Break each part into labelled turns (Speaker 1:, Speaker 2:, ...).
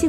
Speaker 1: 屁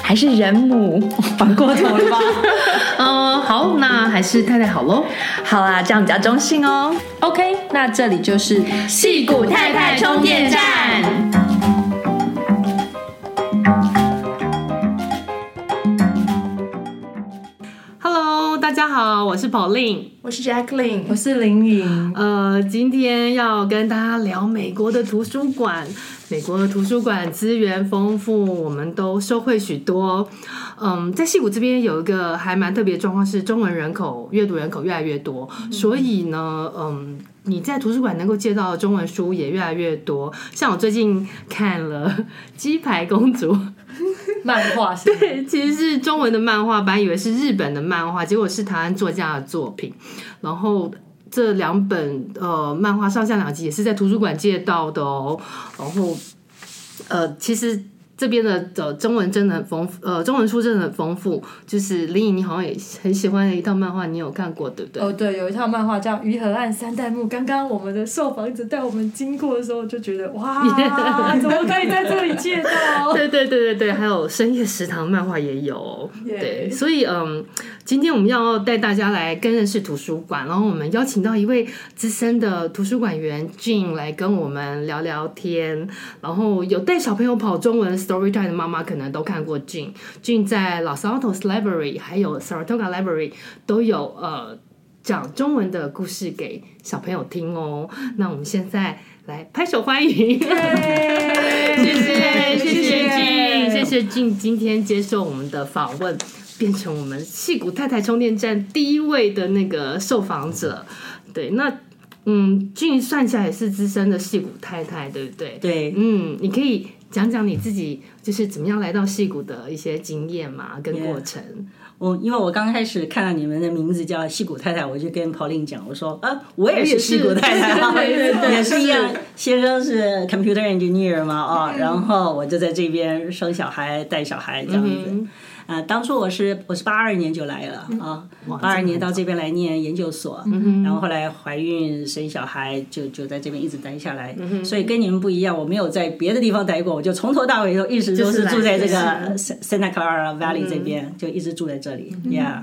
Speaker 1: 还是人母？
Speaker 2: 反过头了吧？嗯，好，那还是太太好喽。
Speaker 1: 好啦，这样比较中性哦。
Speaker 2: OK，那这里就是
Speaker 1: 屁股太太充电站。
Speaker 2: Hello，大家好，我是 Pauline。
Speaker 1: 我是 Jacqueline，
Speaker 3: 我是林颖，
Speaker 2: 呃，今天要跟大家聊美国的图书馆。美国的图书馆资源丰富，我们都受惠许多。嗯，在戏谷这边有一个还蛮特别的状况是，中文人口阅读人口越来越多，所以呢，嗯，你在图书馆能够借到的中文书也越来越多。像我最近看了《鸡排公主》。
Speaker 3: 漫画是吗
Speaker 2: 对，其实是中文的漫画，本来以为是日本的漫画，结果是台湾作家的作品。然后这两本呃漫画上下两集也是在图书馆借到的哦。然后呃，其实这边的呃中文真的很丰富，呃中文书真的很丰富。就是林颖，你好像也很喜欢的一套漫画，你有看过对不对？
Speaker 3: 哦，对，有一套漫画叫《于河岸三代目》。刚刚我们的受访者带我们经过的时候，就觉得 哇，怎么可以在这里借到？
Speaker 2: 对对对对对，还有深夜食堂漫画也有哦。
Speaker 3: 耶
Speaker 2: 对，所以嗯，今天我们要带大家来更认识图书馆，然后我们邀请到一位资深的图书馆员 Jean 来跟我们聊聊天。然后有带小朋友跑中文 story time 的妈妈可能都看过 Jean。Jean 在 Los Altos Library 还有 Saratoga Library 都有呃讲中文的故事给小朋友听哦。那我们现在来拍手欢迎。谢谢谢谢静，谢谢静今天接受我们的访问，变成我们戏骨太太充电站第一位的那个受访者。对，那嗯，静算起来也是资深的戏骨太太，对不对？
Speaker 4: 对，
Speaker 2: 嗯，你可以讲讲你自己就是怎么样来到戏骨的一些经验嘛，跟过程。
Speaker 4: 我因为我刚开始看到你们的名字叫戏骨太太，我就跟 Pauline 讲，我说啊，我也
Speaker 2: 我也
Speaker 4: 是
Speaker 2: 是
Speaker 4: 戏骨太太啊，
Speaker 2: 对对对对
Speaker 4: 也是一样，先生是 computer engineer 嘛
Speaker 2: 嗯
Speaker 4: 啊，然后我就在这边生小孩、带小孩这样
Speaker 2: 嗯
Speaker 4: 子。啊，当初我是我是八二年就来了啊，八二年到这边来念研究所，
Speaker 2: 嗯
Speaker 4: 然后后来怀孕生小孩，就就在这边一直待下来。
Speaker 2: 嗯
Speaker 4: 所以跟你们不一样，我没有在别的地方待过，我就从头到尾都一直
Speaker 2: 就
Speaker 4: 都
Speaker 2: 是
Speaker 4: 是
Speaker 2: 来
Speaker 4: 住在这个
Speaker 2: 就是嗯
Speaker 4: Santa Clara Valley 这边，就一直住在这里。Yeah，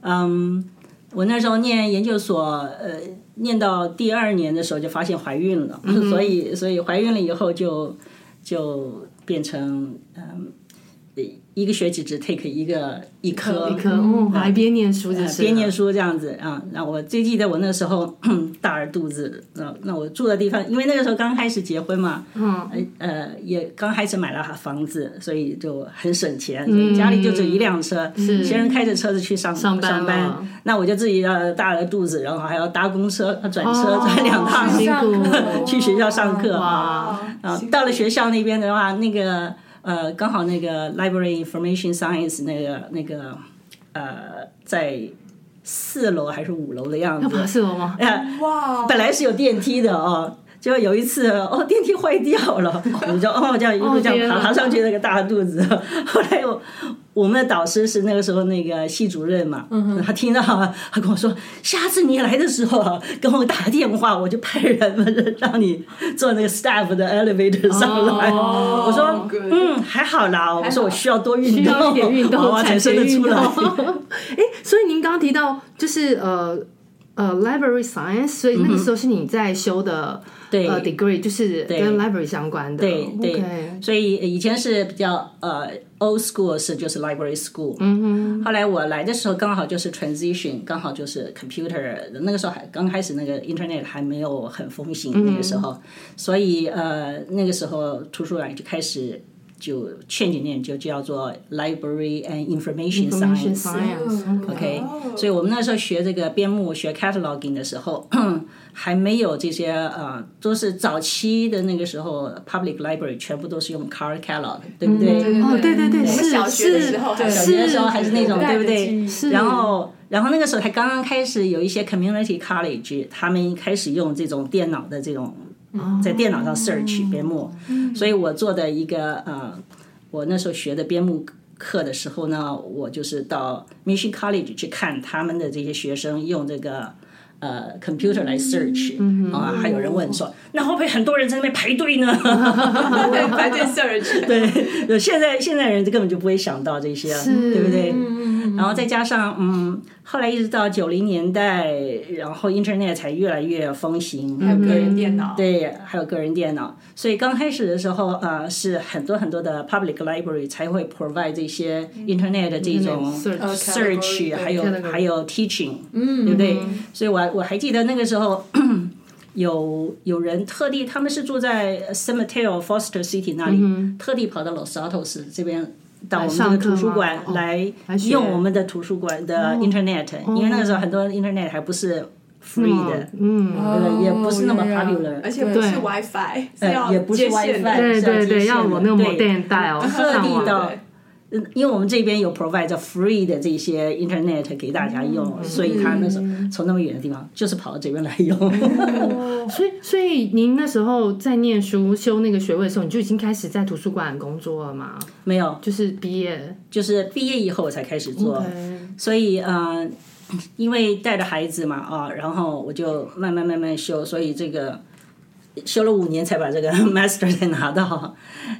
Speaker 4: 嗯，我那时候念研究所，呃，念到第二年的时候就发现怀孕
Speaker 2: 嗯
Speaker 4: 了， 所以所以怀孕了以后就就变成嗯。一个学期只 take 一个一科，
Speaker 2: 一颗哦，还边念书就
Speaker 4: 嗯呃
Speaker 2: 是了
Speaker 4: 边念书这样子啊。那我最记得我那时候 大着肚子，那那我住的地方，因为那个时候刚开始结婚嘛，嗯，呃，也刚开始买了房子，所以就很省钱，所以家里就只有一辆车，先生开着车子去上
Speaker 2: 嗯上班
Speaker 4: 班
Speaker 2: 了
Speaker 4: 那我就自己要大着肚子，然后还要搭公车、转车、
Speaker 2: 哦
Speaker 4: 转两趟，
Speaker 2: 辛
Speaker 3: 上
Speaker 2: 苦
Speaker 3: 课
Speaker 4: 去学校上课
Speaker 2: 哇
Speaker 4: 啊。啊，到了学校那边的话，那个呃，刚好那个 Library Information Science 那个那个呃，在四楼还是五楼的样
Speaker 2: 要
Speaker 4: 子
Speaker 2: 爬，四楼啊吗？
Speaker 4: 呃，
Speaker 3: 哇，
Speaker 4: 本来是有电梯的哦。结果有一次，哦，电梯坏 掉了，我就哦，这样一路这
Speaker 2: 天
Speaker 4: 样
Speaker 2: 哪
Speaker 4: 爬爬上去那个大肚子。 后来我我们的导师是那个时候那个系主任嘛，
Speaker 2: 嗯
Speaker 4: 他听到他跟我说，下次你来的时候啊，跟我打个电话，我就派人让你坐那个 staff 的 elevator 上来。
Speaker 2: 哦
Speaker 4: 我说，嗯，还好啦，我说我需要多 运
Speaker 2: 需要一
Speaker 4: 动，哦
Speaker 2: 点运动
Speaker 4: 娃娃才
Speaker 2: 产
Speaker 4: 生
Speaker 2: 生
Speaker 4: 得出来。
Speaker 2: 哎，所以您刚刚提到就是呃，呃 library science，所以那个时候是你在修的、
Speaker 4: 嗯对
Speaker 2: 呃 degree，就是跟 library 相关的。
Speaker 4: 对
Speaker 2: OK
Speaker 4: 对，所以以前是比较呃 old school 是就是 library school，
Speaker 2: 嗯
Speaker 4: 后来我来的时候刚好就是 transition，刚好就是 computer，那个时候还刚开始那个 internet 还没有很风行，
Speaker 2: 嗯
Speaker 4: 那个时候，所以呃那个时候图书馆就开始就劝几年就叫做 library and information
Speaker 2: 哼，information
Speaker 4: science。
Speaker 5: 哎嗯
Speaker 2: science。
Speaker 4: 嗯 OK，
Speaker 3: 哦
Speaker 4: 所以我们那时候学这个编目、学 cataloging 的时候， 还没有这些呃，都是早期的那个时候，public library 全部都是用 card catalog，对不对？
Speaker 2: 哦，对对对，
Speaker 5: 嗯我们
Speaker 2: 是
Speaker 5: 小学的时候还
Speaker 2: 是
Speaker 4: 小
Speaker 2: 是
Speaker 4: 学的时候还是那种，
Speaker 3: 对
Speaker 4: 对不对？
Speaker 3: 是
Speaker 4: 然后，然后那个时候才刚刚开始有一些 community college，他们开始用这种电脑的这种，在电脑上 search 编目。所以我做的一个呃，我那时候学的编目课的时候呢，我就是到 Mission College 去看他们的这些学生用这个。呃，computer 来 search 啊，还有人问说，那会不会很多人在那边排队呢？
Speaker 5: 对，排队 search，对，
Speaker 4: 对， 现在现在人根本就不会想到这些，啊对不对？然后再加上嗯，后来一直到九零年代，然后 Internet 才越来越风行，
Speaker 3: 嗯
Speaker 4: 还有
Speaker 5: 个人电脑，
Speaker 4: 对，还有个人电脑。所以刚开始的时候，呃，是很多很多的 public library 才会 provide 这些 internet 的这种
Speaker 2: 嗯 Internet 呃
Speaker 3: search
Speaker 4: search，还有
Speaker 2: category 嗯
Speaker 4: 还有 teaching，对不对？所以我我还记得那个时候。有有人特地，他们是住在 San Mateo Foster City 那里，特地跑到 Los Altos 这边到我
Speaker 2: 嗯上
Speaker 4: 们
Speaker 2: 课
Speaker 4: 这个图书
Speaker 2: 吗
Speaker 4: 馆
Speaker 2: 哦
Speaker 4: 来
Speaker 2: 学哦
Speaker 4: 用我们的图书馆的 internet，、因为那个时候很多 internet 还不是 free 的，呃
Speaker 2: 嗯，
Speaker 3: 哦
Speaker 4: 也不是那么
Speaker 3: 原来
Speaker 4: popular，哎
Speaker 5: 而且不是 WiFi，是要
Speaker 4: 也不是
Speaker 5: 接线的
Speaker 4: WiFi
Speaker 2: 对对对，
Speaker 4: 是
Speaker 2: 要我那个
Speaker 4: 对
Speaker 2: 摩电带哦，
Speaker 4: 特
Speaker 2: 上
Speaker 4: 地
Speaker 2: 网
Speaker 4: 到
Speaker 5: 对，
Speaker 4: 嗯因为我们这边有 provide 着 free 的这些 internet 给大家用，所以他那时候从那么远的地方就是跑到这边来用。
Speaker 2: 所以，所以您那时候在念书修那个学位的时候，你就已经开始在图书馆工作了吗？
Speaker 4: 没有，
Speaker 2: 就是毕业，
Speaker 4: 就是毕业以后我才开始做所以呃，因为带着孩子嘛啊，然后我就慢慢慢慢修，所以这个修了五年才把这个 master 才拿到。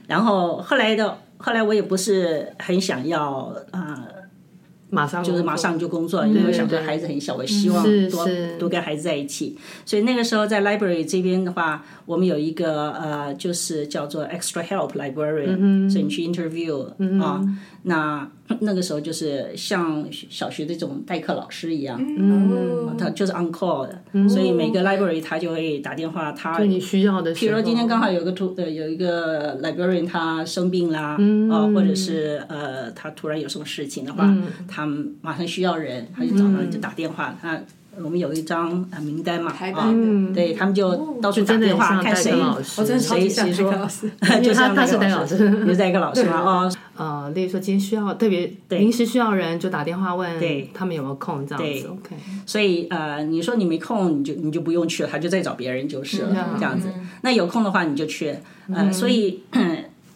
Speaker 4: 然后后来的后来我也不是很想要啊。呃
Speaker 2: 马上
Speaker 4: 就是
Speaker 2: 工作
Speaker 4: 马上就工作，因为我想说孩子很小，我希望
Speaker 2: 是
Speaker 4: 多
Speaker 2: 是
Speaker 4: 多跟孩子在一起。所以那个时候在 library 这边的话，我们有一个呃，就是叫做 extra help librarian，、所以
Speaker 2: 嗯
Speaker 4: 你去 interview、啊，那 那个时候就是像小学的这种代课老师一样，
Speaker 5: 嗯
Speaker 4: 他就是 on call 的，所以每个 library 他就会打电话，他
Speaker 2: 嗯你需要的时候。比
Speaker 4: 比如说今天刚好有个图呃有一个 librarian 他生病啦，啊、
Speaker 2: 嗯
Speaker 4: 或者是呃他突然有什么事情的话，他们马上需要人，他就找他就打电话，
Speaker 2: 嗯
Speaker 4: 他我们有一张呃名单嘛
Speaker 5: 排
Speaker 4: 啊
Speaker 5: 班，的，
Speaker 3: 嗯
Speaker 4: 对他们就到处打
Speaker 2: 哦真的很
Speaker 4: 电话哎
Speaker 2: 像
Speaker 4: 看
Speaker 2: 代
Speaker 4: 谁
Speaker 2: 课。老师，
Speaker 5: 我真的超级
Speaker 4: 谁
Speaker 5: 想
Speaker 4: 谁
Speaker 5: 那
Speaker 4: 说
Speaker 5: 个老师，
Speaker 4: 就
Speaker 2: 他
Speaker 4: 像
Speaker 2: 他是代
Speaker 4: 代
Speaker 2: 老师，
Speaker 4: 你是代课老师 嘛？哦，
Speaker 2: 呃，例如说今天需要特别临时需要人，就打电话问
Speaker 4: 对
Speaker 2: 他们有没有空这样
Speaker 4: 对
Speaker 2: 子。OK，
Speaker 4: 所以呃，你说你没空，你就你就不用去了，他就再找别人就是了，
Speaker 2: 嗯
Speaker 4: 这样子。那有空的话你就去，呃，所以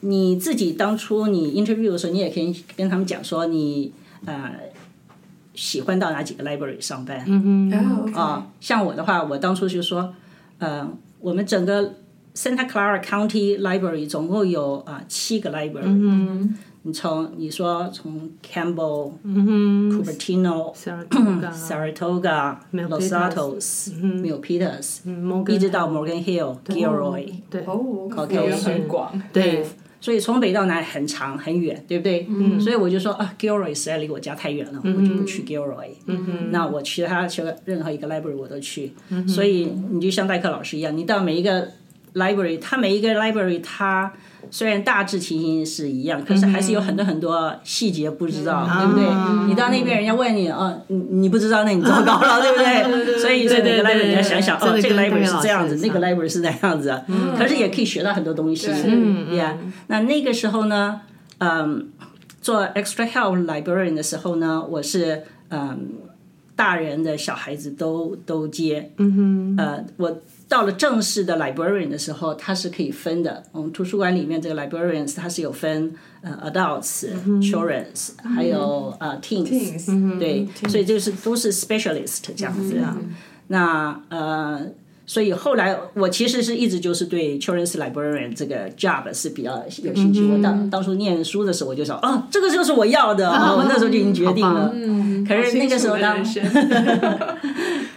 Speaker 4: 你自己当初你 interview 的时候，你也可以跟他们讲说你呃喜欢到哪几个 library 上班啊、
Speaker 5: 然
Speaker 3: 哦
Speaker 5: 后
Speaker 4: 啊
Speaker 2: 嗯
Speaker 5: OK，
Speaker 4: 像我的话，我当初就说，呃，我们整个 Santa Clara County Library 总共有啊、呃七个
Speaker 2: 嗯
Speaker 4: library，、你从你说从 Campbell、
Speaker 2: 嗯
Speaker 4: Cupertino、
Speaker 2: 第二个
Speaker 4: Saratoga、Los Altos、m i l Peters，
Speaker 2: 摩根
Speaker 4: 一直到嗯 Morgan Hill、Gilroy，
Speaker 2: 对
Speaker 5: 哦
Speaker 4: ，OK，
Speaker 5: ，OK，很广，
Speaker 2: 对，
Speaker 4: 所以从北到南很长很远，对不对？嗯，所以我就说啊，Gilroy 实在离我家太远了，我就不去 Gilroy。嗯那我其他去任何一个 library 我都去，所以你就像代课老师一样，你到每一个 library，它每一个 library 它。虽然大致情形是一样，可是还是有很多很多细节不知道，对不对？你到那边人家问你，哦，你你不知道，那你糟糕了，对不对？所以所以
Speaker 2: 对
Speaker 4: 每
Speaker 2: 对
Speaker 4: 个
Speaker 2: 对
Speaker 4: library
Speaker 2: 对
Speaker 4: 你要想想，
Speaker 2: 真
Speaker 4: 哦，
Speaker 2: 的
Speaker 4: 这个
Speaker 2: 跟
Speaker 4: library
Speaker 2: 戴
Speaker 4: 是
Speaker 2: 老
Speaker 4: 这样
Speaker 2: 师
Speaker 4: 子，那个
Speaker 2: 像
Speaker 4: library 是那样子，可是也可以学到很多东西，
Speaker 5: 对
Speaker 4: 嗯呀。那那个时候呢，嗯，做 extra help librarian 的时候呢，我是嗯，大人的小孩子都都接，嗯哼，呃，我到了正式的 librarian 的时候，它是可以分的。我们图书馆里面这个 librarians 它是有分呃 adults、children，s 还有呃 teens，
Speaker 5: Teens
Speaker 4: 对，所以就是都是 specialist 这样子啊。那呃，所以后来我其实是一直就是对 children's librarian 这个 job 是比较有兴趣。我当当初念书的时候，我就想，哦，这个就是我要的，哦我那时候就已经决定
Speaker 2: 好
Speaker 4: 了
Speaker 2: 棒。
Speaker 5: 嗯，
Speaker 4: 可是那个时候
Speaker 5: 好
Speaker 4: 当
Speaker 5: 清楚的人生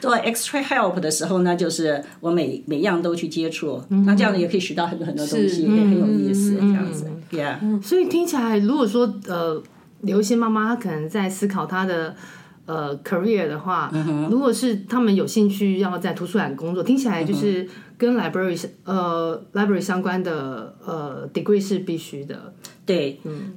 Speaker 4: 做 extra help 的时候呢，就是我每每样都去接触，那这样子也可以学到很多很多东西，也很有意思，这样子，yeah。
Speaker 2: 所以听起来，如果说呃，有一些妈妈她可能在思考她的呃 career 的话，
Speaker 4: 嗯
Speaker 2: 如果是他们有兴趣要在图书馆工作，听起来
Speaker 4: 嗯
Speaker 2: 就是跟 library 相呃 library 相关的呃 degree 是必须的。
Speaker 4: 对，嗯、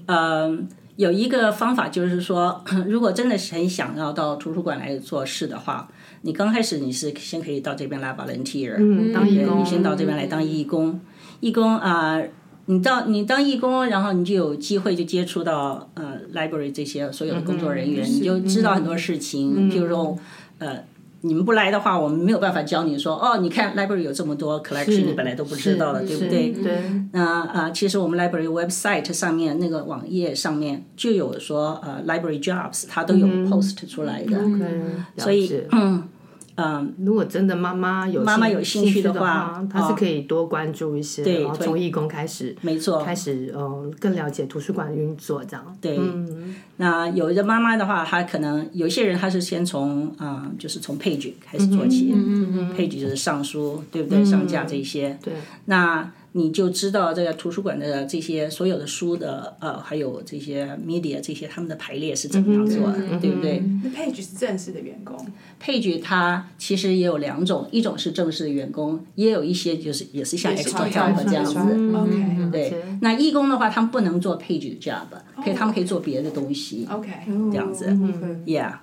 Speaker 4: 有一个方法就是说，如果真的是很想要到图书馆来做事的话，你刚开始你是先可以到这边来 volunteer，嗯
Speaker 2: 当义工
Speaker 4: 你先到这边来当义工，义工啊。你到你当义工，然后你就有机会就接触到呃 library 这些所有的工作人
Speaker 2: 嗯
Speaker 4: 员，你就知道很多事情，譬如说呃你们不来的话，我们没有办法教你说哦，你看 library 有这么多 collection，你本来都不知道的，对不对？
Speaker 2: 对，
Speaker 4: 那啊、呃其实我们 library website 上面那个网页上面就有说呃 library jobs，它都有
Speaker 2: 嗯
Speaker 4: post 出来的。
Speaker 2: 所以
Speaker 4: 嗯，
Speaker 2: 如果真的妈妈有妈
Speaker 4: 妈有兴
Speaker 2: 兴
Speaker 4: 趣
Speaker 2: 的
Speaker 4: 的话
Speaker 2: 她是
Speaker 4: 哦
Speaker 2: 可以多关注一些，
Speaker 4: 对
Speaker 2: 然后
Speaker 4: 对
Speaker 2: 从义工开始，
Speaker 4: 没错。
Speaker 2: 开始呃更了解图书馆的运作这样。
Speaker 4: 对
Speaker 2: 嗯
Speaker 4: 那有的妈妈的话，她可能有些人她是先从啊、呃就是从配举开始做起，嗯嗯配举就是上书，对不对？上架这些。对。那你就知道这个图书馆的这些所有的书的呃，还有这些 media 这些他们的排列是怎么样做的，对不对？
Speaker 5: 那 Page 是正式的员工，
Speaker 4: 配角它其实也有两种，一种是正式的员工，也有一些就是也是像 extra
Speaker 5: 是这样
Speaker 4: job 这样子。
Speaker 5: 嗯 OK，
Speaker 2: 嗯
Speaker 4: 对
Speaker 2: 了解，
Speaker 4: 那义工的话，他们不能做配角的
Speaker 5: 哦
Speaker 4: job，可以他们可以做别的东西。
Speaker 5: OK，
Speaker 4: 这样子
Speaker 3: 嗯，
Speaker 4: Yeah，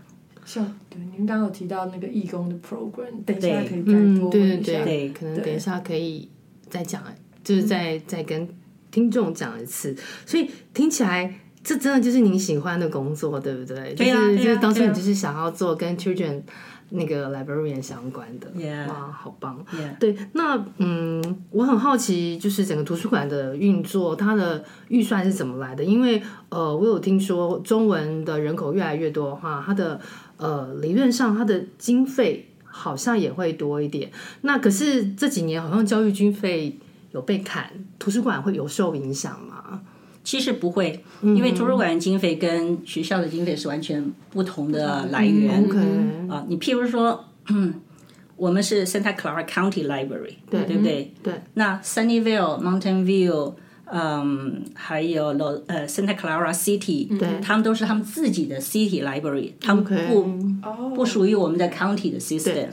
Speaker 3: 像对，你们刚刚有提到那个义工的 program，等一下
Speaker 4: 对
Speaker 3: 可以再
Speaker 2: 嗯，
Speaker 3: 多
Speaker 2: 对对
Speaker 3: 问一下。
Speaker 4: 对嗯
Speaker 2: 可能等一下可以再讲，就是再再跟听众讲一次。所以听起来。这真的就是您喜欢的工作，对不对？
Speaker 4: 对呀啊
Speaker 2: 就是
Speaker 4: 对
Speaker 2: 就
Speaker 4: 呀
Speaker 2: 是当初你
Speaker 4: 对呀
Speaker 2: 就是想要做跟 children 那个 librarian 相关的
Speaker 4: Yeah
Speaker 2: 哇，好棒
Speaker 4: Yeah
Speaker 2: 对，那嗯，我很好奇，就是整个图书馆的运作，它的预算是怎么来的？因为呃，我有听说中文的人口越来越多的话，它的呃理论上它的经费好像也会多一点。那可是这几年好像教育经费有被砍，图书馆会有受影响吗？
Speaker 4: 其实不会，因为图书馆经费跟学校的经费是完全不同的来源。
Speaker 2: OK，
Speaker 4: 啊，你譬如说，我们是 Santa Clara County Library，对不对？
Speaker 2: 对。
Speaker 4: 那 Sunnyvale、Mountain View，嗯，还有 Lo 呃 Santa Clara City，对，他们都是他们自己的 City Library，他们不
Speaker 5: 哦，
Speaker 4: 不属于我们的 County 的 system。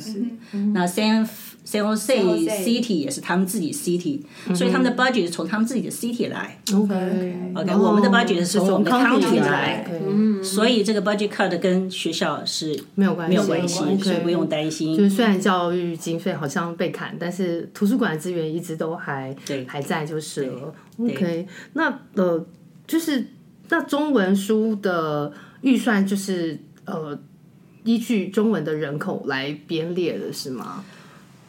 Speaker 4: 那 San San Jose
Speaker 5: Jose
Speaker 4: City 也是他们自己 City，所以他们的 budget 是从他们自己的 City 来。
Speaker 2: OK
Speaker 4: OK，我们的 budget 是从我们的 county
Speaker 5: 来
Speaker 2: 对
Speaker 3: 嗯，
Speaker 4: 所以这个 budget cut 跟学校是没
Speaker 2: 有关系
Speaker 4: 有关系，
Speaker 2: OK
Speaker 4: 所以不用担
Speaker 2: 就是
Speaker 4: 心。
Speaker 2: 虽然教育经费好像被砍，但是图书馆资源一直都还
Speaker 4: 对
Speaker 2: 还在，就是了。OK，那呃，就是那中文书的预算就是呃，依据中文的人口来编列的是吗？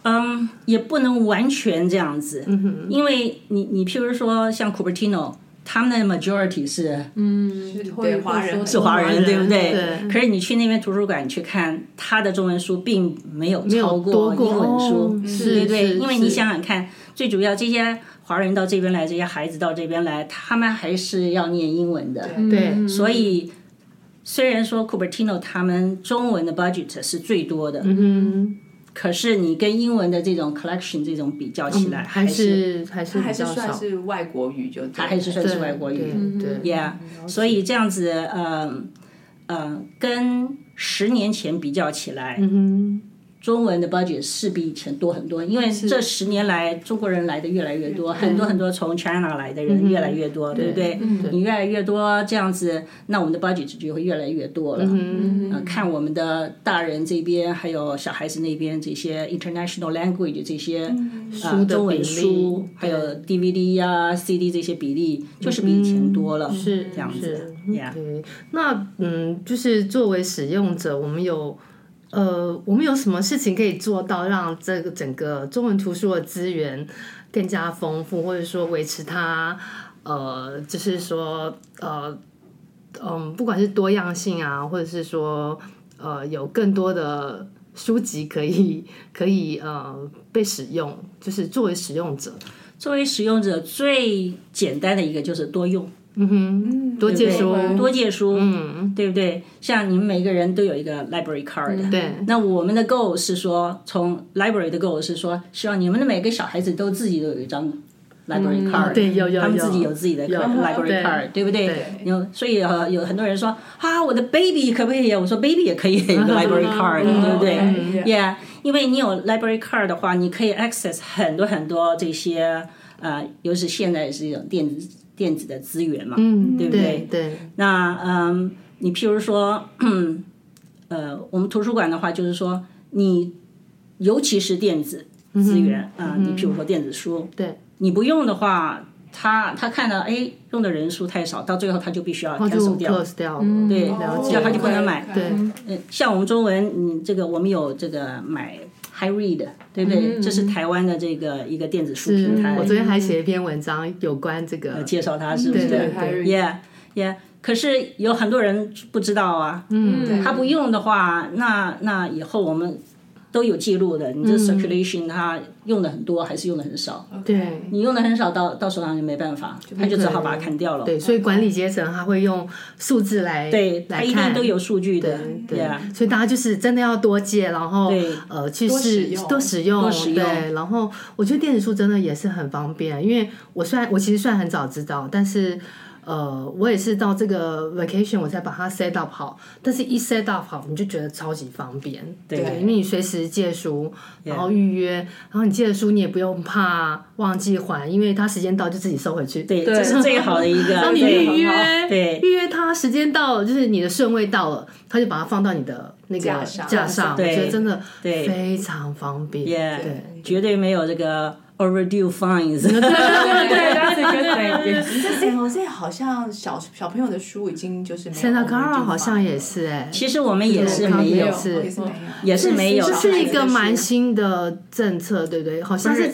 Speaker 4: 嗯，也不能完全这样子，
Speaker 2: 嗯
Speaker 4: 因为你你譬如说像 Cupertino，他们的 majority 是
Speaker 3: 嗯，会
Speaker 5: 华人
Speaker 3: 会说
Speaker 5: 是
Speaker 4: 华人，对不对？
Speaker 2: 对
Speaker 4: 可是你去那边图书馆去看，他的中文书并没有超
Speaker 2: 多过
Speaker 4: 英文书，
Speaker 2: 哦是
Speaker 4: 对不对？
Speaker 2: 是
Speaker 4: 因为你
Speaker 2: 是
Speaker 4: 想想看，最主要这些华人到这边来，这些孩子到这边来，他们还是要念英文的，
Speaker 3: 嗯
Speaker 2: 对，
Speaker 4: 所以。虽然说 Cupertino 他们中文的 budget 是最多的，
Speaker 2: 嗯，
Speaker 4: 可是你跟英文的这种 collection 这种比较起来，
Speaker 2: 还
Speaker 4: 是
Speaker 2: 是还是
Speaker 5: 还
Speaker 2: 比
Speaker 5: 是
Speaker 2: 较
Speaker 5: 算
Speaker 2: 少，
Speaker 5: 是外国语就对，
Speaker 4: 还是算是外国语。嗯
Speaker 2: 对对
Speaker 4: Yeah，所以这样子，嗯、呃、呃，跟十年前比较起来，
Speaker 2: 嗯
Speaker 4: 中文的 budget 是比以前多很多，因为这十年来中国人来的越来越多，很多很多从 China 来的人越来越多，对不对？你越来越多这样子，那我们的 budget 就会越来越多了。嗯、看我们的大人这边，还有小孩子那边这些 international language 这些、啊
Speaker 2: 书的
Speaker 4: 中
Speaker 2: 比
Speaker 4: 文
Speaker 2: 例
Speaker 4: 书，还有 DVD 呀、CD 啊这些比例，
Speaker 2: 嗯
Speaker 4: 就是比以前多了，
Speaker 2: 是
Speaker 4: 这样子。
Speaker 2: 是 OK，那嗯，就是作为使用者，我们有呃，我们有什么事情可以做到让这个整个中文图书的资源更加丰富，或者说维持它呃，就是说呃嗯，不管是多样性啊，或者是说呃，有更多的。书籍可以可以呃被使用，就是作为使用者，
Speaker 4: 作为使用者，最简单的一个就是多用。
Speaker 2: 嗯哼，多借书，
Speaker 4: 多
Speaker 3: 哦
Speaker 4: 借书，
Speaker 2: 嗯，
Speaker 4: 对不对？像你们每个人都有一个 library card，、
Speaker 2: 对
Speaker 4: 那我们的 goal 是说，从 library 的 goal 是说，希望你们的每个小孩子都自己都有一张 library card，、
Speaker 2: 对有有
Speaker 4: 他们
Speaker 2: 有
Speaker 4: 自己有自己的 card-
Speaker 2: 对
Speaker 4: library card，对不对
Speaker 2: 对？
Speaker 4: 有，所以有有很多人说啊，我的 baby 可不可以？我说 baby 也可以有一个 library card，、对不对？
Speaker 3: 嗯
Speaker 4: Yeah，因为你有 library card 的话，你可以 access 很多很多这些呃，尤其现在是一种电子电子的资源嘛，
Speaker 2: 嗯，
Speaker 4: 对不
Speaker 2: 对？对，
Speaker 4: 那嗯，你譬如说，呃，我们图书馆的话，就是说你，尤其是电子
Speaker 2: 嗯
Speaker 4: 资源啊、你譬如说电子书，
Speaker 2: 对，
Speaker 4: 你不用的话，他他看到哎用的人数太少，到最后他就必须要
Speaker 2: 然后就
Speaker 4: cancel 掉。
Speaker 2: close 掉了，
Speaker 4: 对
Speaker 2: 嗯了
Speaker 4: 这
Speaker 2: 解，
Speaker 4: 样他就不能买
Speaker 2: 对
Speaker 4: 嗯，像我们中文，嗯，这个我们有这个买 High Read，对
Speaker 2: 嗯
Speaker 4: 不对？这是台湾的这个一个电子书平台
Speaker 2: 是，我昨天还写一篇文章有关这个，
Speaker 4: 嗯介绍它是不是？
Speaker 2: 对
Speaker 5: 还有
Speaker 4: Yeah, yeah. 可是有很多人不知道啊，嗯，他不用的话，那那以后我们都有记录的。你
Speaker 2: 嗯
Speaker 4: 这 circulation 它用的很多还是用的很少？
Speaker 2: 对
Speaker 4: 你用的很少，到到手上就没办法，他就只好把它砍掉了。
Speaker 2: 对，所以管理阶层他会用数字来
Speaker 4: 对，他
Speaker 2: 来
Speaker 4: 一
Speaker 2: 看
Speaker 4: 定都有数据的
Speaker 2: 对
Speaker 4: ，Yeah，
Speaker 2: 所以大家就是真的要多借，然后
Speaker 4: 对
Speaker 2: 呃去
Speaker 5: 多使
Speaker 2: 试
Speaker 5: 用
Speaker 2: 多使用，
Speaker 4: 多使用
Speaker 2: 对。然后我觉得电子书真的也是很方便，因为我虽然我其实算很早知道，但是。呃，我也是到这个 vacation 我才把它 set up 好，但是一 set up 好，你就觉得超级方便，对，因为你随时借书，然后预约，然后你借的书你也不用怕忘记还，因为它时间到就自己收回去，
Speaker 4: 对，这是最好的一个。
Speaker 2: 当你
Speaker 4: 对
Speaker 2: 预
Speaker 4: 很好
Speaker 2: 约，
Speaker 4: 对
Speaker 2: 预约它时间到了，就是你的顺位到了，他就把它放到你的那个
Speaker 5: 架上
Speaker 2: 架上，我
Speaker 4: 对
Speaker 2: 觉得真的
Speaker 4: 对
Speaker 2: 非常方便。
Speaker 4: Yeah，
Speaker 2: 对，嗯
Speaker 4: 绝对没有这个 overdue fines。
Speaker 3: 对对，that's a good thing
Speaker 5: 这这我这好像小小朋友的书已经就是没有
Speaker 2: Santa
Speaker 5: 我们已
Speaker 2: Clara
Speaker 5: 经
Speaker 2: 好像也是哎，
Speaker 4: 其实我们也是
Speaker 2: 对
Speaker 4: 没
Speaker 5: 没
Speaker 4: 有
Speaker 5: 有，，
Speaker 2: 是
Speaker 5: 也是没有，
Speaker 4: 也是没有
Speaker 2: 这
Speaker 4: 的。
Speaker 2: 是一个蛮新的政策，对不对？好像是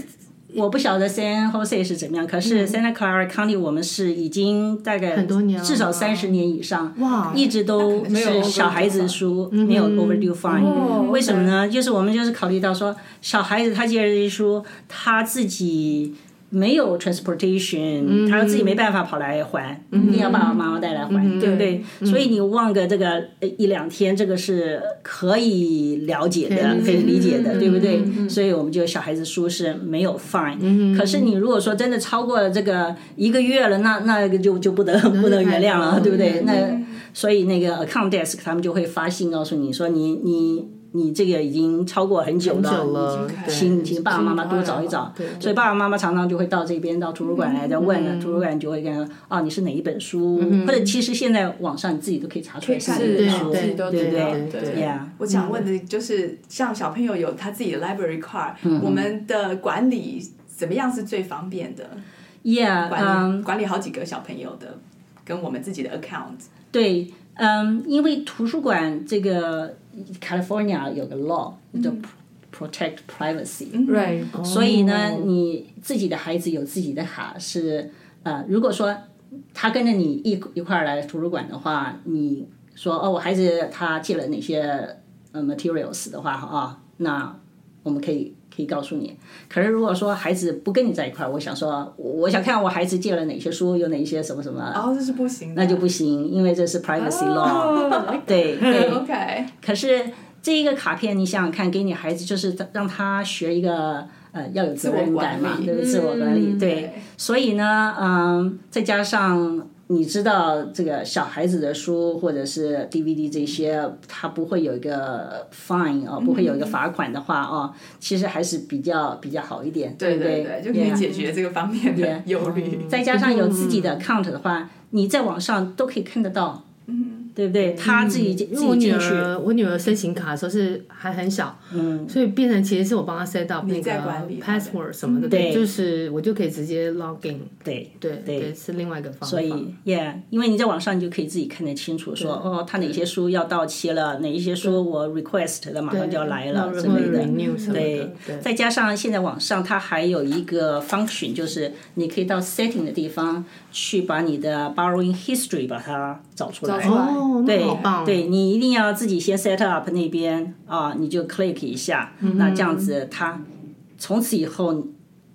Speaker 4: 我不晓得 San Jose 是怎么样，可是 Santa Clara County 我们是已经大概
Speaker 2: 嗯很多年了
Speaker 4: 至少三十年以上，
Speaker 2: 哇
Speaker 4: 一直都
Speaker 5: 没有
Speaker 4: 是
Speaker 5: overdue
Speaker 4: 小孩子书
Speaker 2: 嗯
Speaker 4: 没有 overdue fine，、
Speaker 3: 哦
Speaker 4: 为什么呢？就是我们就是考虑到说，小孩子他借了这些书，他自己。没有 transportation，、他
Speaker 2: 嗯
Speaker 4: 自己没办法跑来还，一定要爸爸妈妈带来还，
Speaker 2: 嗯
Speaker 4: 对不对？所以你忘个这个呃一两天，这个是可以了解的，可以理解的，对不对？所以我们就小孩子书是没有 fine，、可是你如果说真的超过了这个一个月了，那那个就就不能不能原谅了，对不对？那所以那个 account desk 他们就会发信告诉你说你你你这个已经超过很久了，
Speaker 2: 很久了
Speaker 4: 你
Speaker 2: 对
Speaker 4: 请请爸爸妈妈多找一找。所以爸爸妈妈常常就会到这边到图书馆来再问啊了，图书馆就会跟他说啊你是哪一本书，或者其实现在网上你自己都可以查出来是哪一本
Speaker 2: 对
Speaker 4: 书，
Speaker 5: 自己都
Speaker 4: 对不
Speaker 5: 知道
Speaker 4: 对？
Speaker 5: 对
Speaker 2: 对
Speaker 4: 对啊呀，
Speaker 5: 我想问
Speaker 2: 嗯
Speaker 5: 的就是，像小朋友有他自己的 library card，、我
Speaker 4: 嗯
Speaker 5: 们的管理怎么样是最方便的？
Speaker 4: Yeah，
Speaker 5: 管理、
Speaker 4: 嗯，
Speaker 5: 管理好几个小朋友的，跟我们自己的 account，
Speaker 4: 对，嗯，因为图书馆这个 California 有个 law 叫 Protect Privacy，、
Speaker 3: ，right，
Speaker 4: 所以呢，你自己的孩子有自己的卡是，呃，如果说他跟着你一一块儿来图书馆的话，你说哦，我孩子他借了哪些呃 materials 的话啊，那我们可以可以告诉你。可是如果说孩子不跟你在一块儿，我想说，我我想看我孩子借了哪些书，有哪些什么什么，
Speaker 5: 哦，这是不行
Speaker 4: 嗯
Speaker 5: 的，
Speaker 4: 那就不行，因为这是 privacy law。
Speaker 3: 哦
Speaker 4: 对对，
Speaker 5: OK，
Speaker 4: 可是这一个卡片，你想想看，给你孩子就是让他学一个呃要有责任感嘛
Speaker 5: 自我管，理
Speaker 4: 对不对自我管理，
Speaker 3: 嗯
Speaker 4: 对。所以呢，嗯，再加上你知道这个小孩子的书或者是 DVD 这些，它不会有一个 fine 哦，不会有
Speaker 5: 嗯
Speaker 4: 一个罚款的话哦，其实还是比较比较好一点，
Speaker 5: 对
Speaker 4: 不
Speaker 5: 对对，就可以
Speaker 4: Yeah
Speaker 5: 解决这个方面的忧虑。
Speaker 4: 再加上有自己的 account 的话，你在网上都可以看得到，对不对？他自己进
Speaker 2: 因
Speaker 4: 自
Speaker 2: 为我
Speaker 4: 己
Speaker 2: 女
Speaker 4: 进去，
Speaker 2: 儿，我女儿申请卡的时候是还很小，
Speaker 4: 嗯，
Speaker 2: 所以变成其实是我帮她 set up 那
Speaker 5: 你
Speaker 2: 个
Speaker 5: 在管理她的
Speaker 2: password 什么的，
Speaker 4: 嗯对
Speaker 2: 就是我就可以直接 login，
Speaker 4: 对。
Speaker 2: 对
Speaker 4: 对
Speaker 2: 对，是另外一个方法。
Speaker 4: 所以，yeah，因为你在网上你就可以自己看得清楚说，哦，他哪些书要到期了，哪一些书我 request 的马上就要来了
Speaker 2: 嗯
Speaker 4: 之类的。
Speaker 2: renew 什么的
Speaker 4: 对
Speaker 2: 对，
Speaker 4: 再加上现在网上它还有一个 function，就是你可以到 setting 的地方去把你的 borrowing history 把它找出来。
Speaker 3: 找出来
Speaker 2: 哦，那好棒哦，
Speaker 4: 对你一定要自己先 set up 那
Speaker 2: 嗯
Speaker 4: 边啊，你就 click 一下，那这样子它从此以后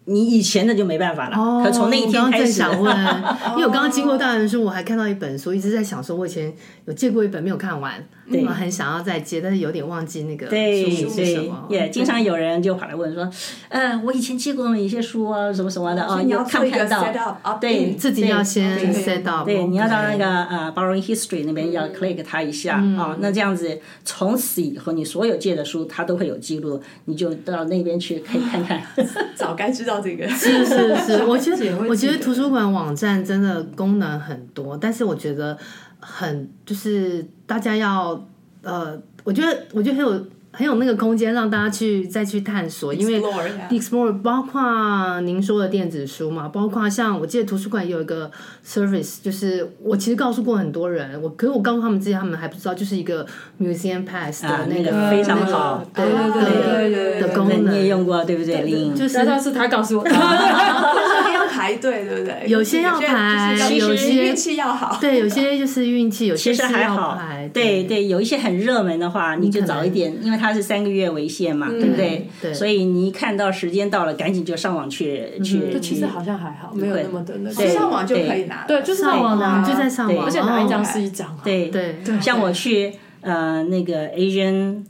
Speaker 4: 你以前的就没办法了。
Speaker 2: 哦
Speaker 4: 可从那一
Speaker 2: 我
Speaker 4: 天
Speaker 2: 刚刚
Speaker 4: 开
Speaker 2: 正
Speaker 4: 始，
Speaker 2: 想 问，因为我刚刚经过大人书，我还看到一本书，一直在想说，我以前有借过一本没有看完，对，很想要再借，但是有点忘记那个
Speaker 4: 对
Speaker 2: 书是什
Speaker 4: 对
Speaker 2: 么，。嗯
Speaker 4: 也经常有人就跑来问说，呃，我以前借过你一些书啊，什么什么的啊，
Speaker 5: 哦你要
Speaker 4: 看
Speaker 5: 做
Speaker 4: 不
Speaker 5: 一个
Speaker 4: 看
Speaker 5: set
Speaker 4: 到？
Speaker 5: up，
Speaker 4: 对，
Speaker 2: 自己要先
Speaker 4: 对
Speaker 2: set up，
Speaker 4: 对，你要到那
Speaker 2: OK
Speaker 4: 个呃 borrowing history 那边要
Speaker 2: 嗯
Speaker 4: click 它一下啊，那这样子从此以后，你所有借的书它都会有记录，你就到那边去可以看看。
Speaker 5: 早该知道这个。
Speaker 2: 是是是，我觉
Speaker 3: 自己也
Speaker 2: 得
Speaker 3: 会
Speaker 2: 我觉得
Speaker 3: 记得
Speaker 2: 图书馆网站真的功能很多，但是我觉得很就是大家要呃，我觉得我觉得很有很有那个空间让大家去再去探索，因为
Speaker 5: Explore 一下
Speaker 2: explore 包括您说的电子书嘛，包括像我记得图书馆也有一个 service，就是我其实告诉过很多人，我可是我告诉他们之前他们还不知道，就是一个 museum pass
Speaker 4: 啊
Speaker 2: 的
Speaker 4: 那
Speaker 2: 个
Speaker 4: 个非常好
Speaker 2: 对
Speaker 3: 对对对
Speaker 2: 对
Speaker 3: 对对对
Speaker 2: 的功
Speaker 4: 那
Speaker 2: 能
Speaker 4: 你也用过对不对？林颖
Speaker 2: 就是
Speaker 3: 难道是他告诉 我
Speaker 4: 啊
Speaker 3: 的？
Speaker 5: 有些要排队，对不对？
Speaker 2: 有些要排
Speaker 5: 就是要
Speaker 4: 有
Speaker 2: 些
Speaker 5: 运气要好。
Speaker 2: 对，有些就是运气，有些
Speaker 4: 其实
Speaker 2: 是
Speaker 4: 还
Speaker 2: 要
Speaker 4: 好
Speaker 2: 排，
Speaker 4: 对对，有一些很热门的话，你就
Speaker 2: 可能嗯
Speaker 4: 早一点，因为它是三个月为限嘛，对不对？
Speaker 2: 对嗯
Speaker 4: 所以你一看到时间到了，赶紧就上网去去
Speaker 3: 就其
Speaker 4: 去
Speaker 3: 实。好像还好，没有那么的那
Speaker 4: 嗯对
Speaker 5: 上
Speaker 3: 个。
Speaker 5: 网就可以拿了，
Speaker 3: 对，就是上网拿，
Speaker 2: 就在上网，
Speaker 4: 对
Speaker 3: 而且拿一张
Speaker 2: 哦
Speaker 3: 是一张啊。
Speaker 4: 对
Speaker 2: 对
Speaker 3: 对
Speaker 4: 像我去呃那个 Asian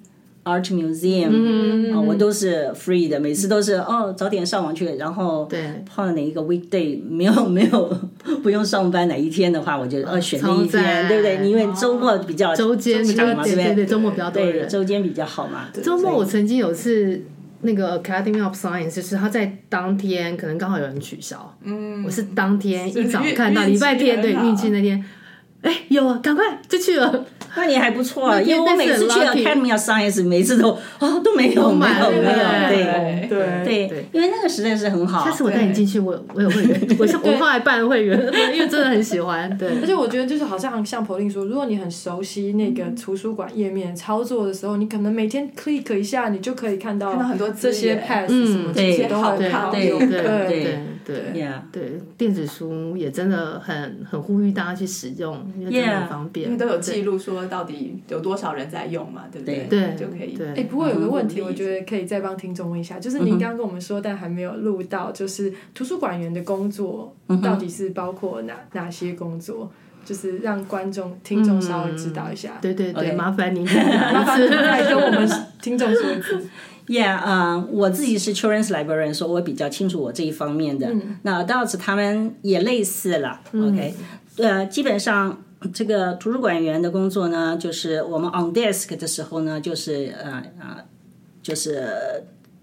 Speaker 4: Art Museum，啊、
Speaker 2: 嗯
Speaker 4: 我都是 free 的，每次都是哦早点上网去，然后
Speaker 2: 对
Speaker 4: 碰到哪一个 weekday 没有 没有不用上班哪一天的话，我就哦选那
Speaker 2: 超
Speaker 4: 一天，
Speaker 2: 赞
Speaker 4: 对不对？因为周末比较
Speaker 2: 哦周间比较
Speaker 4: 长嘛，对
Speaker 2: 对
Speaker 4: 不
Speaker 2: 对
Speaker 4: 对？
Speaker 2: 对，周末比较多
Speaker 4: 对，
Speaker 2: 人。
Speaker 4: 周间比较好嘛。
Speaker 2: 周末我曾经有一次。那个 Academy of Science 就是他在当天可能刚好有人取消，嗯，我是当天一早
Speaker 5: 运
Speaker 2: 看到
Speaker 5: 运
Speaker 2: 礼
Speaker 5: 气
Speaker 2: 拜天，对
Speaker 5: 很好
Speaker 2: 运气那天，哎、有了，赶快就去了，
Speaker 4: 那你还不错啊，
Speaker 2: 那
Speaker 4: 因为我
Speaker 2: 但是
Speaker 4: 每次去
Speaker 2: 很 lucky
Speaker 4: Academy of Science，每次都哦都没有
Speaker 2: 都
Speaker 4: 没
Speaker 2: 满了
Speaker 4: 有没有，对
Speaker 5: 对
Speaker 3: 对
Speaker 4: 对
Speaker 2: 对
Speaker 4: 因为那个实在是很好
Speaker 2: 下。次我带你进去，我我有会员，我是我后来办了会员，因为真的很喜欢，对，
Speaker 3: 而且我觉得就是好像像 Pauline 说，如果你很熟悉那个图书馆页面操作的时候，你可能每天 click 一下，你就可以看到
Speaker 5: 看到很多资
Speaker 3: 这些
Speaker 5: 源
Speaker 3: pass
Speaker 2: 嗯
Speaker 3: 什么，其
Speaker 4: 对
Speaker 3: 实都很
Speaker 5: 对
Speaker 3: 好
Speaker 4: 对
Speaker 3: 用。
Speaker 2: 对
Speaker 3: 对，
Speaker 2: 对对
Speaker 4: Yeah
Speaker 2: 对，电子书也真的很很呼吁大家去使用，因为真的
Speaker 4: Yeah
Speaker 2: 很方便，
Speaker 5: 因为都有记录说到底有多少人在用嘛，对不对？
Speaker 2: 对
Speaker 5: 就可以。
Speaker 2: 对
Speaker 3: 哎，不过有个问题，
Speaker 5: 嗯
Speaker 3: 我觉得可以再帮听众问一下，
Speaker 4: 嗯
Speaker 3: 就是您刚刚跟我们说，但还没有录到，就是图书馆员的工作
Speaker 4: 嗯
Speaker 3: 到底是包括哪哪些工作？就是让观众、听众稍微知道一
Speaker 4: 嗯
Speaker 3: 下。
Speaker 2: 对对对
Speaker 4: OK
Speaker 2: 麻烦您
Speaker 3: 麻
Speaker 2: 麻
Speaker 3: 烦你再跟我们听众说一 次。
Speaker 4: Yeah，啊、我自己是 children's librarian，所以我比较清楚我这一方面的。
Speaker 2: 嗯
Speaker 4: 那 adults 他们也类似了、o k 呃，基本上这个图书馆员的工作呢，就是我们 on desk 的时候呢，就是呃呃，就是呃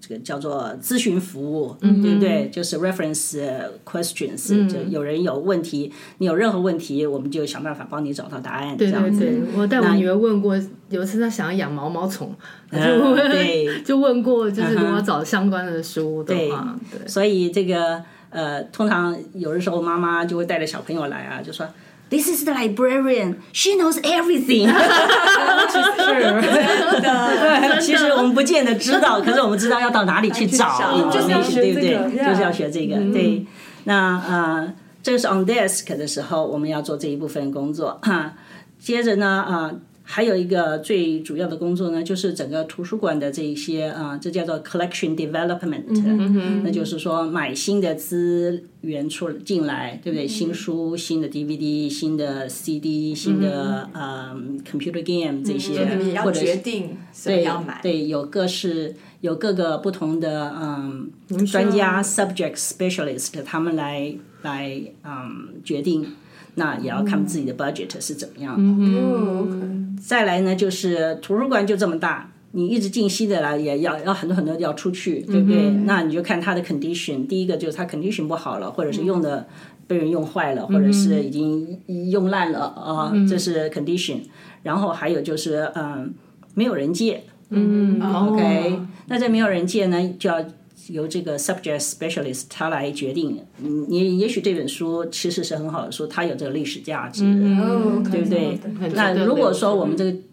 Speaker 4: 这个叫做咨询服务，
Speaker 2: 嗯
Speaker 4: 对不对？就是 reference 呃 questions，、就有人有问题，你有任何问题，我们就想办法帮你找到答案，
Speaker 2: 对
Speaker 4: 这样
Speaker 2: 对
Speaker 4: 子。
Speaker 2: 对，我带我女儿问过，有一次她想要养毛毛虫，就
Speaker 4: 嗯
Speaker 2: 问、
Speaker 4: 对
Speaker 2: 就问 过，就是如果要找相关的书的话，对，
Speaker 4: 所以这个呃，通常有的时候妈妈就会带着小朋友来啊，就说。This is the librarian. She knows everything.
Speaker 5: 真的，
Speaker 4: 其实我们不见得知道，可是我们知道要到哪里去找
Speaker 5: 找
Speaker 4: information，
Speaker 5: 就是要
Speaker 3: 学
Speaker 4: 对不
Speaker 3: 这个
Speaker 4: 对？
Speaker 3: yeah
Speaker 4: 就是要学这个。对，那呃，这是 on desk 的时候，我们要做这一部分工作。 哈，接着呢，啊、还有一个最主要的工作呢，就是整个图书馆的这一些啊、这叫做 collection development，、那
Speaker 3: 嗯
Speaker 5: 嗯
Speaker 4: 就是说买新的资源出进来，对不对？
Speaker 5: 嗯
Speaker 4: 新书、新的 DVD、新的 CD、新的
Speaker 5: 嗯
Speaker 4: 呃 computer game 这些，
Speaker 5: 你也要
Speaker 4: 或者
Speaker 5: 决
Speaker 4: 是
Speaker 5: 定什么要买。
Speaker 4: 对，有各式有各个不同的嗯专家 subject specialist，他们来来嗯决定，那也要看自
Speaker 5: 嗯
Speaker 4: 己的 budget 是怎么样的。
Speaker 3: 嗯，
Speaker 4: 再来呢，就是图书馆就这么大。你一直进西的来，也要要很多很多要出去，对不对？那你就看它的 condition。第一个就是它 condition 不好了，或者是用的被人用坏了，或者是已经用烂了啊、这是 condition。然后还有就是嗯，没有人借，
Speaker 2: 嗯
Speaker 5: 哦
Speaker 4: OK，那这没有人借呢，就要由这个 subject specialist 他来决定。嗯，你也许这本书其实是很好的书，它有这个历史价值，
Speaker 2: 嗯
Speaker 3: 哦，
Speaker 4: 对不对？那如果说我们这
Speaker 2: 个
Speaker 4: 个
Speaker 5: 嗯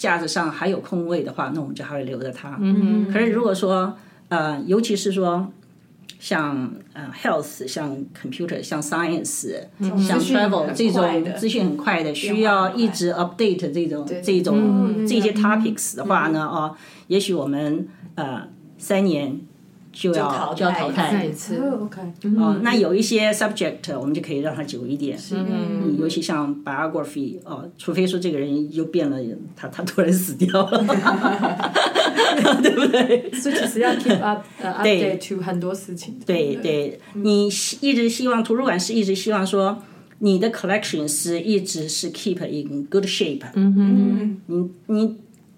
Speaker 4: 架子上还有空位的话，那我们就还会留着它。
Speaker 5: 嗯
Speaker 3: 嗯
Speaker 4: 可是如果说呃，尤其是说。像呃 health，像 computer，像 science，、像
Speaker 5: 嗯资讯很
Speaker 4: travel 这
Speaker 5: 快
Speaker 4: 种
Speaker 5: 的嗯
Speaker 4: 资讯很快的，需
Speaker 5: 变化
Speaker 4: 要
Speaker 5: 很快
Speaker 4: 一直 update 这种
Speaker 5: 对
Speaker 4: 这种
Speaker 3: 嗯
Speaker 4: 这些
Speaker 3: 嗯
Speaker 4: topics 的话呢，哦，也许我们呃三年就
Speaker 5: 就
Speaker 4: 要
Speaker 5: 淘
Speaker 4: 就要淘
Speaker 5: 汰嗯
Speaker 2: 再
Speaker 4: 汰
Speaker 2: 一。次，
Speaker 3: 哦，OK，
Speaker 4: 哦，那有一些 subject 我们就可以让他久一点，
Speaker 3: 嗯
Speaker 4: 尤其像 biography 哦，除非说这个人又变了，他他突然死掉了，对不对？
Speaker 3: 所以其实要 keep up 呃
Speaker 4: 对
Speaker 3: update to 很多事情。
Speaker 4: 对对，你希一直希望图书馆是一直希望说你的 collection 是一直是 keep in good shape，嗯
Speaker 5: 嗯，
Speaker 4: 你你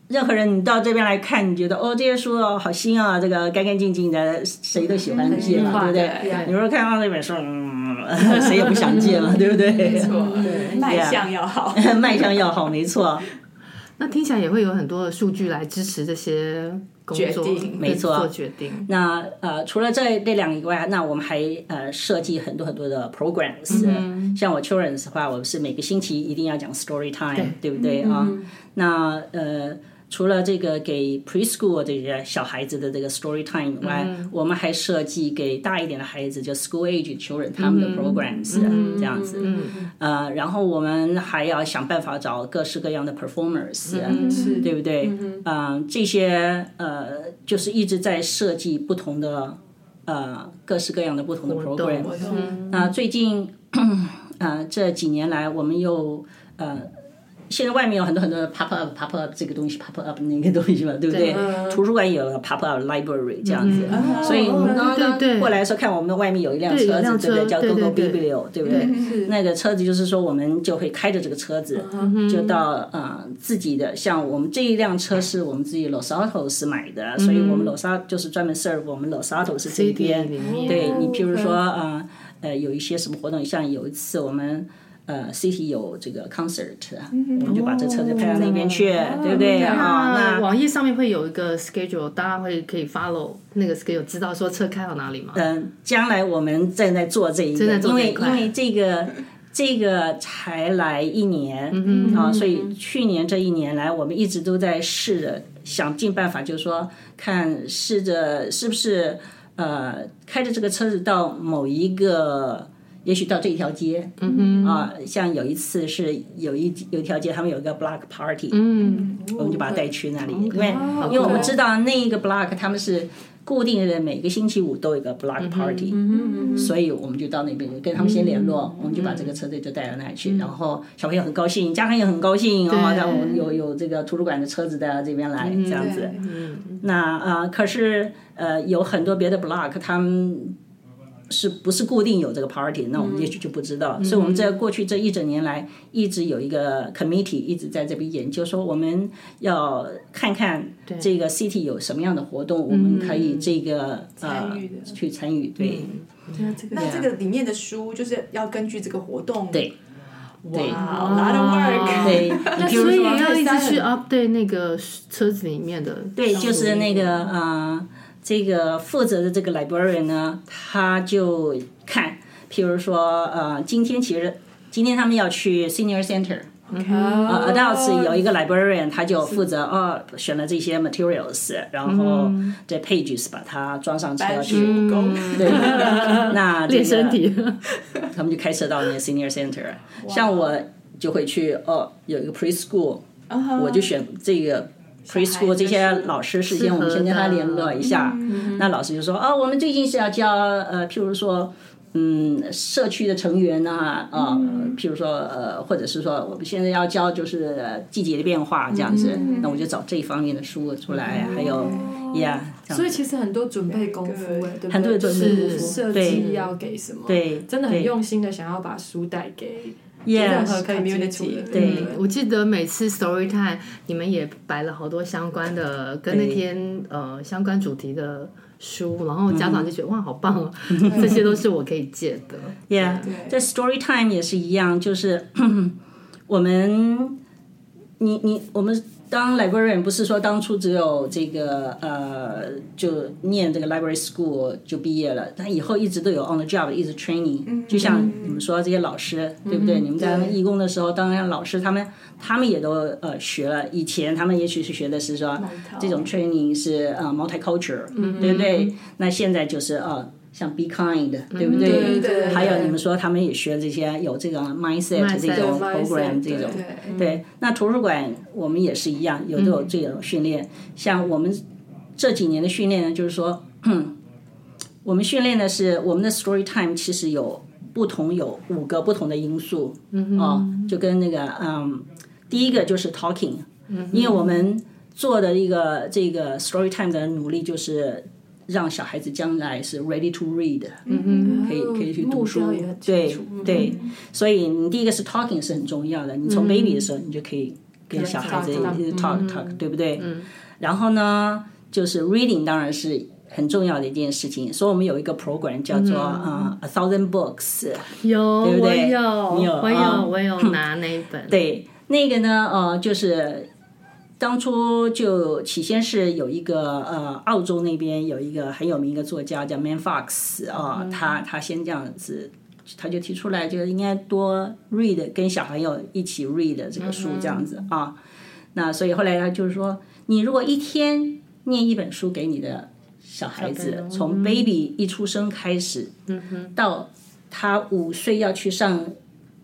Speaker 4: 任何人你到这边来看，你觉得哦这些书哦好新啊，这个干干净净的，谁都喜欢借
Speaker 3: 嗯
Speaker 4: 嘛，对不
Speaker 3: 对
Speaker 4: 对？你说看到那本书，嗯， 谁也不想借了，对不对？没
Speaker 5: 错，
Speaker 3: 嗯
Speaker 5: 卖
Speaker 4: Yeah
Speaker 5: 相要好。
Speaker 4: 卖相要好，没错，
Speaker 2: 那听起来也会有很多的数据来支持这些工作，
Speaker 5: 决定
Speaker 2: 对
Speaker 4: 没错
Speaker 2: 做决定。
Speaker 4: 那呃，除了这这两个以外，那我们还呃设计很多很多的 programs、像我 children's 的话，我是每个星期一定要讲 story time，对不对啊？那呃。除了这个给 preschool 这些小孩子的这个 story time 以外，我们还设计给大一点的孩子，就 school age children 他们的 programs、这样
Speaker 3: 嗯
Speaker 4: 子。呃，然后我们还要想办法找各式各样的 performers，、
Speaker 3: 是
Speaker 4: 对不对？嗯、这些呃，就是一直在设计不同的呃各式各样的不同的
Speaker 2: 活动
Speaker 4: program
Speaker 2: 活。动
Speaker 5: 嗯
Speaker 4: 那、最近 呃这几年来，我们又呃。现在外面有很多很多的 pop up pop up 这个东西 pop up 那个东西嘛，对不对？图书馆也有 pop up library 这样子，
Speaker 5: 嗯
Speaker 4: 所以
Speaker 3: 哦
Speaker 4: 你们
Speaker 2: 对
Speaker 4: 刚
Speaker 2: 对
Speaker 4: 刚
Speaker 2: 对
Speaker 4: 过来的时候看我们的外面有一辆
Speaker 2: 对有
Speaker 4: 车
Speaker 2: 一辆
Speaker 4: 子，对不对？
Speaker 2: 车
Speaker 4: 叫
Speaker 2: 对对
Speaker 4: Go Go
Speaker 2: 对嗯
Speaker 4: Biblio，对不对？
Speaker 3: 是
Speaker 4: 那个车子就是说，我们就会开着这个车子，就到呃自己的，像我们这一辆车是我们自己 Los Altos 买
Speaker 2: 嗯
Speaker 4: 的，所以我们 Los Altos 就是专门 serve 我们 Los Altos 这一
Speaker 2: CD
Speaker 4: 边
Speaker 2: 里。面
Speaker 4: 对你，
Speaker 3: 哦
Speaker 4: 譬如说
Speaker 3: OK
Speaker 4: 呃呃，有一些什么活动，像有一次我们。呃，City 有这个 concert，、我们就把这车
Speaker 2: 哦
Speaker 4: 子派到那边去，对不对啊、
Speaker 2: 那
Speaker 4: 那
Speaker 2: 网页上面会有一个 schedule，大家会可以 follow 那个 schedule，知道说车开到哪里吗？
Speaker 4: 嗯、将来我们正在做这一
Speaker 2: 正在
Speaker 4: 个，
Speaker 2: 做
Speaker 4: 因
Speaker 2: 这一
Speaker 4: 为
Speaker 2: 块
Speaker 4: 因为这个 这个才来一年，嗯啊，所以去年这一年来，我们一直都在试着想尽办法，就是说看试着是不是呃开着这个车子到某一个。也许到这一条街，嗯啊，像有一次是有一有一条街，他们有一个 block party，
Speaker 2: 嗯，
Speaker 4: 我们就把他带去那里，因为
Speaker 3: 哦
Speaker 4: 因为我们
Speaker 3: OK
Speaker 4: 知道那一个 block 他们是固定的，每个星期五都有一个 block party，
Speaker 3: 嗯嗯
Speaker 4: 所以我们就到那边跟他们先联
Speaker 5: 嗯
Speaker 4: 络，我们就把这个车队就带到那里去，然后小朋友很高兴，家长也很高兴哦，
Speaker 2: 对
Speaker 4: 让我们有有这个图书馆的车子带到这边来
Speaker 5: 嗯
Speaker 4: 这样子。那呃，可是呃，有很多别的 block 他们。是不是固定有这个 party？那我们也许就不知
Speaker 5: 嗯
Speaker 4: 道。所以我们在过去这一整年来，一直有一个 committee 一直在这边研究，说我们要看看这个 city 有什么样的活动，我们可以这个呃
Speaker 5: 嗯参与的嗯
Speaker 4: 去参与。对，
Speaker 5: 那这个里面的书就是要根据这个活动，
Speaker 4: 对，对
Speaker 5: 哇，lot of work，
Speaker 4: 啊 对，你
Speaker 2: 哦那
Speaker 4: 比如
Speaker 2: 所以
Speaker 4: 说，
Speaker 2: 要一直去
Speaker 5: 对
Speaker 2: update 那个车子里面的，对
Speaker 4: 对，就是那个呃，这个负责的这个 librarian 呢，他就看，譬如说呃，今天其实今天他们要去 senior center。
Speaker 2: 哦
Speaker 4: 呃
Speaker 3: 啊
Speaker 4: Adults 有一个 librarian，他就负责哦，选了这些 materials，然后
Speaker 2: 嗯
Speaker 4: 这 pages 把它装上车
Speaker 5: 搬
Speaker 4: 去。
Speaker 5: 书工，
Speaker 4: 对，那这
Speaker 2: 练
Speaker 4: 个
Speaker 2: 身体，
Speaker 4: 他们就开车到那个 senior center。像我就会去哦，有一个 preschool，我
Speaker 3: 嗯
Speaker 4: 就选这个 preschool 这些老师，事先我们先跟他联络一下。那老师就说哦，我们最近是要教呃，譬如说。嗯，社区的成员呐、啊，呃
Speaker 3: 嗯
Speaker 4: 譬如说，呃，或者是说，我们现在要教就是呃季节的变化这样子，
Speaker 3: 嗯
Speaker 4: 那我就找这一方面的书出来，还有呀这样子
Speaker 3: 哦所以其实很多准备功夫，哎，对不对？很
Speaker 4: 多准备功夫
Speaker 3: 设计
Speaker 4: 对
Speaker 3: 要给什么，
Speaker 4: 对
Speaker 3: 真的很
Speaker 4: 对
Speaker 3: 用心的想要把书带给任
Speaker 4: Yeah，
Speaker 3: 何可以接触的人，嗯
Speaker 4: 对
Speaker 2: 我记得每次 story time，你们也摆了好多相关的，跟那天呃相关主题的书，然后
Speaker 4: 嗯
Speaker 2: 家长就觉得、哇，好棒 哦，这些都是我可以借的。
Speaker 4: Yeah，在 story time 也是一样，就是 我们，你你我们当 librarian 不是说当初只有这个呃就念这个 library school 就毕业了，但以后一直都有 on the job，一直 training，、就
Speaker 3: 嗯
Speaker 4: 像你们说这些老师，对不对？你们在当义工的时候，当然老师他们他们也都呃学了，以前他们也许是学的是说这种 training 是呃 multicultural，、对
Speaker 3: 嗯
Speaker 4: 不对？那现在就是呃。像 Be Kind，对不
Speaker 3: 嗯对对对对
Speaker 4: 还有你们说他们也学这些有这个 mindset 这种
Speaker 3: mindset，
Speaker 4: program 这
Speaker 3: 对
Speaker 4: 种，
Speaker 5: 对
Speaker 4: 对。那图书馆我们也是一样，有都有这种训练。像我们这几年的训练呢，就是说， 我们训练的是我们的 story time，其实有不同有五个不同的因素，嗯、哦，就跟那个嗯，第一个就是 talking，、因为我们做的一个这个 story time 的努力就是让小孩子将来是 ready to read，
Speaker 3: 嗯
Speaker 4: 可以可以去读书
Speaker 3: 目标也很，清
Speaker 4: 对
Speaker 3: 楚嗯
Speaker 4: 对，所以你第一个是 talking 是很重要的，你从 baby 的时候你就可以跟小孩子
Speaker 3: 可以嗯讲嗯
Speaker 4: talk talk，对不对？然后呢，就是 reading 当然是很重要的一件事情，所以我们有一个 program 叫做
Speaker 3: 嗯
Speaker 4: 呃 a thousand books，
Speaker 2: 有，
Speaker 4: 对不对
Speaker 2: 我有，
Speaker 4: 你有
Speaker 2: 我
Speaker 4: 啊
Speaker 2: 有，我有拿那一 本。
Speaker 4: 对，那个呢，呃，就是当初就起先是有一个呃，澳洲那边有一个很有名一个作家叫 Man Fox 啊、
Speaker 3: 嗯
Speaker 4: 他他先这样子。他就提出来，就是应该多 read，跟小朋友一起 read 这个书这样子啊。那所以后来他就是说，你如果一天念一本书给你的小嗯孩
Speaker 2: 小
Speaker 4: 子
Speaker 2: 朋友，
Speaker 4: 从 baby 一出生开始，到他五岁要去上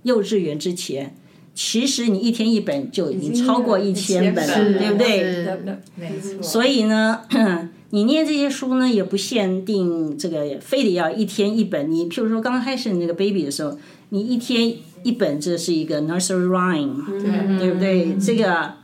Speaker 4: 幼稚园之前，其实你一天一本就
Speaker 3: 嗯
Speaker 4: 已经超过一千本
Speaker 5: 是
Speaker 4: 了，对不对？
Speaker 2: 是
Speaker 5: 没错，
Speaker 4: 所以呢， 你念这些书呢，也不限定这个非得要一天一本。你譬如说刚开始你那个 baby 的时候，你一天一本，这是一个 nursery rhyme，
Speaker 3: 嗯
Speaker 5: 对
Speaker 4: 对不对？这个，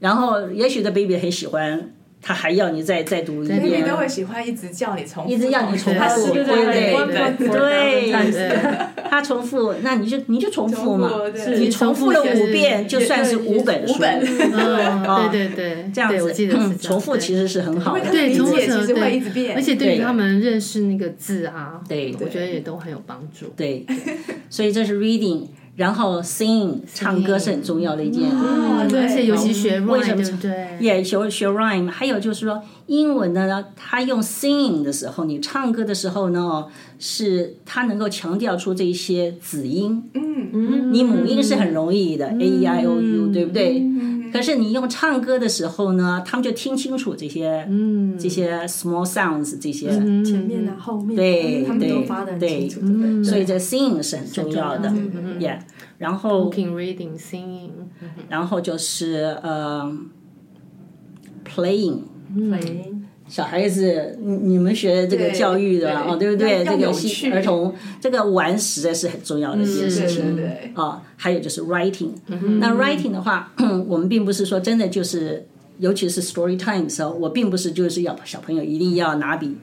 Speaker 4: 然后也许这 baby 很喜欢，他还要你再再读一遍。
Speaker 5: ，baby 都会喜欢一直叫你重复，
Speaker 4: 一直要你重复
Speaker 5: 他是
Speaker 4: 对
Speaker 5: 对
Speaker 4: 对对
Speaker 5: 对
Speaker 2: 对
Speaker 4: 对
Speaker 2: 对，
Speaker 4: 他重复，那你就你就重复嘛
Speaker 5: 重复，对
Speaker 4: 你重复了五遍，
Speaker 2: 是
Speaker 4: 就算是五本书，
Speaker 5: 五 本，
Speaker 2: 嗯对对对，
Speaker 4: 哦这样子，
Speaker 2: 对我记得是这样
Speaker 4: 嗯重复其实是很好
Speaker 5: 因为
Speaker 4: 的
Speaker 5: 他，的
Speaker 2: 对
Speaker 5: 理
Speaker 2: 重复
Speaker 5: 解其
Speaker 2: 的
Speaker 5: 实会
Speaker 2: 对
Speaker 5: 一直变，
Speaker 2: 而且对于
Speaker 4: 对
Speaker 2: 他们认识那个字啊，
Speaker 4: 对
Speaker 2: 我觉得也都很有帮助。
Speaker 4: 对，所以这是 reading，然后 sing 唱歌是很重要的一件。
Speaker 5: 嗯对
Speaker 2: 而且尤其学 r
Speaker 4: 为
Speaker 2: h
Speaker 4: 什
Speaker 2: y
Speaker 4: 么
Speaker 2: 对不对？
Speaker 4: 也学学 rhyme，还有就是说英文呢，它用 singing 的时候，你唱歌的时候呢，是它能够强调出这些子音，
Speaker 5: 嗯
Speaker 4: 你母音是很容易的、a e i o u，对不对？
Speaker 5: 嗯
Speaker 4: 可是你用唱歌的时候呢，他们就听清楚这些、
Speaker 2: 嗯，
Speaker 4: 这些 small sounds 这些，
Speaker 5: 嗯
Speaker 3: 前面啊，后面
Speaker 4: 嗯对
Speaker 3: 啊他们都
Speaker 4: 对
Speaker 3: 发的很
Speaker 4: 对
Speaker 3: 清楚，对不对
Speaker 4: 所以这 singing 是很重要的
Speaker 2: 是
Speaker 5: 重要嗯的
Speaker 4: ，yeah。然后
Speaker 2: talking、reading、singing，
Speaker 4: 然后就是呃，playing。小孩子，你你们学这个
Speaker 5: 对
Speaker 4: 教育的吧
Speaker 5: 对
Speaker 4: 哦，对不对？
Speaker 5: 要
Speaker 4: 这
Speaker 5: 要
Speaker 4: 个
Speaker 5: 有
Speaker 4: 西
Speaker 5: 趣嗯
Speaker 4: 儿童这个玩实在是很重要的一件
Speaker 5: 对
Speaker 4: 事
Speaker 5: 对
Speaker 4: 情
Speaker 2: 嗯
Speaker 5: 对对，
Speaker 4: 啊。还有就是 writing，那
Speaker 5: 嗯
Speaker 4: writing 的话， 我们并不是说真的就是，尤其是 story time 的时候，我并不是就是要小朋友一定要拿笔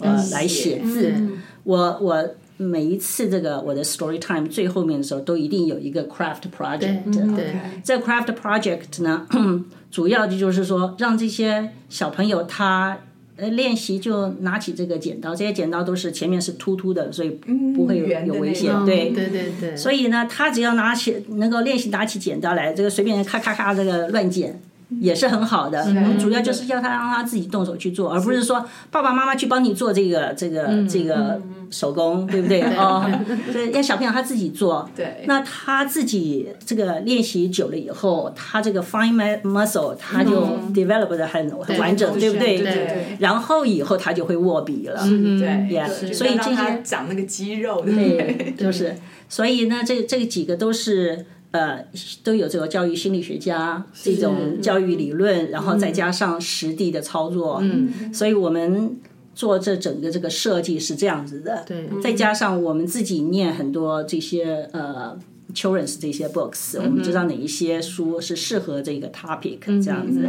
Speaker 4: 呃
Speaker 5: 嗯
Speaker 4: 来写
Speaker 5: 写
Speaker 4: 字，我我。每一次这个我的 story time 最后面的时候，都一定有一个 craft project，
Speaker 2: 对
Speaker 5: OK
Speaker 4: 这 craft project 呢， 主要的就是说让这些小朋友他呃练习就拿起这个剪刀，这些剪刀都是前面是凸凸的，所以不会有
Speaker 5: 圆的
Speaker 4: 有
Speaker 5: 那
Speaker 4: 危险
Speaker 5: 种，
Speaker 4: 对。
Speaker 2: 嗯对对对，
Speaker 4: 所以呢，他只要拿起能够练习拿起剪刀来，这个随便咔咔咔这个乱剪。也嗯是很好的，我们主要就是要他让他自己动手去做，而不是说爸爸妈妈去帮你做这个这个、这个手工，对不嗯对？哦，对，要小朋友他自己 做。
Speaker 5: 对
Speaker 4: 那他自己这个练习久了以后，他这个 fine muscle 他就 develop 的很、很完整，嗯对不对？嗯
Speaker 5: 对
Speaker 2: 对
Speaker 5: 对
Speaker 4: 然后以后他就会握笔了。
Speaker 2: 嗯
Speaker 5: 对
Speaker 4: 呀
Speaker 5: 对
Speaker 4: 所以
Speaker 5: 就让
Speaker 4: 这些
Speaker 5: 他长那个肌肉，
Speaker 4: 对，就是，所以呢，这这几个都是呃，都有这个教育心理学家这种教育理论，然后再加上实地的操作，嗯，所以我们做这整个这个设计是这样子的，
Speaker 2: 对
Speaker 4: 再加上我们自己念很多这些呃。children's 这些 books，、我们知道哪一些书是适合这个 topic 这样子。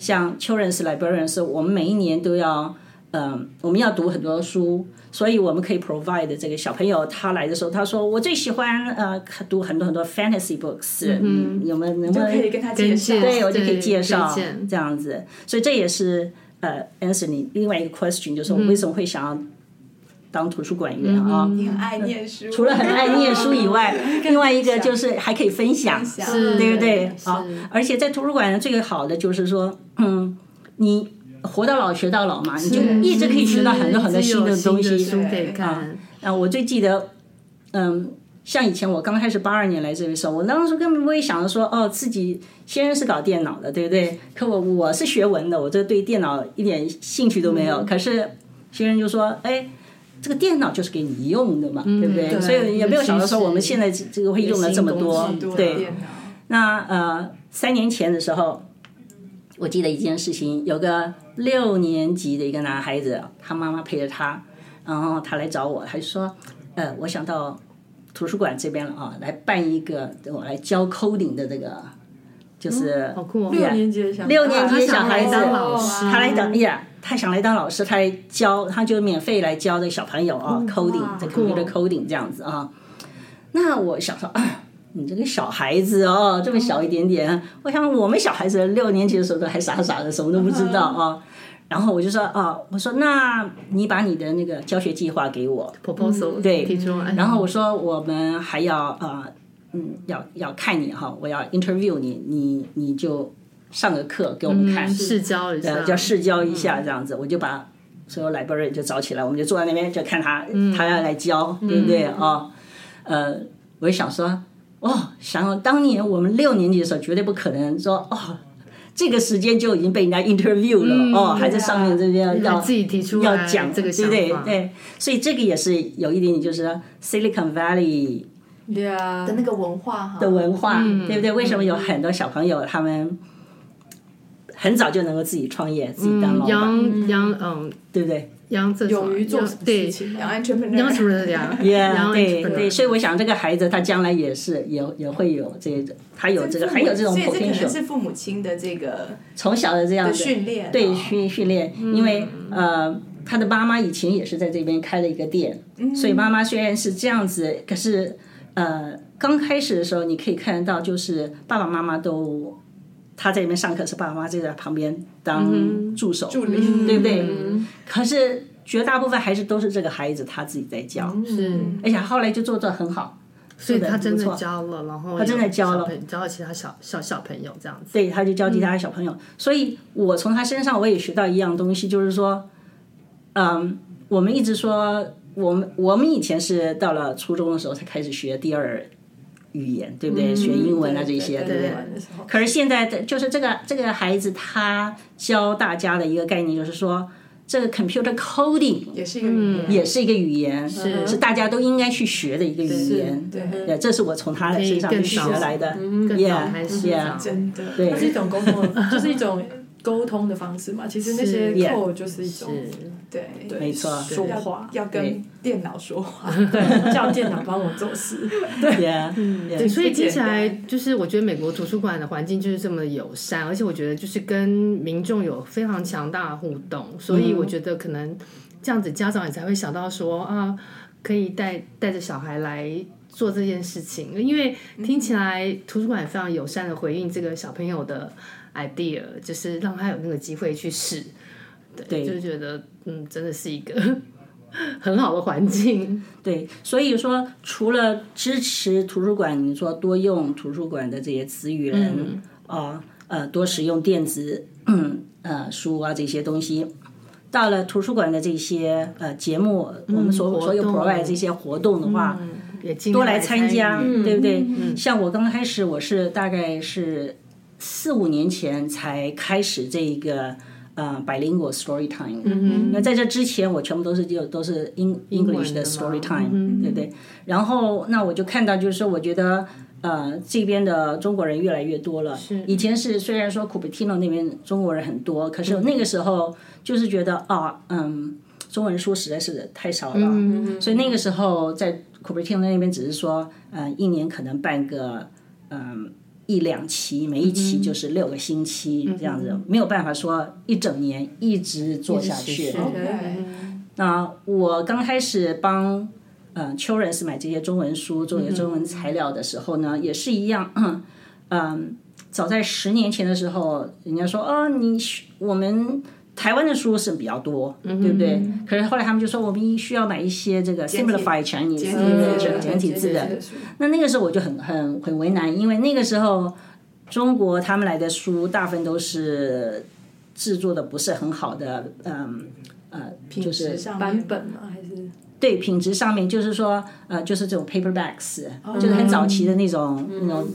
Speaker 4: 像 children's librarian 是我们每一年都要，嗯、我们要读很多书，所以我们可以 provide 这个小朋友他来的时候，他说我最喜欢呃读很多很多 fantasy books，嗯，有没有能不
Speaker 5: 就
Speaker 4: 能
Speaker 5: 可以跟他介绍，
Speaker 2: 对
Speaker 4: 对我就可以介绍
Speaker 2: 推荐
Speaker 4: 这样子，所以这也是呃 Anthony 另外一个 question，就是我为什么会想要当图书馆员啊？
Speaker 5: 你很爱念书，
Speaker 4: 除了很爱念书以外， 另外一个就是还可以分享，
Speaker 5: 分享
Speaker 2: 是
Speaker 4: 对不对？
Speaker 2: 是
Speaker 4: 啊，而且在图书馆最好的就是说，嗯，你活到老学到老嘛，你就
Speaker 5: 嗯
Speaker 4: 一直可以学到很多很多新的东
Speaker 2: 一直有
Speaker 4: 西
Speaker 2: 新。的书可以
Speaker 4: 啊
Speaker 2: 看，
Speaker 4: 啊，我最记得，嗯，像以前我刚开始八二年来这里的时候，我当时根本不会想着说，哦，自己先生是搞电脑的，对不对？可我我是学文的，我这对电脑一点兴趣都没
Speaker 2: 嗯
Speaker 4: 有。可是学生就说，哎。这个电脑就是给你用的嘛，对不对？
Speaker 2: 嗯对
Speaker 4: 所以也没有想到
Speaker 2: 尤其是
Speaker 4: 说我们现在这这个会用了这么多
Speaker 2: 有新，
Speaker 5: 多
Speaker 4: 对
Speaker 5: 电。脑。
Speaker 4: 那呃，三年前的时候，我记得一件事情，有个六年级的一个男孩子，他妈妈陪着他，然后他来找我，他就说，呃，我想到图书馆这边了啊，来办一个我来教 coding 的这个，就是
Speaker 2: 好酷哦！
Speaker 3: 六年级的小孩
Speaker 4: 六年级的小
Speaker 2: 想
Speaker 4: 孩
Speaker 2: 来
Speaker 4: 子，
Speaker 2: 当老师，
Speaker 4: 他来
Speaker 3: 嗯
Speaker 4: 当哎呀，他想来当老师，他来教，他就免费来教这小朋友啊、coding，这 computer coding 这样子啊。那我想说，啊，你这个小孩子哦，这么小一点点，我想我们小孩子六年级的时候都还傻傻的，什么都不知道啊。然后我就说啊，我说那你把你的那个教学计划给我，
Speaker 2: proposal
Speaker 4: 对
Speaker 2: 提出来，
Speaker 4: 然后我说我们还要呃，嗯，要要看你哈，我要 interview 你，你你就上个课给我们看，
Speaker 2: 嗯试教一下，
Speaker 4: 呃，叫试教一
Speaker 2: 嗯
Speaker 4: 下这样子，我就把所有 library 就找起来，我们就坐在那边就看他，
Speaker 2: 嗯
Speaker 4: 他要来教，对不对啊、呃，我就想说，哦，想到当年我们六年级的时候，绝对不可能说哦。这个时间就已经被人家 interview 了、
Speaker 2: 嗯
Speaker 4: 哦，还在上面这边要
Speaker 2: 要啊自己提出
Speaker 4: 要
Speaker 2: 来
Speaker 4: 讲
Speaker 2: 这个
Speaker 4: 对
Speaker 2: 想
Speaker 4: 不对？
Speaker 2: 法，
Speaker 4: 对，所以这个也是有一点点，就是 Silicon Valley
Speaker 3: 呀啊
Speaker 5: 的，那个文化哈，
Speaker 4: 的文化，
Speaker 2: 嗯
Speaker 4: 对不对？为什么有很多小朋友他们很早就能够自己创业、自己当老板，
Speaker 2: 杨杨嗯
Speaker 4: 对不对
Speaker 2: 杨这
Speaker 3: 勇于做什么
Speaker 2: 对
Speaker 3: 事情，
Speaker 5: 两岸 entrepreneur，
Speaker 2: 杨主
Speaker 4: 啊
Speaker 2: 任 杨 杨
Speaker 4: 对
Speaker 2: entrepreneur
Speaker 4: 对，所以我想这个孩子他将来也是也也会有这种，他有这个很有这种
Speaker 5: 所以这可能
Speaker 4: potential，
Speaker 5: 是父母亲的这个
Speaker 4: 从小的这样
Speaker 5: 的
Speaker 4: 子
Speaker 5: 训练哦，嗯
Speaker 4: 对训训练，因为呃，他的妈妈以前也是在这边开了一个店，
Speaker 5: 嗯
Speaker 4: 所以妈妈虽然是这样子，可是呃，刚开始的时候你可以看得到，就是爸爸妈妈都他在里面上课，是爸爸妈妈就在旁边
Speaker 5: 嗯
Speaker 4: 当助手，
Speaker 3: 助理
Speaker 4: 对不对？
Speaker 3: 嗯
Speaker 4: 可是绝大部分还是都是这个孩子他自己在教，
Speaker 5: 嗯
Speaker 2: 是，
Speaker 4: 而且后来就做得很好，
Speaker 2: 嗯所以他真
Speaker 4: 不
Speaker 2: 的
Speaker 4: 错
Speaker 2: 教了，然后
Speaker 4: 他真的
Speaker 2: 有
Speaker 4: 教了
Speaker 2: 小朋友教了其他小小小朋友这样子，
Speaker 4: 对，他就教其他的小朋友。所以我从他身上我也学到一样东西，就是说，嗯，我们一直说，我们我们以前是到了初中的时候才开始学第二语言，对不对？学英文啊这些，
Speaker 3: 对
Speaker 4: 不对？
Speaker 3: 玩的时候
Speaker 4: 可是现在的就是这个这个孩子，他教大家的一个概念就是说，这个 computer coding
Speaker 5: 也是一个语言，
Speaker 4: 也是一个语言，是大家都应该去学的一个语言。
Speaker 5: 对，
Speaker 4: 对，这是我从他身上
Speaker 2: 可以更
Speaker 4: 去
Speaker 2: 嗯
Speaker 4: 学
Speaker 2: 早
Speaker 4: 来的。
Speaker 2: 更早
Speaker 4: Yeah，
Speaker 2: 开始
Speaker 4: yeah
Speaker 2: 这样，
Speaker 5: 真的，
Speaker 4: 对
Speaker 3: 它是一种沟通的，就是一种沟通的方式嘛。其实那些
Speaker 4: 是
Speaker 3: code 就是一种
Speaker 5: 对对，
Speaker 4: 没错
Speaker 3: 说
Speaker 5: 要
Speaker 3: 话，
Speaker 5: 要跟电脑说话，
Speaker 3: 对，叫电脑帮我做事。
Speaker 4: Yeah，
Speaker 2: 对，所以听起来
Speaker 5: 不简
Speaker 2: 就是，我觉得美国图书馆的环境就是这么友善，而且我觉得就是跟民众有非常强大的互动，所以我
Speaker 4: 嗯
Speaker 2: 觉得可能这样子家长也才会想到说啊，可以带带着小孩来做这件事情，因为
Speaker 4: 嗯
Speaker 2: 听起来图书馆非常友善的回应这个小朋友的 idea，就是让他有那个机会去试，对，就觉得嗯，真的是一个 很好的环境，
Speaker 4: 对，所以说除了支持图书馆，你说多用图书馆的这些资
Speaker 2: 嗯
Speaker 4: 源啊、呃，多使用电子嗯呃书啊这些东西。到了图书馆的这些呃节目，我们所
Speaker 2: 嗯活
Speaker 4: 所有
Speaker 2: 动嗯
Speaker 4: provide 这些活动的话，
Speaker 2: 也尽量
Speaker 4: 多来参嗯加，
Speaker 2: 与
Speaker 4: 对不对？像我刚开始，我是大概是四五年前才开始这一个呃 bilingual story time，嗯那在这之前我全部都是就都是英
Speaker 2: 英文的
Speaker 4: English 的嗯
Speaker 2: 嘛
Speaker 4: story time，、对不对？然后那我就看到，就是说我觉得。呃，这边的中国人越来越多了。是以前是虽然说 Cupertino 那边中国人很多，可是那个时候就是觉得啊，嗯，中文书实在是太少了。嗯、所以那个时候在 Cupertino 那边只是说，呃，一年可能办个嗯一两期，每一期就是六个星期这样子，没有办法说一整年一直做下去。
Speaker 2: 是的
Speaker 4: 那我刚开始帮呃 Children's 买这些中文书、做
Speaker 5: 嗯
Speaker 4: 这些中文材料的时候呢，也是一样，嗯、早在十年前的时候，人家说哦，你需我们。台湾的书是比较多，
Speaker 5: 嗯
Speaker 4: 对不对？可是后来他们就说，我们需要买一些这个 simplified Chinese，
Speaker 5: 简体
Speaker 4: 对
Speaker 5: 字
Speaker 4: 对
Speaker 5: 的
Speaker 4: 简体字的。那那个时候我就很很很为难，因为那个时候中国他们来的书大部分都是制作的不是很好的，嗯呃，就
Speaker 5: 品
Speaker 4: 是
Speaker 5: 质上
Speaker 3: 版
Speaker 5: 面
Speaker 3: 本嘛，还是
Speaker 4: 对品质上面，就是说呃，就是这种 paperbacks，、就是很早期的那种、那种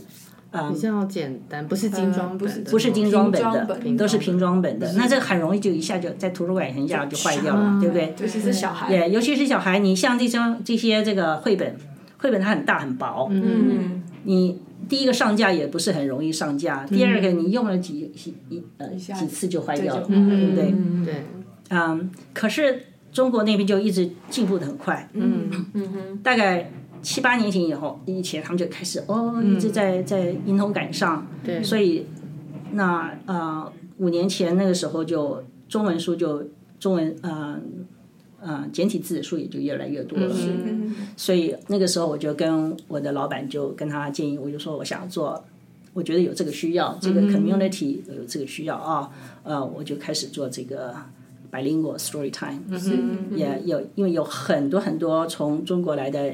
Speaker 4: 呃
Speaker 2: 比较简单，不是精装版的，
Speaker 3: 不是
Speaker 4: 嗯不是嗯精装本
Speaker 3: 精
Speaker 4: 的，
Speaker 3: 装本
Speaker 4: 都是平装本的。那这个很容易就一下就在图书馆一下就坏掉了，对不对？
Speaker 5: 尤其是小孩，
Speaker 4: 对，尤其是小孩，你像这张这些这个绘本，绘本它很大很薄，
Speaker 3: 嗯，
Speaker 4: 你第一个上架也不是很容易上架，第二个你用了嗯几几一呃
Speaker 5: 下
Speaker 4: 几次就坏掉了，
Speaker 2: 嗯
Speaker 4: 嗯
Speaker 5: 对就坏了
Speaker 4: 对不对？
Speaker 2: 对，
Speaker 4: 嗯，可是中国那边就一直进步的很快，
Speaker 5: 嗯
Speaker 3: 嗯哼，
Speaker 4: 大概七八年前以后，以前他们就开始哦，一直在、在迎头赶上，对，所以那呃五年前那个时候就中文书就中文呃呃简体字的书也就越来越多了，
Speaker 5: 嗯
Speaker 4: 所以那个时候我就跟我的老板就跟他建议，我就说我想做，我觉得有这个需要，这个 community 有这个需要啊，呃，我就开始做这个 bilingual story time，、也
Speaker 2: 嗯
Speaker 4: 有因为有很多很多从中国来的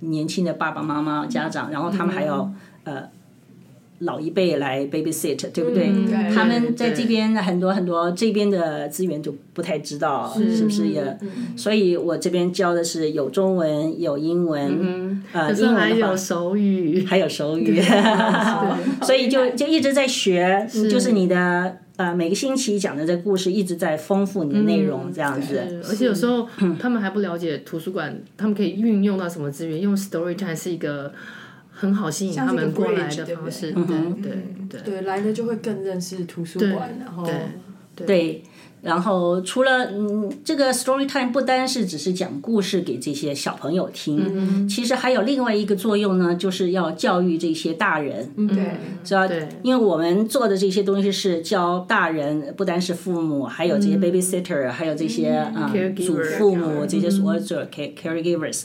Speaker 4: 年轻的爸爸妈妈家长，然后他们还
Speaker 2: 嗯
Speaker 4: 有、呃老一辈来 babysit，对不对？
Speaker 3: 嗯
Speaker 5: 对
Speaker 4: 他们在
Speaker 2: 对
Speaker 4: 这边很多很多这边的资源就不太知道，是不是也？
Speaker 2: 嗯
Speaker 4: 所以我这边教的是有中文，有英文，
Speaker 2: 嗯
Speaker 4: 呃，
Speaker 2: 可
Speaker 4: 英
Speaker 2: 是
Speaker 4: 文
Speaker 2: 还
Speaker 4: 的
Speaker 2: 有
Speaker 4: 话
Speaker 2: 手语，
Speaker 4: 还有手 语， 所以就就一直在学，就是你的呃每个星期讲的这故事一直在丰富你的内容，这样子。
Speaker 2: 而且有时候他们还不了解图书馆，他们可以运用到什么资源，用 story time 是一个很好吸引他们过来的方式，
Speaker 5: 像
Speaker 2: 对
Speaker 5: 是一个 bridge，
Speaker 2: 对对
Speaker 3: 嗯对，来了就会更认识图书馆，然后
Speaker 4: 对，然后除了嗯，这个 story time 不单是只是讲故事给这些小朋友听，其实还有另外一个作用呢，就是要教育这些大人。嗯，
Speaker 5: 对，
Speaker 4: 知道
Speaker 2: 对，
Speaker 4: 因为我们做的这些东西是教大人，不单是父母，还有这些 babysitter，、还有这些啊、呃
Speaker 2: Caregiver
Speaker 4: 祖父
Speaker 5: 这
Speaker 4: 母
Speaker 5: 样
Speaker 4: 这些所有者 care- caregivers。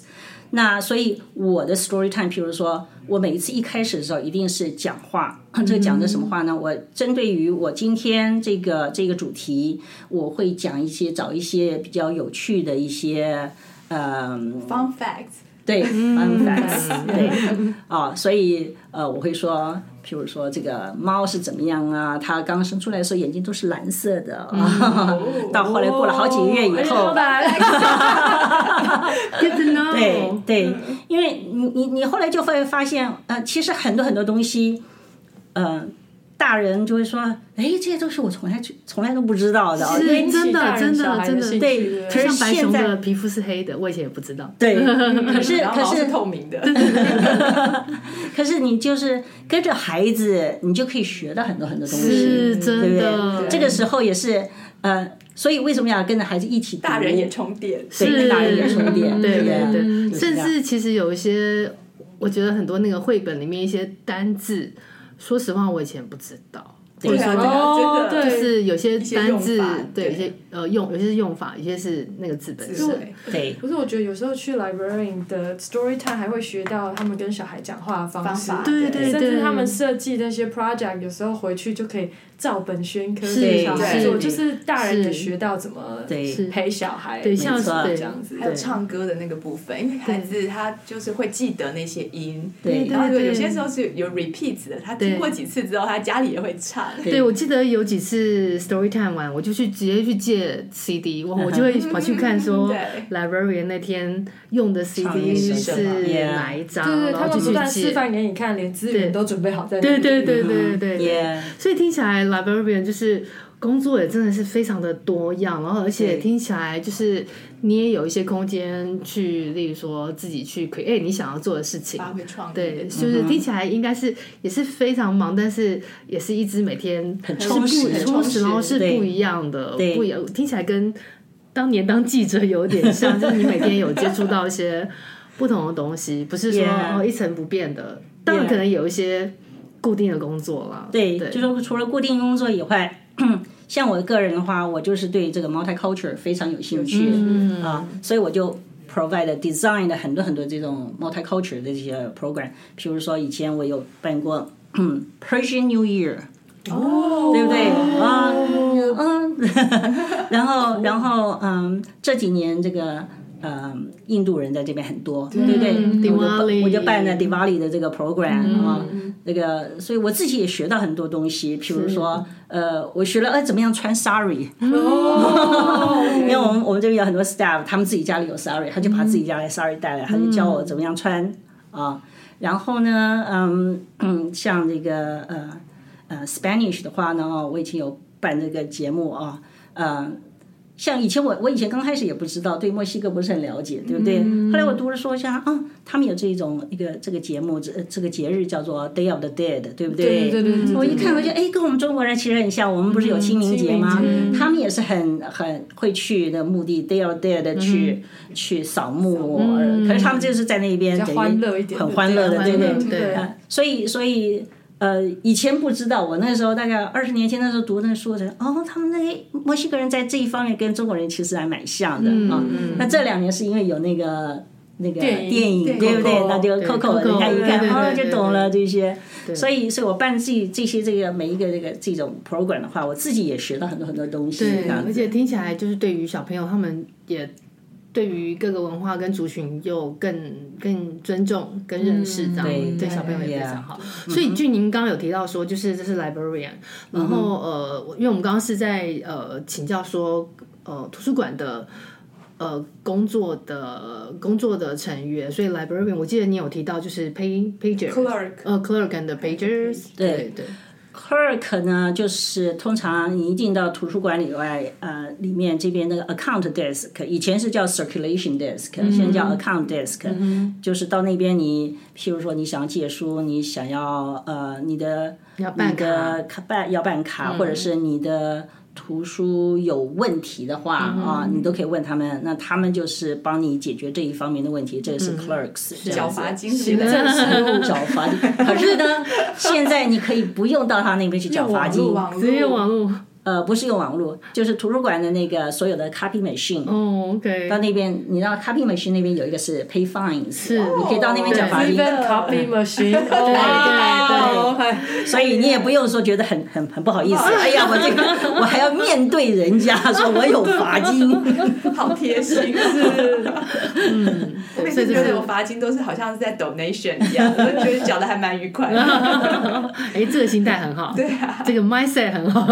Speaker 4: 那所以我的 story time，譬如说我每一次一开始的时候，一定是讲话， 这讲的什么话呢？我针对于我今天这个这个主题，我会讲一些找一些比较有趣的一些。嗯，
Speaker 5: ，fun facts，
Speaker 4: 对 fun facts，对啊、所以呃，我会说，譬如说这个猫是怎么样啊？它刚生出来的时候眼睛都是蓝色的，啊， 到后来过哦哎了好几个月以后，
Speaker 3: 哦
Speaker 2: ，get to know，
Speaker 3: 哦
Speaker 4: 对对，因为你你你后来就会发现，呃，其实很多很多东西，呃，大人就会说，哎，这些东西我从来就从来都不知道的啊，因为
Speaker 2: 是真的真的真的
Speaker 4: 对，可是
Speaker 2: 像白
Speaker 4: 现
Speaker 2: 熊
Speaker 4: 在
Speaker 2: 的皮肤是黑的，我以前也不知道，
Speaker 4: 对，可是
Speaker 5: 然后
Speaker 4: 可
Speaker 5: 毛
Speaker 4: 是
Speaker 5: 是透明的，
Speaker 4: 可是你就是跟着孩子，你就可以学到很多很多东西，
Speaker 2: 是
Speaker 4: 对
Speaker 2: 真
Speaker 4: 不
Speaker 2: 的
Speaker 4: 对？，这个时候也是呃，所以为什么要跟着孩子一起读？
Speaker 5: 大人也充电，
Speaker 4: 对
Speaker 2: 是
Speaker 4: 大人也充电，
Speaker 2: 对
Speaker 4: 不
Speaker 2: 对对，
Speaker 4: 就是
Speaker 2: 甚
Speaker 4: 这样
Speaker 2: 至其实有一些，我觉得很多那个绘本里面一些单字，说实话我以前不知道，
Speaker 5: 对啊，
Speaker 3: 哦
Speaker 5: 真的，
Speaker 3: 对
Speaker 2: 就是有些
Speaker 5: 些
Speaker 2: 单字
Speaker 5: 用法，
Speaker 2: 对，
Speaker 5: 对
Speaker 2: 有些呃用，有些是用法，有些是那个字本
Speaker 5: 字
Speaker 2: 身。
Speaker 5: 对
Speaker 4: 对
Speaker 3: 可是我觉得有时候去 librarian 的 story time 还会学到他们跟小孩讲话的方
Speaker 5: 方
Speaker 3: 式，
Speaker 5: 法，
Speaker 2: 对对
Speaker 3: 甚至他们设计那些 project，有时候回去就可以照本宣科
Speaker 2: 是
Speaker 3: 给小孩做，
Speaker 2: 对
Speaker 3: 就是大人也
Speaker 2: 是
Speaker 3: 学到怎么
Speaker 4: 对
Speaker 2: 是
Speaker 3: 陪小孩，
Speaker 2: 对像
Speaker 4: 是
Speaker 3: 这
Speaker 2: 对
Speaker 3: 样子
Speaker 5: 还。有唱歌的那个部分，因为孩子他就是会记得那些音，
Speaker 4: 对
Speaker 5: 然后有
Speaker 2: 对
Speaker 5: 有些时候是有 repeats 的，他听过几次之后，他家里也会唱。
Speaker 2: 对，我记得有几次 story time 玩，我就去直接去借 CD，我我
Speaker 4: 嗯
Speaker 2: 就会跑去看说
Speaker 5: 对
Speaker 2: librarian 那天用的 CD
Speaker 4: 的是
Speaker 2: 是
Speaker 4: 什么，yeah
Speaker 2: 哪一张，
Speaker 3: 对对，
Speaker 2: 然
Speaker 3: 他
Speaker 2: 后
Speaker 3: 们
Speaker 2: 就
Speaker 3: 不
Speaker 2: 去
Speaker 3: 但示
Speaker 2: 借。
Speaker 3: 范给你看，连资源
Speaker 2: 对
Speaker 3: 都准备好在那
Speaker 2: 对
Speaker 3: 里。
Speaker 2: 对对
Speaker 4: 嗯
Speaker 2: 对对对。
Speaker 4: 也
Speaker 2: 所以听起来 librarian 就是工作也真的是非常的多样，然后而且听起来就是你也有一些空间去，例如说自己去 create 你想要做的事情。
Speaker 5: 发挥创意，
Speaker 4: 嗯
Speaker 2: 对，就是听起来应该是也是非常忙，但是也是一直每天很
Speaker 4: 充实
Speaker 2: 很
Speaker 4: 很
Speaker 2: 充
Speaker 5: 充
Speaker 2: 实，
Speaker 5: 实
Speaker 2: 然后是
Speaker 4: 对
Speaker 2: 不一样的，不一样。听起来跟当年当记者有点 像，就是你每天有接触到一些不同的东西，不是说
Speaker 4: Yeah
Speaker 2: 哦一成不变的。当然，可能有一些固定的工作啦。
Speaker 4: 对，
Speaker 2: 对，
Speaker 4: 就是除了固定工作以外， 像我个人的话，我就是对这个 multiculture 非常有兴趣
Speaker 2: 嗯
Speaker 4: 啊，所以我就 provide design 的很多很多这种 multiculture 的这些 program，比如说以前我有办过 Persian New Year。对不
Speaker 3: 哦
Speaker 4: 对啊？嗯，然后然后嗯，这几年这个嗯，印度人在这边很多，对不
Speaker 2: 嗯
Speaker 4: 对？我就办
Speaker 2: Diwali 嗯
Speaker 4: 我就办了 Diwali 的这个 program 啊，那个，所以我自己也学到很多东西，比如说呃，我学了呃怎么样穿 sari，因
Speaker 2: 哦
Speaker 4: 为我们我们这边有很多 staff，他们自己家里有 sari，他就把自己家里的 sari 带来，他就教我怎么样穿啊。然后呢，嗯嗯，像这个呃呃 Spanish 的话呢，哦我以前有办这个节目啊，呃，像以前我我以前刚开始也不知道，对墨西哥不是很了解，对不对？后来我读了说一下，啊、他们有这种一个这个节目，这呃这个节日叫做 Day of the Dead，对不
Speaker 3: 对
Speaker 4: 对？
Speaker 3: 对对对
Speaker 4: 我一看我就哎，跟我们中国人其实很像，我们不是有清明节
Speaker 3: 嗯
Speaker 4: 吗？
Speaker 3: 清明
Speaker 4: 他们也是很很会去那墓地 Day of the
Speaker 3: 嗯
Speaker 4: Dead 去、去扫墓，可是他们就是在那边等于
Speaker 3: 欢乐一点
Speaker 4: 很欢乐的，
Speaker 2: 对
Speaker 4: 对
Speaker 2: 对
Speaker 4: 对
Speaker 2: 对对
Speaker 4: 啊所以所以呃，以前不知道，我那时候大概二十年前那时候读那书的，哦，他们那些墨西哥人在这一方面跟中国人其实还蛮像的
Speaker 3: 嗯
Speaker 4: 啊。
Speaker 2: 嗯
Speaker 4: 那这两年是因为有那个。那个
Speaker 3: 电影
Speaker 4: 电影
Speaker 5: 电影
Speaker 4: 对不对？
Speaker 5: Coco，
Speaker 4: 那就
Speaker 2: 对
Speaker 4: Coco，人家一
Speaker 2: 对对
Speaker 4: 看哦
Speaker 2: 对
Speaker 4: 就
Speaker 2: 对
Speaker 4: 懂了
Speaker 2: 对
Speaker 4: 这些。所以，所以我办这这些这个每一个这个这种 program 的话，我自己也学到很多很多东西。
Speaker 2: 对，
Speaker 4: 这样
Speaker 2: 而
Speaker 4: 子
Speaker 2: 且听起来就是对于小朋友，他们也对于各个文化跟族群又更更尊重、跟认识这样，
Speaker 4: 嗯对
Speaker 2: 对小朋友也
Speaker 4: 对
Speaker 2: 非
Speaker 4: 嗯呀
Speaker 2: 常好。所以俊您刚刚有提到说，就是这是 librarian，然后呃，因为我们刚刚是在呃请教说呃图书馆的。呃，工作的工作的成员，所以 librarian，我记得你有提到就是 pay pager
Speaker 5: Clerk
Speaker 2: 呃 clerk and the pagers，对对
Speaker 4: clerk 呢，就是通常你一进到图书馆里外，呃，里面这边那个 account desk，以前是叫 circulation desk，、现在
Speaker 2: 嗯
Speaker 4: 叫 account desk，、就是到那边你，譬如说你想借书，你想要呃你的
Speaker 2: 要办
Speaker 4: 你
Speaker 2: 卡
Speaker 4: 的卡办要办卡，或
Speaker 5: 嗯
Speaker 4: 者是你的图书有问题的话
Speaker 5: 嗯
Speaker 4: 啊，你都可以问他们，那他们就是帮你解决这一方面的问题，这个是 clerks，、这样
Speaker 5: 嗯缴
Speaker 4: 子
Speaker 5: 罚金之类
Speaker 4: 真
Speaker 5: 的，
Speaker 4: 是缴罚金。可是呢，现在你可以不用到他那边去缴罚金，
Speaker 5: 网
Speaker 2: 只有
Speaker 5: 络
Speaker 2: 网络
Speaker 4: 呃，不是用网络，就是图书馆的那个所有的 copy machine。
Speaker 5: 嗯
Speaker 2: 哦，OK，
Speaker 4: 到那边，你知道 copy machine 那边有一个是 pay fines，是你可以到那
Speaker 5: 哦
Speaker 4: 边
Speaker 2: 对
Speaker 4: 缴罚金，
Speaker 3: Even copy machine，对
Speaker 2: 对
Speaker 3: 对
Speaker 4: 所以你也不用说觉得很很很不好意思，哎呀，我这个我还要面对人家说我有罚金，
Speaker 5: 好贴心， 是。我每
Speaker 2: 所以这
Speaker 5: 次觉得
Speaker 2: 是
Speaker 5: 有罚金都是好像是在 donation 一样，我就觉得缴的还蛮愉快 的。
Speaker 4: 啊
Speaker 2: 哎，这个心态很好，对啊，这个 mindset 很好，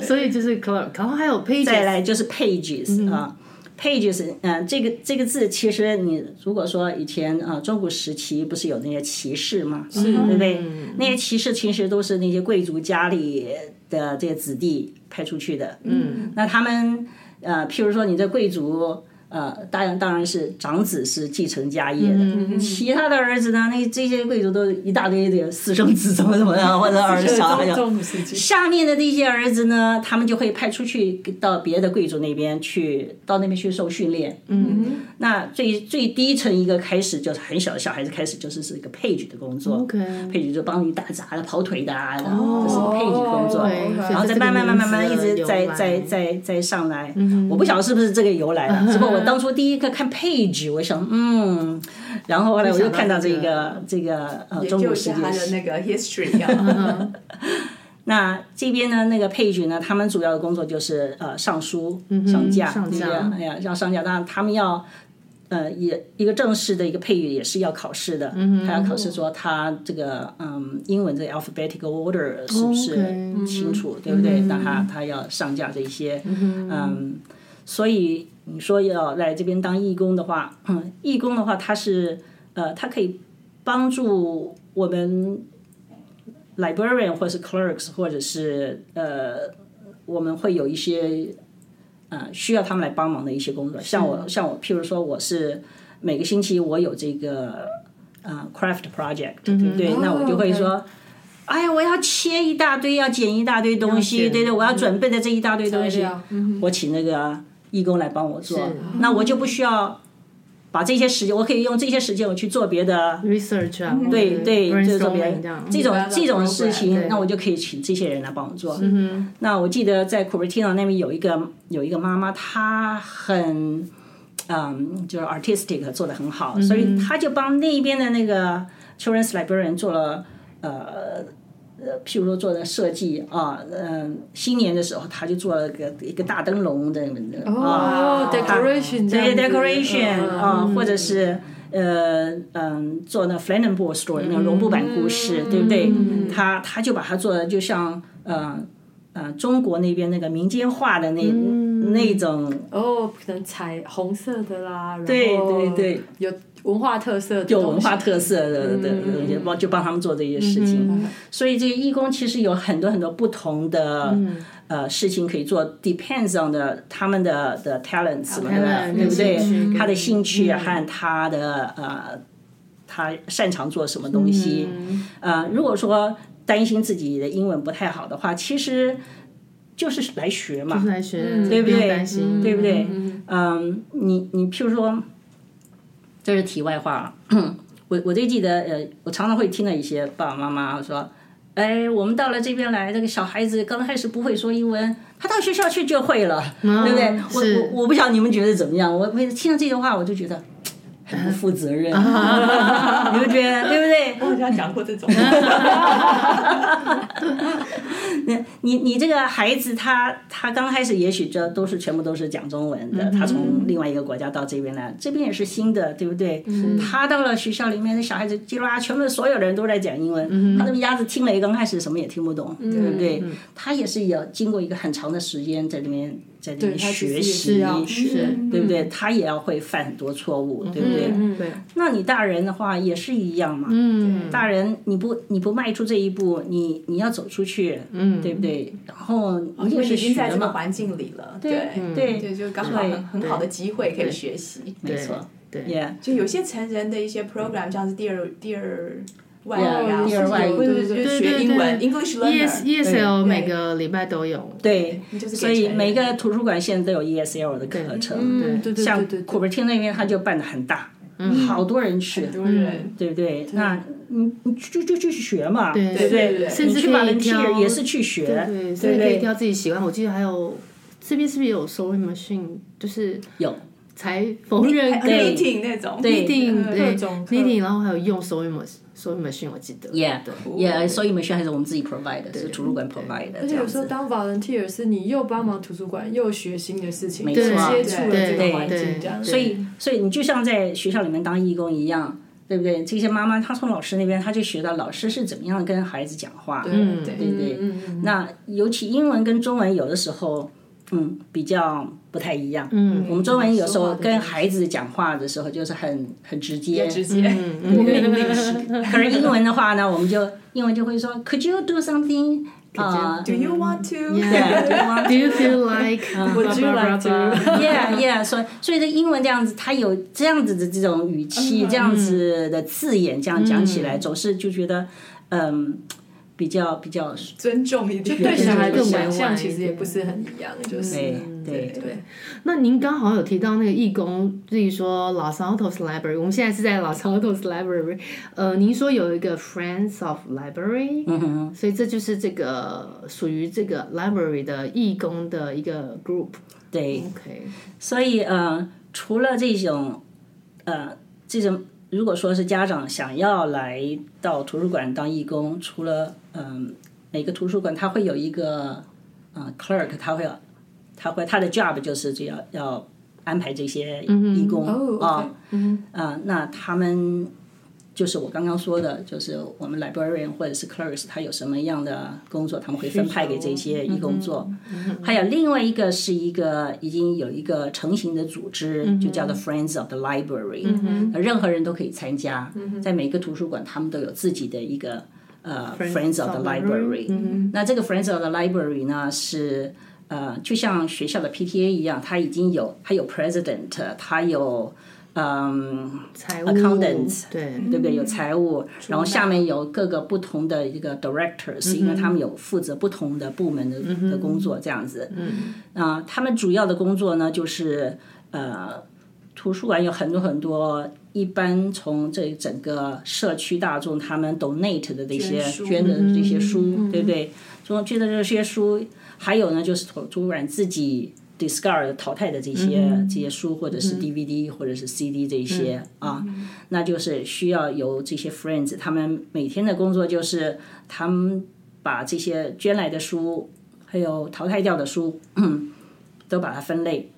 Speaker 2: 所以就是 clerk，然后还有 page，
Speaker 4: 再来就是 pages 啊、p a g e s 嗯、这个这个字其实你如果说以前啊、呃中古时期不是有那些骑士嘛，是嗯对不对？那些骑士其实都是那些贵族家里的这些子弟派出去的，嗯，那他们呃，譬如说你的贵族。呃，当然当然是长子是继承家业的，其他的儿子呢，那这些贵族都一大堆的私生子怎么怎么样，或者儿子
Speaker 3: 对，
Speaker 4: 小孩
Speaker 3: 中
Speaker 4: 子
Speaker 3: 中古世纪，
Speaker 4: 下面的这些儿子呢，他们就会派出去到别的贵族那边去，到那边去受训练。嗯，那最最低层一个开始就是很小的小孩子开始就是是一个配 a 的工作
Speaker 2: OK
Speaker 4: 配 a 就帮你打杂的、跑腿的啊，然后这是配 a 工作。
Speaker 3: 对
Speaker 4: 然后再慢慢慢慢慢慢一直在在在在上来，我不晓得是不是这个由来了。只不过我当初第一个看 page，我想嗯，然后后来我又看到这个这个呃
Speaker 5: 研
Speaker 4: 中
Speaker 5: 究
Speaker 4: 古
Speaker 5: 一
Speaker 4: 世
Speaker 5: 下
Speaker 4: 界
Speaker 5: 他的
Speaker 4: 史
Speaker 5: 那个 history 啊，
Speaker 4: 那这边呢，那个配角呢，他们主要的工作就是呃上书、上架，
Speaker 2: 嗯上架
Speaker 4: 对不对哎呀，要上架。当然，他们要呃也一个正式的一个配角也是要考试的，
Speaker 2: 嗯
Speaker 4: 他要考
Speaker 2: 哦
Speaker 4: 试说他这个嗯英文这个 alphabetical order 是不是
Speaker 2: 哦 OK 嗯
Speaker 4: 清楚，对不对？那他他要上架这一些，嗯，所以你说要来这边当义工的话，嗯，义工的话，他是呃，他可以帮助我们 librarian 或是 clerks 或者是呃，我们会有一些呃需要他们来帮忙的一些工作。像我，像我，譬如说我是每个星期我有这个呃 craft project，对不对？那我就会说。哎呀，我要切一大堆，要剪一大堆东西，
Speaker 2: 剪
Speaker 4: 对对，我要准备的这一大堆东西，
Speaker 3: 料嗯
Speaker 4: 我请那个义工来帮我做，那我就不需要把这些时间，我可以用这些时间我去做别的
Speaker 2: research 啊，
Speaker 4: 对对，就是说别人
Speaker 2: 这样，
Speaker 4: 这种这种事
Speaker 2: program，
Speaker 4: 情
Speaker 2: 对，
Speaker 4: 那我就可以请这些人来帮我做。那我记得在 Cupertino 那边有一个有一个妈妈，她很嗯，就是 artistic 做的很好，所以她就帮那边的那个 children's librarian 做了呃。呃，譬如说做的设计啊，嗯、新年的时候他就做了个一个大灯笼的啊，
Speaker 3: 哦，decoration 这样
Speaker 4: 对
Speaker 3: 子
Speaker 4: decoration
Speaker 3: 嗯嗯
Speaker 4: 啊、或者是呃嗯做那 Flannenboard Story 那个绒布版故事，
Speaker 3: 嗯
Speaker 4: 对不对？他他就把它做的就像呃呃中国那边那个民间画的那、
Speaker 3: 嗯
Speaker 4: 那种
Speaker 3: 哦，可能彩红色的啦，然后
Speaker 4: 对对对，
Speaker 3: 有文化特色的东西，
Speaker 4: 有文化特色的的的东西，帮就帮他们做这些事情。所以这个义工其实有很多很多不同的呃事情可以做，depends on 的他们的的 talents 嘛，对吧
Speaker 2: talent，
Speaker 4: 对不
Speaker 2: 兴
Speaker 4: 对？
Speaker 2: 趣
Speaker 4: 他的兴趣和他的呃他擅长做什么东西，呃，如果说担心自己的英文不太好的话，其实就是来学嘛，
Speaker 2: 来学，
Speaker 4: 对不对
Speaker 2: 用担心，
Speaker 4: 对不对？
Speaker 2: 嗯
Speaker 4: 嗯，你你譬如说，这是题外话了。我我就记得，呃，我常常会听到一些爸爸妈妈说：“哎，我们到了这边来，这个小孩子刚开始不会说英文，他到学校去就会了，对不对？”
Speaker 2: 是
Speaker 4: 我我我不晓得你们觉得怎么样？我我听到这些话，我就觉得很不负责任， 你啊们觉得对不对？
Speaker 5: 我好像讲过 这种，
Speaker 4: 你你这个孩子他他刚开始也许这都是全部都是讲中文的，他
Speaker 3: 嗯
Speaker 4: 从另外一个国家到这边来，这边也是新的，对不对？
Speaker 3: 嗯
Speaker 4: 他到了学校里面，那小孩子叽啦，全部所有人都在讲英文，
Speaker 3: 嗯
Speaker 4: 他那个鸭子听了一刚开始什么也听不懂，对不对？他也是有经过一个很长的时间在里面在里面
Speaker 3: 他其实
Speaker 4: 学
Speaker 3: 也
Speaker 4: 习，
Speaker 3: 是要
Speaker 2: 是
Speaker 4: 对不对？他也要会犯很多错误，对不对？
Speaker 3: 嗯
Speaker 2: 对，
Speaker 4: 那你大人的话也是一样嘛，
Speaker 2: 嗯，
Speaker 4: 大人你不你不迈出这一步，你你要走出去，嗯，对不对？然后你
Speaker 5: 因
Speaker 4: 也
Speaker 5: 为
Speaker 4: 是
Speaker 5: 已经在
Speaker 4: 学
Speaker 5: 这个
Speaker 4: 嘛，
Speaker 5: 环境里了，
Speaker 4: 对
Speaker 5: 对
Speaker 4: 对
Speaker 5: 对，就刚好
Speaker 4: 对
Speaker 5: 很很好的机会可以学习。
Speaker 4: 没错，
Speaker 2: 对
Speaker 4: ，yeah，
Speaker 5: 就有些成人的一些 program，像是第二第二外语
Speaker 4: Yeah，
Speaker 5: 啊，
Speaker 4: 第二外语
Speaker 5: 或者是就是学英文
Speaker 2: 对
Speaker 5: English
Speaker 2: ，ES
Speaker 5: learner，
Speaker 2: ESL
Speaker 5: 对
Speaker 2: 每个礼拜都有，
Speaker 4: 对，
Speaker 5: 就是
Speaker 4: 所以每个图书馆现在都有 ESL 的课程，
Speaker 3: 嗯，对对
Speaker 4: 像
Speaker 3: 对对
Speaker 4: 库
Speaker 3: 对，
Speaker 4: 珀汀那边他就办的很大，好多人去，
Speaker 5: 多人
Speaker 4: 对不对？那你你就就去学嘛，对不
Speaker 5: 对
Speaker 4: 对？
Speaker 5: 对
Speaker 4: 你
Speaker 2: 甚至
Speaker 4: 去
Speaker 2: 可以
Speaker 4: volunteer
Speaker 2: 挑
Speaker 4: 也是去学，
Speaker 2: 对，所
Speaker 4: 对
Speaker 2: 以
Speaker 4: 不
Speaker 2: 可以
Speaker 4: 对？
Speaker 2: 挑自己喜欢。我记得还有这边是不是也有 sewing machine，就是
Speaker 4: 有
Speaker 2: 裁缝纫
Speaker 5: 还
Speaker 4: 对
Speaker 5: 有
Speaker 2: 跟
Speaker 5: knitting 那种，
Speaker 2: knitting，
Speaker 3: 各
Speaker 2: 对
Speaker 3: 种课
Speaker 2: knitting，然后还有用 sewing machine sewing machine，我记得
Speaker 4: ，yeah
Speaker 2: 对
Speaker 4: yeah，所以我们学还是我们自己 provide 的，是图书馆 provide 的，
Speaker 3: 而
Speaker 4: 这
Speaker 3: 且
Speaker 4: 样
Speaker 3: 有时候
Speaker 4: 子。
Speaker 3: 当 volunteer 是你又帮忙图书馆，又学新的事情，
Speaker 4: 没
Speaker 3: 接
Speaker 4: 错
Speaker 3: 触了这
Speaker 2: 对
Speaker 3: 个环境，这样
Speaker 2: 对
Speaker 4: 所以，所以你就像在学校里面当义工一样，对不对？这些妈妈她从老师那边，她就学到老师是怎么样跟孩子讲话，
Speaker 5: 嗯
Speaker 4: 对
Speaker 5: 对
Speaker 4: 不对？
Speaker 3: 嗯嗯
Speaker 4: 那尤其英文跟中文有的时候，嗯，比较不太一样。
Speaker 2: 嗯，
Speaker 4: 我们中文有时
Speaker 3: 说
Speaker 4: 候
Speaker 3: 话的
Speaker 4: 跟
Speaker 3: 方式
Speaker 4: 孩子讲话的时候就是很很直接，
Speaker 5: 也直接
Speaker 2: 嗯
Speaker 5: 命令式
Speaker 4: 可是英文的话呢，我们就英文就会说 Could you do something？啊、
Speaker 5: ，Do you want to？
Speaker 4: 对
Speaker 2: Do you feel like?
Speaker 5: Would you like to？
Speaker 4: Yeah, yeah，所以所以这英文这样子，它有这样子的这种语气，这样子的字眼，这样讲起来，总是就觉得，嗯，比较比较
Speaker 5: 尊重一点，
Speaker 3: 对小孩的
Speaker 2: 更
Speaker 3: 想
Speaker 2: 委婉
Speaker 3: 象其
Speaker 2: 一
Speaker 3: 实也不是很一样，就是
Speaker 4: 对对
Speaker 3: 对
Speaker 2: 那您刚好有提到那个义工，例如说 Los Altos Library，我们现在是在 Los Altos Library，呃，您说有一个 Friends of Library，嗯哼，所以这就是这个属于这个 library 的义工的一个 group。
Speaker 4: 对，
Speaker 2: OK，
Speaker 4: 所以呃，除了这种呃这种，如果说是家长想要来到图书馆当义工，除了嗯、每个图书馆它会有一个呃 clerk，他会他会他的 job 就是就要要安排这些义工啊。
Speaker 3: 哦，OK，嗯
Speaker 4: 啊、那他们就是我刚刚说的，就是我们 librarian 或者是 clerks，他有什么样的工作，他们会分派给这些义工做。还有另外一个是一个已经有一个成型的组织，就叫做 Friends of the Library，、那
Speaker 3: 嗯
Speaker 4: 任何人都可以参加，在每个图书馆他们都有自己的一个。呃
Speaker 2: Friends
Speaker 4: ，Friends of
Speaker 2: of
Speaker 4: the
Speaker 2: the
Speaker 4: Library，、那这个 Friends of the Library 呢是呃，就像学校的 PTA 一样，它已经有它有 President，它有嗯
Speaker 2: 财务
Speaker 4: Accountants
Speaker 2: 对，
Speaker 4: 对不
Speaker 5: 嗯
Speaker 4: 对？有财务，然后下面有各个不同的一个
Speaker 5: 嗯
Speaker 4: directors，、因为他们有负责不同的部门的、的工作，这样子。嗯，啊、他们主要的工作呢，就是呃，图书馆有很多很多，一般从这整个社区大众他们 donate 的这些
Speaker 5: 捐书嗯
Speaker 4: 捐的这些书，对不对？中捐的这些书，还有呢，就是图图书馆自己 discard 淘汰的这些、
Speaker 5: 嗯
Speaker 4: 这些书，或者是 DVD、或者是 CD 这些、啊，那就是需要由这些 friends 他们每天的工作就是他们把这些捐来的书，还有淘汰掉的书，都把它分类。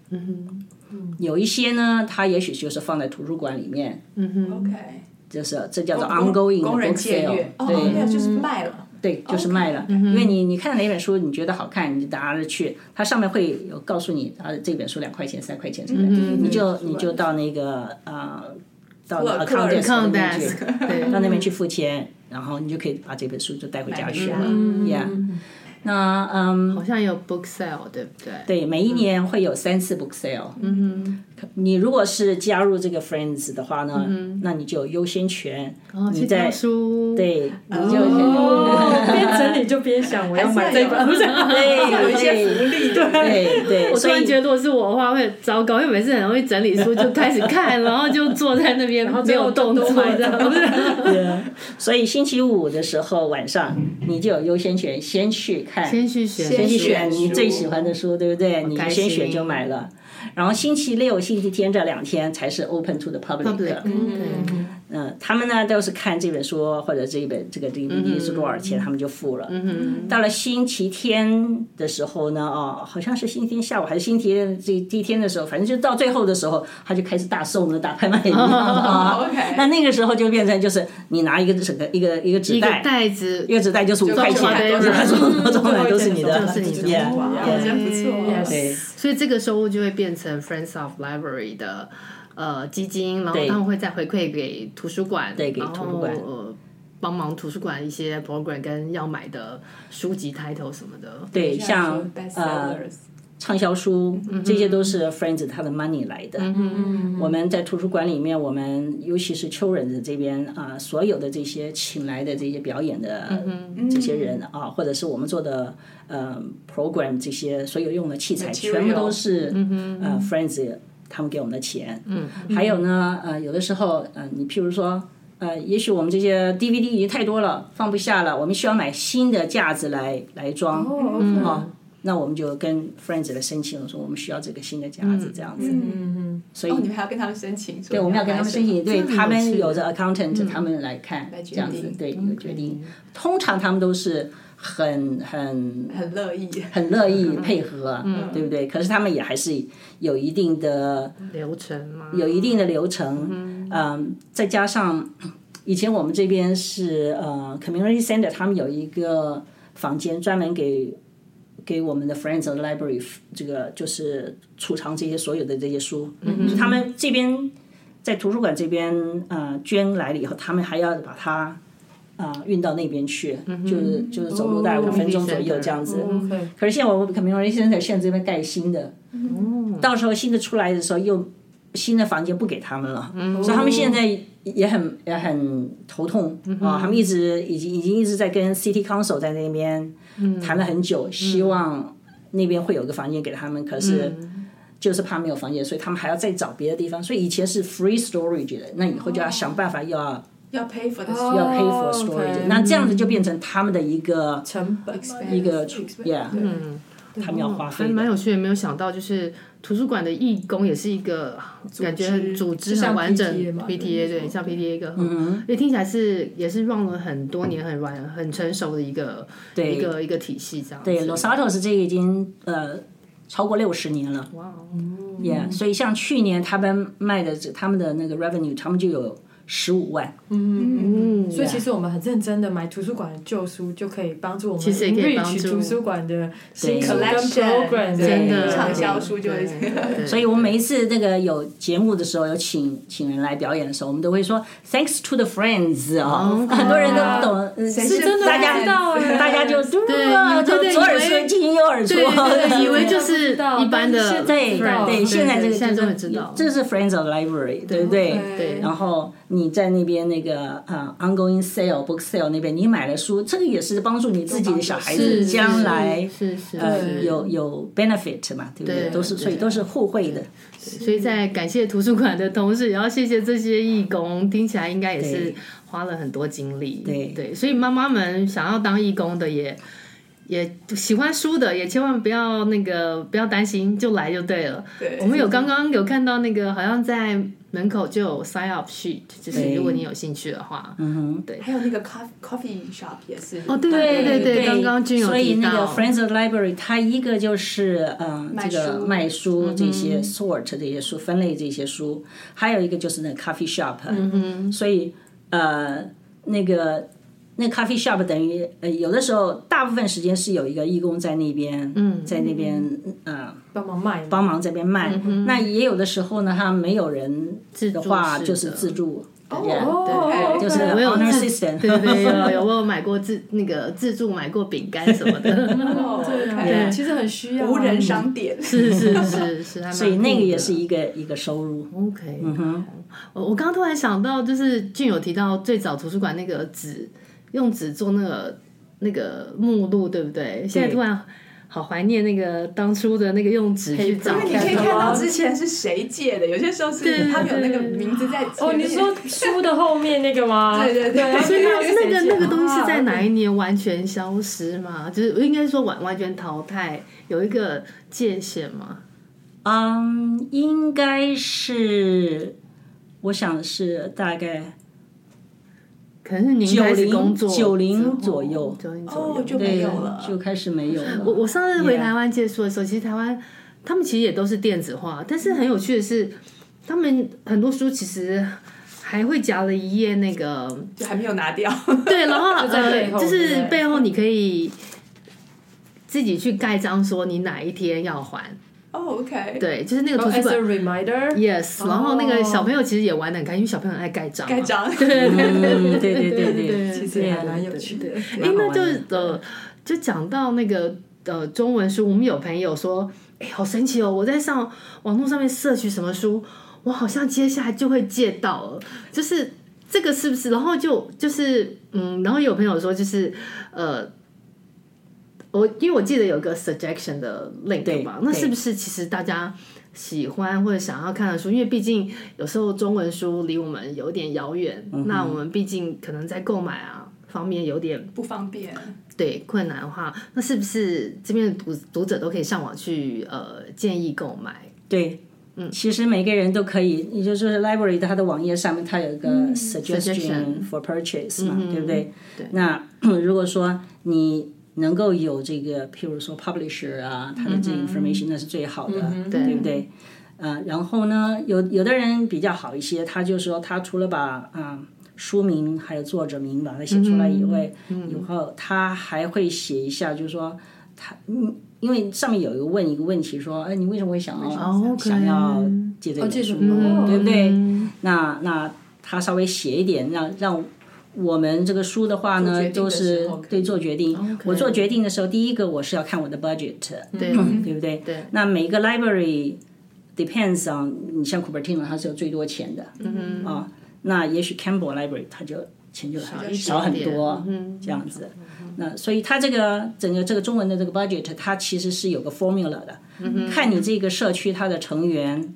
Speaker 4: 有一些呢，它也许就是放在图书馆里面，
Speaker 5: ，OK，
Speaker 4: 就是这叫做
Speaker 5: 工
Speaker 4: ongoing 的
Speaker 5: 工人
Speaker 4: book
Speaker 5: 借
Speaker 4: sale，
Speaker 5: 阅，哦，
Speaker 4: 对，
Speaker 5: 那就是卖了，
Speaker 4: 对，就是卖了。
Speaker 2: 嗯
Speaker 4: 因为你你看哪本书你觉得好看，你就拿着去，它上面会有告诉你啊，这本书两块钱、三块钱什
Speaker 2: 嗯
Speaker 4: 么的，你就你就到那个呃，到
Speaker 5: Clerk-
Speaker 2: Account
Speaker 4: account desk 那边去
Speaker 2: desk，对嗯
Speaker 4: 到那边去付钱，然后你就可以把这本书就带回家去了
Speaker 5: 买回。
Speaker 4: Yeah，那嗯，
Speaker 2: 好像也有 book sale，对不对？
Speaker 4: 对，每一年会有三次 book sale。嗯哼，你如果是加入这个 Friends 的话呢，那你就有优先权。
Speaker 2: 嗯哦，去
Speaker 4: 你在
Speaker 2: 挑书，
Speaker 4: 对，你就
Speaker 3: 哦，边整理就边想我要买这 本，不是？
Speaker 4: 对，
Speaker 5: 有一些福 利，
Speaker 4: 对对，
Speaker 2: 我突
Speaker 4: 所
Speaker 2: 然
Speaker 4: 以
Speaker 2: 觉得，如果是我的话，会很糟糕，因为每次很容易整理书就开始看，然后就坐在那边没有动作，这样不是？
Speaker 4: 所以星期五的时候晚上你就有优先权，先去看，
Speaker 2: 先去选，
Speaker 4: 先去
Speaker 5: 书
Speaker 4: 选你
Speaker 5: 书
Speaker 4: 最喜欢的书，对不对？你
Speaker 2: 开
Speaker 4: 先
Speaker 2: 心
Speaker 4: 选就买了。然后星期六、星期天这两天才是 open to the public 的。
Speaker 2: 嗯
Speaker 4: 嗯，他们呢都是看这本书或者这一本这个
Speaker 2: 嗯
Speaker 4: DVD 是多少钱，他们就付了。到了星期天的时候呢，哦，好像是星期天下午还是星期天这第一天的时候，反正就到最后的时候，他就开始大送了，大拍卖一 样啊
Speaker 5: OK
Speaker 4: 那那个时候就变成就是你拿一个整个一个一个纸
Speaker 2: 一个
Speaker 4: 袋，
Speaker 2: 袋子
Speaker 4: 一，个纸袋就是五块
Speaker 5: 中华
Speaker 4: 钱，
Speaker 5: 队
Speaker 4: 就是他
Speaker 2: 嗯
Speaker 4: 说中
Speaker 3: 中华
Speaker 4: 满
Speaker 3: 队
Speaker 4: 都是你的，
Speaker 2: 就是你的
Speaker 4: Yeah，
Speaker 5: 哇，
Speaker 4: yeah
Speaker 5: 我觉得不
Speaker 3: 哦
Speaker 5: 错，
Speaker 4: 对，
Speaker 2: 所以这个收入就会变成 Friends of Library 的呃基金，然后他们会再回馈给图书馆，
Speaker 4: 对给图书馆
Speaker 2: 然后呃帮忙图书馆一些 program 跟要买的书籍 title 什么的，
Speaker 4: 对，像
Speaker 5: 说
Speaker 4: 呃
Speaker 5: bestsellers
Speaker 4: 畅销书，
Speaker 2: 嗯
Speaker 4: 这些都是 Friends 他的 money 来的。嗯我们在图书馆里面，我们尤其是秋人的这边啊、所有的这些请来的这些表演的、这些人啊，或者是我们做的呃 program 这些所有用的器材，
Speaker 5: Material
Speaker 4: 全部都是、呃 Friends 他们给我们的钱。嗯，还有呢，呃，有的时候，呃，你譬如说。呃，也许我们这些 DVD 已经太多了，放不下了，我们需要买新的架子来来装。
Speaker 3: 哦
Speaker 4: 哦，那我们就跟 Friends 来申请，我说我们需要这个新的架子，这样子。
Speaker 3: 嗯
Speaker 4: 所以
Speaker 5: 哦，你们还要跟他们申请，对，
Speaker 4: 对，我们要跟他们申请，对
Speaker 2: 这个有
Speaker 4: 他们
Speaker 2: 趣
Speaker 4: 有着 accountant，他们来看
Speaker 5: 来决
Speaker 4: 这样子
Speaker 5: 定，
Speaker 4: 对，有决定。通常他们都是很很
Speaker 5: 很乐意，
Speaker 4: 很乐
Speaker 2: 嗯
Speaker 4: 意配合，对不对？可是他们也还是有一定的
Speaker 2: 流程吗？
Speaker 4: 有一定的流程，嗯、再加上以前我们这边是呃 community center，他们有一个房间专门给给我们的 friends of library 这个就是储藏这些所有的这些书，嗯、他们这边在图书馆这边呃捐来了以后，他们还要把它。啊、运到那边去，
Speaker 2: 嗯
Speaker 4: 就是就是走路大
Speaker 2: 哦
Speaker 4: 概五分钟左右这样子。
Speaker 3: ，OK，
Speaker 4: 可是现在我们 community center 现在这边盖新的，
Speaker 2: 哦
Speaker 4: 到时候新的出来的时候又新的房间不给他们了，
Speaker 2: 嗯
Speaker 4: 所以他们现在也很也很头痛
Speaker 2: 嗯
Speaker 4: 啊、他们一直已经已经一直在跟 city council 在那边
Speaker 2: 嗯
Speaker 4: 谈了很久，希望那边会有个房间给他们，可是。
Speaker 2: 嗯
Speaker 4: 就是怕没有房间，所以他们还要再找别的地方。所以以前是 free storage 的，那以后就要想办法又要、
Speaker 2: 哦
Speaker 5: 要 pay for 的
Speaker 4: 要
Speaker 5: 要
Speaker 4: pay for
Speaker 3: OK
Speaker 4: storage，、那这样子就变成他们的一个
Speaker 3: 成本
Speaker 4: 一个 yeah，
Speaker 5: 嗯，
Speaker 4: 他们要花费
Speaker 2: 哦还
Speaker 4: 的。
Speaker 2: 蛮有趣的，没有想到就是图书馆的义工也是一个感觉很组织
Speaker 3: 就像
Speaker 2: 很完整
Speaker 3: PTA 嘛
Speaker 2: PTA
Speaker 3: 对没
Speaker 2: 对，
Speaker 3: 错
Speaker 2: 像 PTA 一个很，也听起来是也是 run 了很多年很完很成熟的一个一个一个体系这样子。
Speaker 4: 对，Losato 是这个已经呃超过六十年了，
Speaker 2: 哇哦，
Speaker 4: yeah, 所以像去年他们卖的这他们的那个 revenue，他们就有十五万，
Speaker 2: 嗯，
Speaker 3: 所以其实我们很认真的买图书馆的旧书，就可以帮助我们
Speaker 2: 其实也可以
Speaker 3: enrich
Speaker 2: 帮助
Speaker 3: 图书馆的新书跟
Speaker 5: collection
Speaker 3: program
Speaker 2: 真的
Speaker 5: 畅销书就会
Speaker 2: 对对
Speaker 4: 所以我们每一次那个有节目的时候，有请请人来表演的时候，我们都会说 Thanks to the friends 哦， 很多人都不懂，呃
Speaker 5: 谁是
Speaker 4: 大家
Speaker 5: friends？
Speaker 4: 大家就对
Speaker 2: 对对
Speaker 4: 左耳
Speaker 2: 以为
Speaker 4: 出进右耳出，
Speaker 2: 对对对，以为就
Speaker 3: 不
Speaker 2: 是
Speaker 3: 知道
Speaker 2: 一般
Speaker 3: 但是
Speaker 2: 的
Speaker 3: 现在
Speaker 4: 对
Speaker 3: 知道
Speaker 4: 对，现在这个
Speaker 2: 现在终于
Speaker 4: 就是
Speaker 2: 知道
Speaker 4: 这是 Friends of Library，对不对？
Speaker 5: 对
Speaker 4: 然后你在那边那个啊、呃 ongoing sale book sale 那边，你买了书，这个也是帮助你自己的小孩
Speaker 2: 是
Speaker 4: 子将来
Speaker 2: 是是
Speaker 4: 呃
Speaker 2: 是
Speaker 4: 有有 benefit 嘛，对不对？
Speaker 2: 对
Speaker 4: 都是所以
Speaker 2: 对
Speaker 4: 都是互惠的。
Speaker 2: 所以在感谢图书馆的同时，也要谢谢这些义工，听起来应该也是
Speaker 4: 对
Speaker 2: 花了很多精力。
Speaker 4: 对
Speaker 2: 对，所以妈妈们想要当义工的也。也喜欢书的，也千万不要那个不要担心，就来就对了。
Speaker 5: 对
Speaker 2: 我们有刚刚有看到那个，好像在门口就有 sign up sheet，就是
Speaker 4: 对嗯
Speaker 2: 如果你有兴趣的话，
Speaker 5: 还有那个 coffee coffee shop 也是，
Speaker 2: 哦对对对对刚刚俊有
Speaker 4: 所以
Speaker 2: 提
Speaker 4: 那
Speaker 2: 到
Speaker 4: 个 Friends of Library，它一个就是嗯、呃，
Speaker 5: 卖
Speaker 4: 这个
Speaker 5: 书
Speaker 4: 卖
Speaker 2: 嗯
Speaker 4: 书这些 sort 这些书分类这些书，还有一个就是那个 coffee shop，、所
Speaker 2: 嗯
Speaker 4: 以呃那个。那个 coffee shop 等于呃，有的时候大部分时间是有一个义工在那边，嗯、在那边
Speaker 2: 嗯
Speaker 4: 呃
Speaker 3: 帮忙卖嘛，
Speaker 4: 帮忙这边卖。那也有的时候呢，他没有人
Speaker 2: 自助
Speaker 4: 的话，
Speaker 2: 式
Speaker 4: 就是
Speaker 2: 的
Speaker 4: 自助，的人，
Speaker 3: 哦
Speaker 4: 就是
Speaker 3: 对
Speaker 2: 我有
Speaker 4: honor
Speaker 2: 自
Speaker 4: system，
Speaker 2: 对 对有有我有买过自那个自助买过饼干什么的，
Speaker 5: 哦
Speaker 3: 对啊
Speaker 5: 对
Speaker 3: 其实很需要啊
Speaker 5: 无人商店，
Speaker 2: 是是是是，还蛮
Speaker 4: 所以那个
Speaker 2: 酷
Speaker 4: 也
Speaker 2: 的
Speaker 4: 是一个一个收入。
Speaker 2: OK，我我刚刚突然想到，就是俊有提到最早图书馆那个纸，用纸做那个那个目录，对不对？现在突然好怀念那个当初的那个用纸去找
Speaker 5: 因为你可以看到之前是谁借的，有些时候是他们有那个名字在前
Speaker 3: 哦，你
Speaker 5: 面
Speaker 3: 说书的后面那个吗？
Speaker 5: 对对对
Speaker 3: 然后
Speaker 5: 所以
Speaker 3: 看到是
Speaker 2: 那
Speaker 3: 谁
Speaker 2: 个
Speaker 3: 写啊
Speaker 2: 那个
Speaker 3: 的
Speaker 2: 东西在哪一年完全消失嘛？就是应该说完完全淘汰，有一个界限嘛？
Speaker 4: 嗯，应该是，我想是大概
Speaker 2: 可能是您
Speaker 4: 九
Speaker 2: 开始工
Speaker 4: 零
Speaker 2: 作
Speaker 4: 九零
Speaker 2: 之后
Speaker 4: 左右，
Speaker 2: 九零左
Speaker 5: 哦
Speaker 2: 右
Speaker 5: 就没
Speaker 4: 对
Speaker 5: 有了，，
Speaker 4: 就开始没有 了。
Speaker 2: 我我上次回
Speaker 4: Yeah
Speaker 2: 台湾借书的时候，其实台湾他们其实也都是电子化，但是很有趣的是，他们很多书其实还会夹了一页那个
Speaker 5: 就还没有拿掉。
Speaker 2: 对，然后
Speaker 3: 就在
Speaker 2: 呃
Speaker 3: 背后
Speaker 2: 就是
Speaker 3: 对
Speaker 2: 背后你可以自己去盖章说你哪一天要还，
Speaker 5: 哦，OK，
Speaker 2: 对，就是那个
Speaker 3: 然后
Speaker 2: 图书
Speaker 3: as a
Speaker 2: 馆。
Speaker 3: reminder，
Speaker 2: Yes，然后那个小朋友其实也玩的很开心，因为小朋友很爱盖章嘛，
Speaker 5: 盖章，
Speaker 4: 嗯，对对对
Speaker 2: 对
Speaker 4: 对，
Speaker 2: 对
Speaker 5: 其实
Speaker 2: 对
Speaker 5: 也
Speaker 2: 对
Speaker 5: 还蛮有
Speaker 2: 对
Speaker 5: 趣的
Speaker 2: 对。
Speaker 4: 蛮
Speaker 2: 哎，
Speaker 4: 好
Speaker 2: 那
Speaker 4: 玩
Speaker 2: 就
Speaker 4: 的
Speaker 2: 呃，就讲到那个呃中文书，我们有朋友说，哎，好神奇哦！我在上网络上面摄取什么书，我好像接下来就会借到了，就是这个是不是？然后就就是嗯，然后有朋友说就是呃。我因为我记得有个 suggestion 的 link
Speaker 4: 对
Speaker 2: 嘛，那
Speaker 4: 对
Speaker 2: 是不是其实大家喜欢或者想要看的书？因为毕竟有时候中文书离我们有点遥远，
Speaker 4: 嗯
Speaker 2: 那我们毕竟可能在购买啊方面有点
Speaker 5: 不方便。
Speaker 2: 对困难的话，那是不是这边的读读者都可以上网去呃建议购买？
Speaker 4: 对，嗯，其实每个人都可以，也就是 library 它的网页上面它有一个 suggestion
Speaker 2: 嗯 suggestion 嗯
Speaker 4: for purchase 嘛，对不对？对。那如果说你能够有这个，譬如说 publisher 啊，它的这
Speaker 2: 嗯
Speaker 4: information 那是最好的，对不对？呃，然后呢，有有的人比较好一些，他就说他除了把嗯、书名还有作者名把它写出来以外，
Speaker 5: 嗯
Speaker 4: 以后他还会写一下，就是说他嗯，因为上面有一个问一个问题说，哎，你为什么会想
Speaker 5: 哦
Speaker 4: 要
Speaker 2: ，OK
Speaker 4: 想要借这本书，
Speaker 3: 嗯
Speaker 4: 对不对？
Speaker 2: 嗯
Speaker 4: 那那他稍微写一点，让让我们这个书的话
Speaker 5: 做
Speaker 4: 呢，
Speaker 5: 决定
Speaker 4: 都
Speaker 5: 的时
Speaker 4: 是
Speaker 5: 候可以
Speaker 4: 对做决定。我做决定的时候，第一个我是要看我的 budget，嗯
Speaker 2: 对
Speaker 4: 对不对？
Speaker 2: 对
Speaker 4: 那每一个 library depends on 你像 Cupertino 它是有最多钱的，嗯啊，那也许 Campbell Library 它就钱就
Speaker 2: 一
Speaker 4: 少很
Speaker 2: 点
Speaker 4: 多，
Speaker 2: 嗯
Speaker 4: 这样子。那所以它这个整个这个中文的这个 budget，它其实是有个 formula 的，
Speaker 2: 嗯
Speaker 4: 看你这个社区它的成员，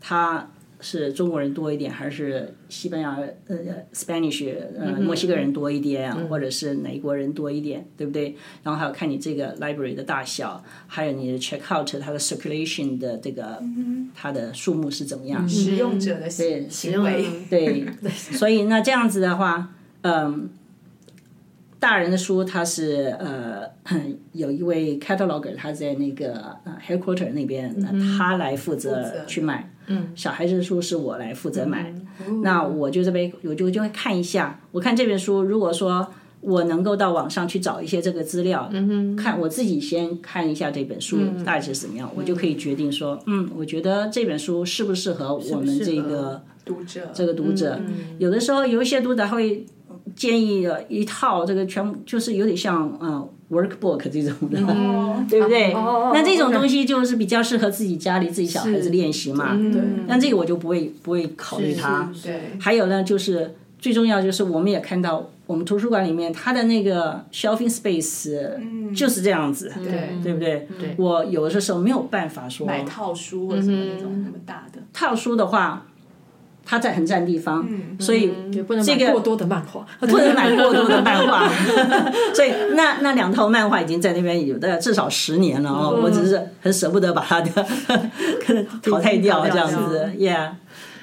Speaker 4: 它是中国人多一点，还是西班牙呃 Spanish 呃
Speaker 2: 嗯
Speaker 4: 墨西哥人多一点，或者是哪国人多一点，对不对？然后还有看你这个 library 的大小，还有你的 check out 它的 circulation 的这个它的数目是怎么样，
Speaker 5: 使用者的行
Speaker 4: 对
Speaker 2: 嗯
Speaker 5: 行为，
Speaker 4: 嗯 对，所以那这样子的话，嗯，大人的书它是呃 有一位 cataloger，他在那个呃 headquarter 那边，那他来嗯负责去买。嗯，小孩子的书是我来负责买，那我就这边我就就会看一下，我看这本书，如果说。我能够到网上去找一些这个资料，看我自己先看一下这本书大致是怎么样，我就可以决定说，嗯，我觉得这本书适不适合我们
Speaker 2: 适
Speaker 4: 这
Speaker 2: 合
Speaker 4: 个
Speaker 5: 读者
Speaker 4: 这个读者。有的时候有一些读者他会建议呃一套这个全部就是有点像嗯、呃 workbook 这种的， 对不对？
Speaker 3: 哦
Speaker 4: 那这种东西就是比较适合自己家里自己小孩子练习嘛。
Speaker 5: 对
Speaker 4: 但这个我就不会不会考虑它。
Speaker 2: 是
Speaker 5: 对
Speaker 4: 还有呢，就是最重要就是我们也看到我们图书馆里面它的那个 shelving space 就是这样子，
Speaker 5: 嗯对
Speaker 4: 对不对？我有的时候没有办法说
Speaker 5: 买嗯套书或者什么那种那么大的，
Speaker 4: 套书的话，它在很占地方，
Speaker 5: 嗯
Speaker 4: 所以
Speaker 3: 也不能买过多的漫画，
Speaker 4: 不能买过多的漫画，所以那那两套漫画已经在那边有的至少十年了哦，我只是很舍不得把它的可能嗯 淘汰掉这样子，Yeah，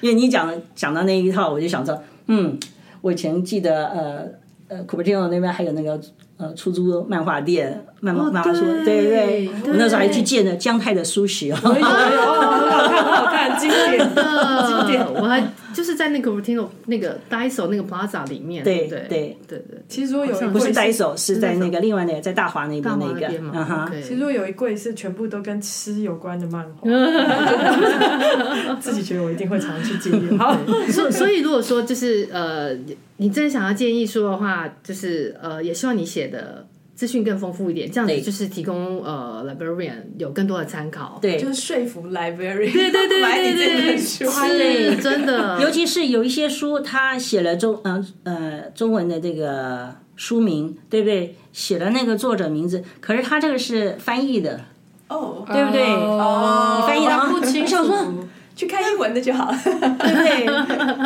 Speaker 4: 因为你讲讲到那一套，我就想到，嗯，我以前记得呃呃，库布蒂诺那边还有那个呃出租漫画店，慢慢妈妈说，
Speaker 2: 对
Speaker 4: 对对
Speaker 2: 对
Speaker 4: 我那时候还去见了姜太的苏徐哦，
Speaker 3: 哦，好看，好看，经典。
Speaker 2: 呃，我还就是在那个 Rotino 那个 Daiso 那个 Plaza 里面，
Speaker 4: 对
Speaker 2: 对
Speaker 4: 对
Speaker 2: 对对，
Speaker 3: 其实我有一
Speaker 4: 不
Speaker 3: 柜
Speaker 4: 是
Speaker 3: 是
Speaker 4: 在一手，是在那个另外那个在大华那边
Speaker 2: 大
Speaker 4: 那
Speaker 2: 华那
Speaker 4: 个
Speaker 2: 边，嘛，
Speaker 4: 嗯哈，
Speaker 2: 对
Speaker 3: 其实我有一柜是全部都跟吃有关的漫画，自己觉得我一定会常去借阅。好，
Speaker 2: 所所以，如果说就是呃，你真的想要建议书的话，就是呃，也希望你写的资讯更丰富一点，这样子
Speaker 4: 对
Speaker 2: 就是提供呃 librarian 有更多的参考。
Speaker 4: 对
Speaker 5: 就是说服 library
Speaker 2: 对对对
Speaker 5: 买
Speaker 2: 对
Speaker 5: 你这
Speaker 2: 对
Speaker 5: 本
Speaker 2: 对，
Speaker 5: 书，
Speaker 2: 是真
Speaker 4: 尤
Speaker 2: 的。
Speaker 4: 其是有一些书，他写了中呃呃中文的这个书名，对不对？写了那个作者名字，可是他这个是翻译的，
Speaker 5: 哦，
Speaker 4: 对不对？
Speaker 3: 哦
Speaker 4: 翻译的
Speaker 3: 我不清
Speaker 4: 我想说
Speaker 3: 楚
Speaker 5: 去看英文的就好了。
Speaker 4: 对不对？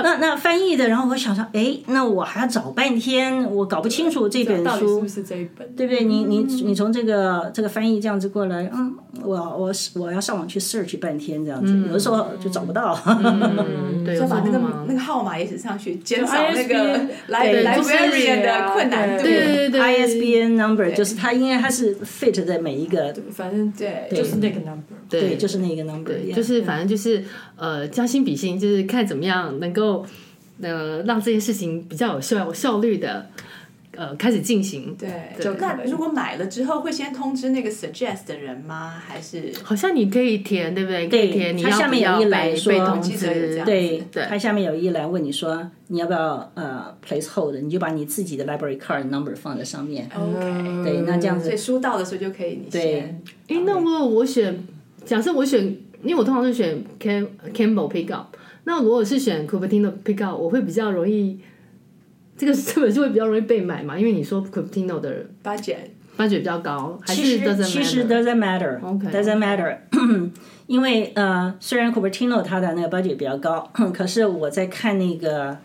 Speaker 4: 那那翻译的，然后我想说，哎，那我还要找半天，我搞不清楚这本
Speaker 3: 到底是
Speaker 4: 书
Speaker 3: 不。是这嗯一本？
Speaker 4: 对不对？你你你从这个这个翻译这样子过来，嗯，我我我要上网去 search 半天这样子，
Speaker 3: 嗯
Speaker 4: 有的时候就找不到。
Speaker 2: 嗯，对，有
Speaker 5: 就
Speaker 2: 时
Speaker 5: 把
Speaker 2: 候
Speaker 5: 那个
Speaker 2: 忙
Speaker 5: 那个号码也写上去，减少那
Speaker 3: ISBN
Speaker 5: 个 li-
Speaker 2: 对就是
Speaker 5: librarian 的困难度。
Speaker 2: 对对对对
Speaker 4: ISBN number 就是它，因为它是 fit 在每一个，
Speaker 3: 反正对，就是那个 number。
Speaker 4: 对，就是那个 number，
Speaker 2: 对，
Speaker 4: yeah
Speaker 2: 就是反正就是呃，将心比心，就是看怎么样能够呃让这件事情比较有效效率的呃开始进行。
Speaker 5: 对
Speaker 2: 对
Speaker 5: 那如果买了之后，会先通知那个 suggest 的人吗？还是
Speaker 2: 好像你可以填，对不对？可
Speaker 4: 对
Speaker 2: 以填，你
Speaker 4: 它
Speaker 2: 要
Speaker 4: 下
Speaker 2: 不
Speaker 4: 面有
Speaker 2: 要
Speaker 4: 一栏
Speaker 2: 被
Speaker 4: 说
Speaker 2: 被通
Speaker 5: 我记
Speaker 2: 知
Speaker 5: 得有这样
Speaker 4: 对
Speaker 5: 子，
Speaker 2: 对
Speaker 4: 它下面有一栏问你说你要不要呃 place hold，你就把你自己的 library card number 放在上面。
Speaker 2: 哦嗯
Speaker 5: OK？
Speaker 4: 对，那这样
Speaker 5: 所以
Speaker 4: 子，
Speaker 5: 书到的时候就可以你先。
Speaker 2: 哎，那如果我选，假设我选，因为我通常是选 Cam Campbell pick up，那如果是选 Cupertino pick up，我会比较容易，这个这本书会比较容易被买嘛？因为你说 Cupertino 的
Speaker 5: budget
Speaker 2: 班觉比较高，还
Speaker 4: 其
Speaker 2: 是
Speaker 4: 实
Speaker 2: doesn't
Speaker 4: 其实
Speaker 2: matter？
Speaker 4: doesn't matter，doesn't、
Speaker 2: OK
Speaker 4: matter，因为呃，虽然 Cupertino 它的那个 budget 比较高， 可是我在看那个。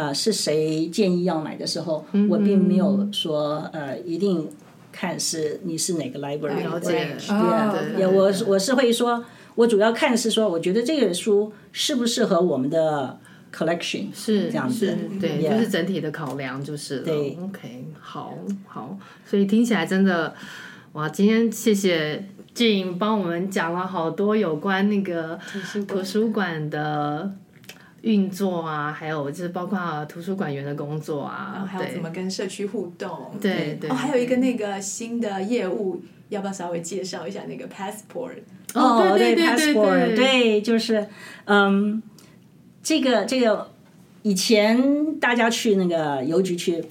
Speaker 4: 呃，是谁建议要买的时候，
Speaker 2: 嗯
Speaker 4: 我并没有说呃一定看是你是哪个 library，
Speaker 2: 了
Speaker 4: 或者
Speaker 2: 解，
Speaker 3: 啊
Speaker 2: 对
Speaker 4: 也哦我是我是会说，我主要看是说，我觉得这个书适不适合我们的 collection，
Speaker 2: 是
Speaker 4: 这样子
Speaker 2: 是对，
Speaker 4: Yeah
Speaker 2: 就是整体的考量就是了
Speaker 4: 对
Speaker 2: OK，好好，所以听起来真的哇，今天谢谢静帮我们讲了好多有关那个图书馆的。运作啊，还有就是包括图书馆员的工作
Speaker 5: 然后
Speaker 2: 啊，
Speaker 5: 哦还有
Speaker 2: 对
Speaker 5: 怎么跟社区互动？
Speaker 2: 对对，
Speaker 5: 哦，还有一个那个新的业务，要不要稍微介绍一下那个 passport？
Speaker 2: 哦，对对对
Speaker 4: ，passport，
Speaker 2: 对对，
Speaker 4: 对，就是嗯，这个这个以前大家去那个邮局去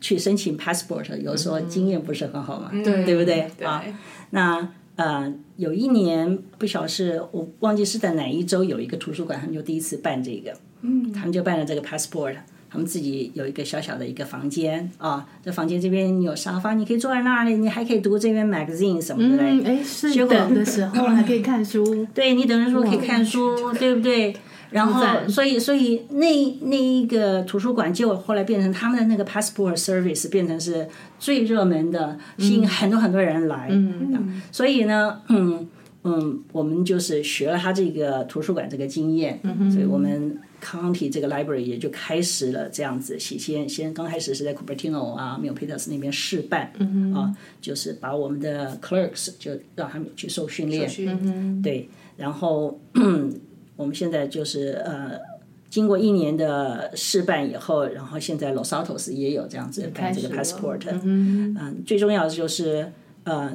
Speaker 4: 去申请 passport，有时候经验不是很好嘛，
Speaker 2: 嗯
Speaker 5: 对
Speaker 4: 对不对？
Speaker 5: 对，
Speaker 4: 啊，那呃，有一年不晓得是我忘记是在哪一周，有一个图书馆，他们就第一次办这个，嗯，他们就办了这个 passport。他们自己有一个小小的一个房间啊，这房间这边有沙发，你可以坐在那里，你还可以读这边 magazine 什么的。
Speaker 2: 嗯，哎，是
Speaker 4: 结果
Speaker 2: 等的时候还可以看书，
Speaker 4: 对你等于说可以看书，对不对？然后，
Speaker 2: 赞
Speaker 4: 所以，所以那那一个图书馆，结果后来变成他们的那个 passport service 变成是最热门的，吸引很多很多人来。嗯，所以呢，嗯嗯，我们就是学了他这个图书馆这个经验，所以我们 county 这个 library 也就开始了这样子，先先先刚开始是在 Cupertino 啊、m i l p e t e r s 那边试办，啊，就是把我们的 clerks 就让他们去受训练，
Speaker 5: 去
Speaker 4: 对，然后我们现在就是呃，经过一年的试办以后，然后现在 Los Altos 也有这样子办这个
Speaker 2: 开始了
Speaker 4: passport，嗯最重要的就是呃。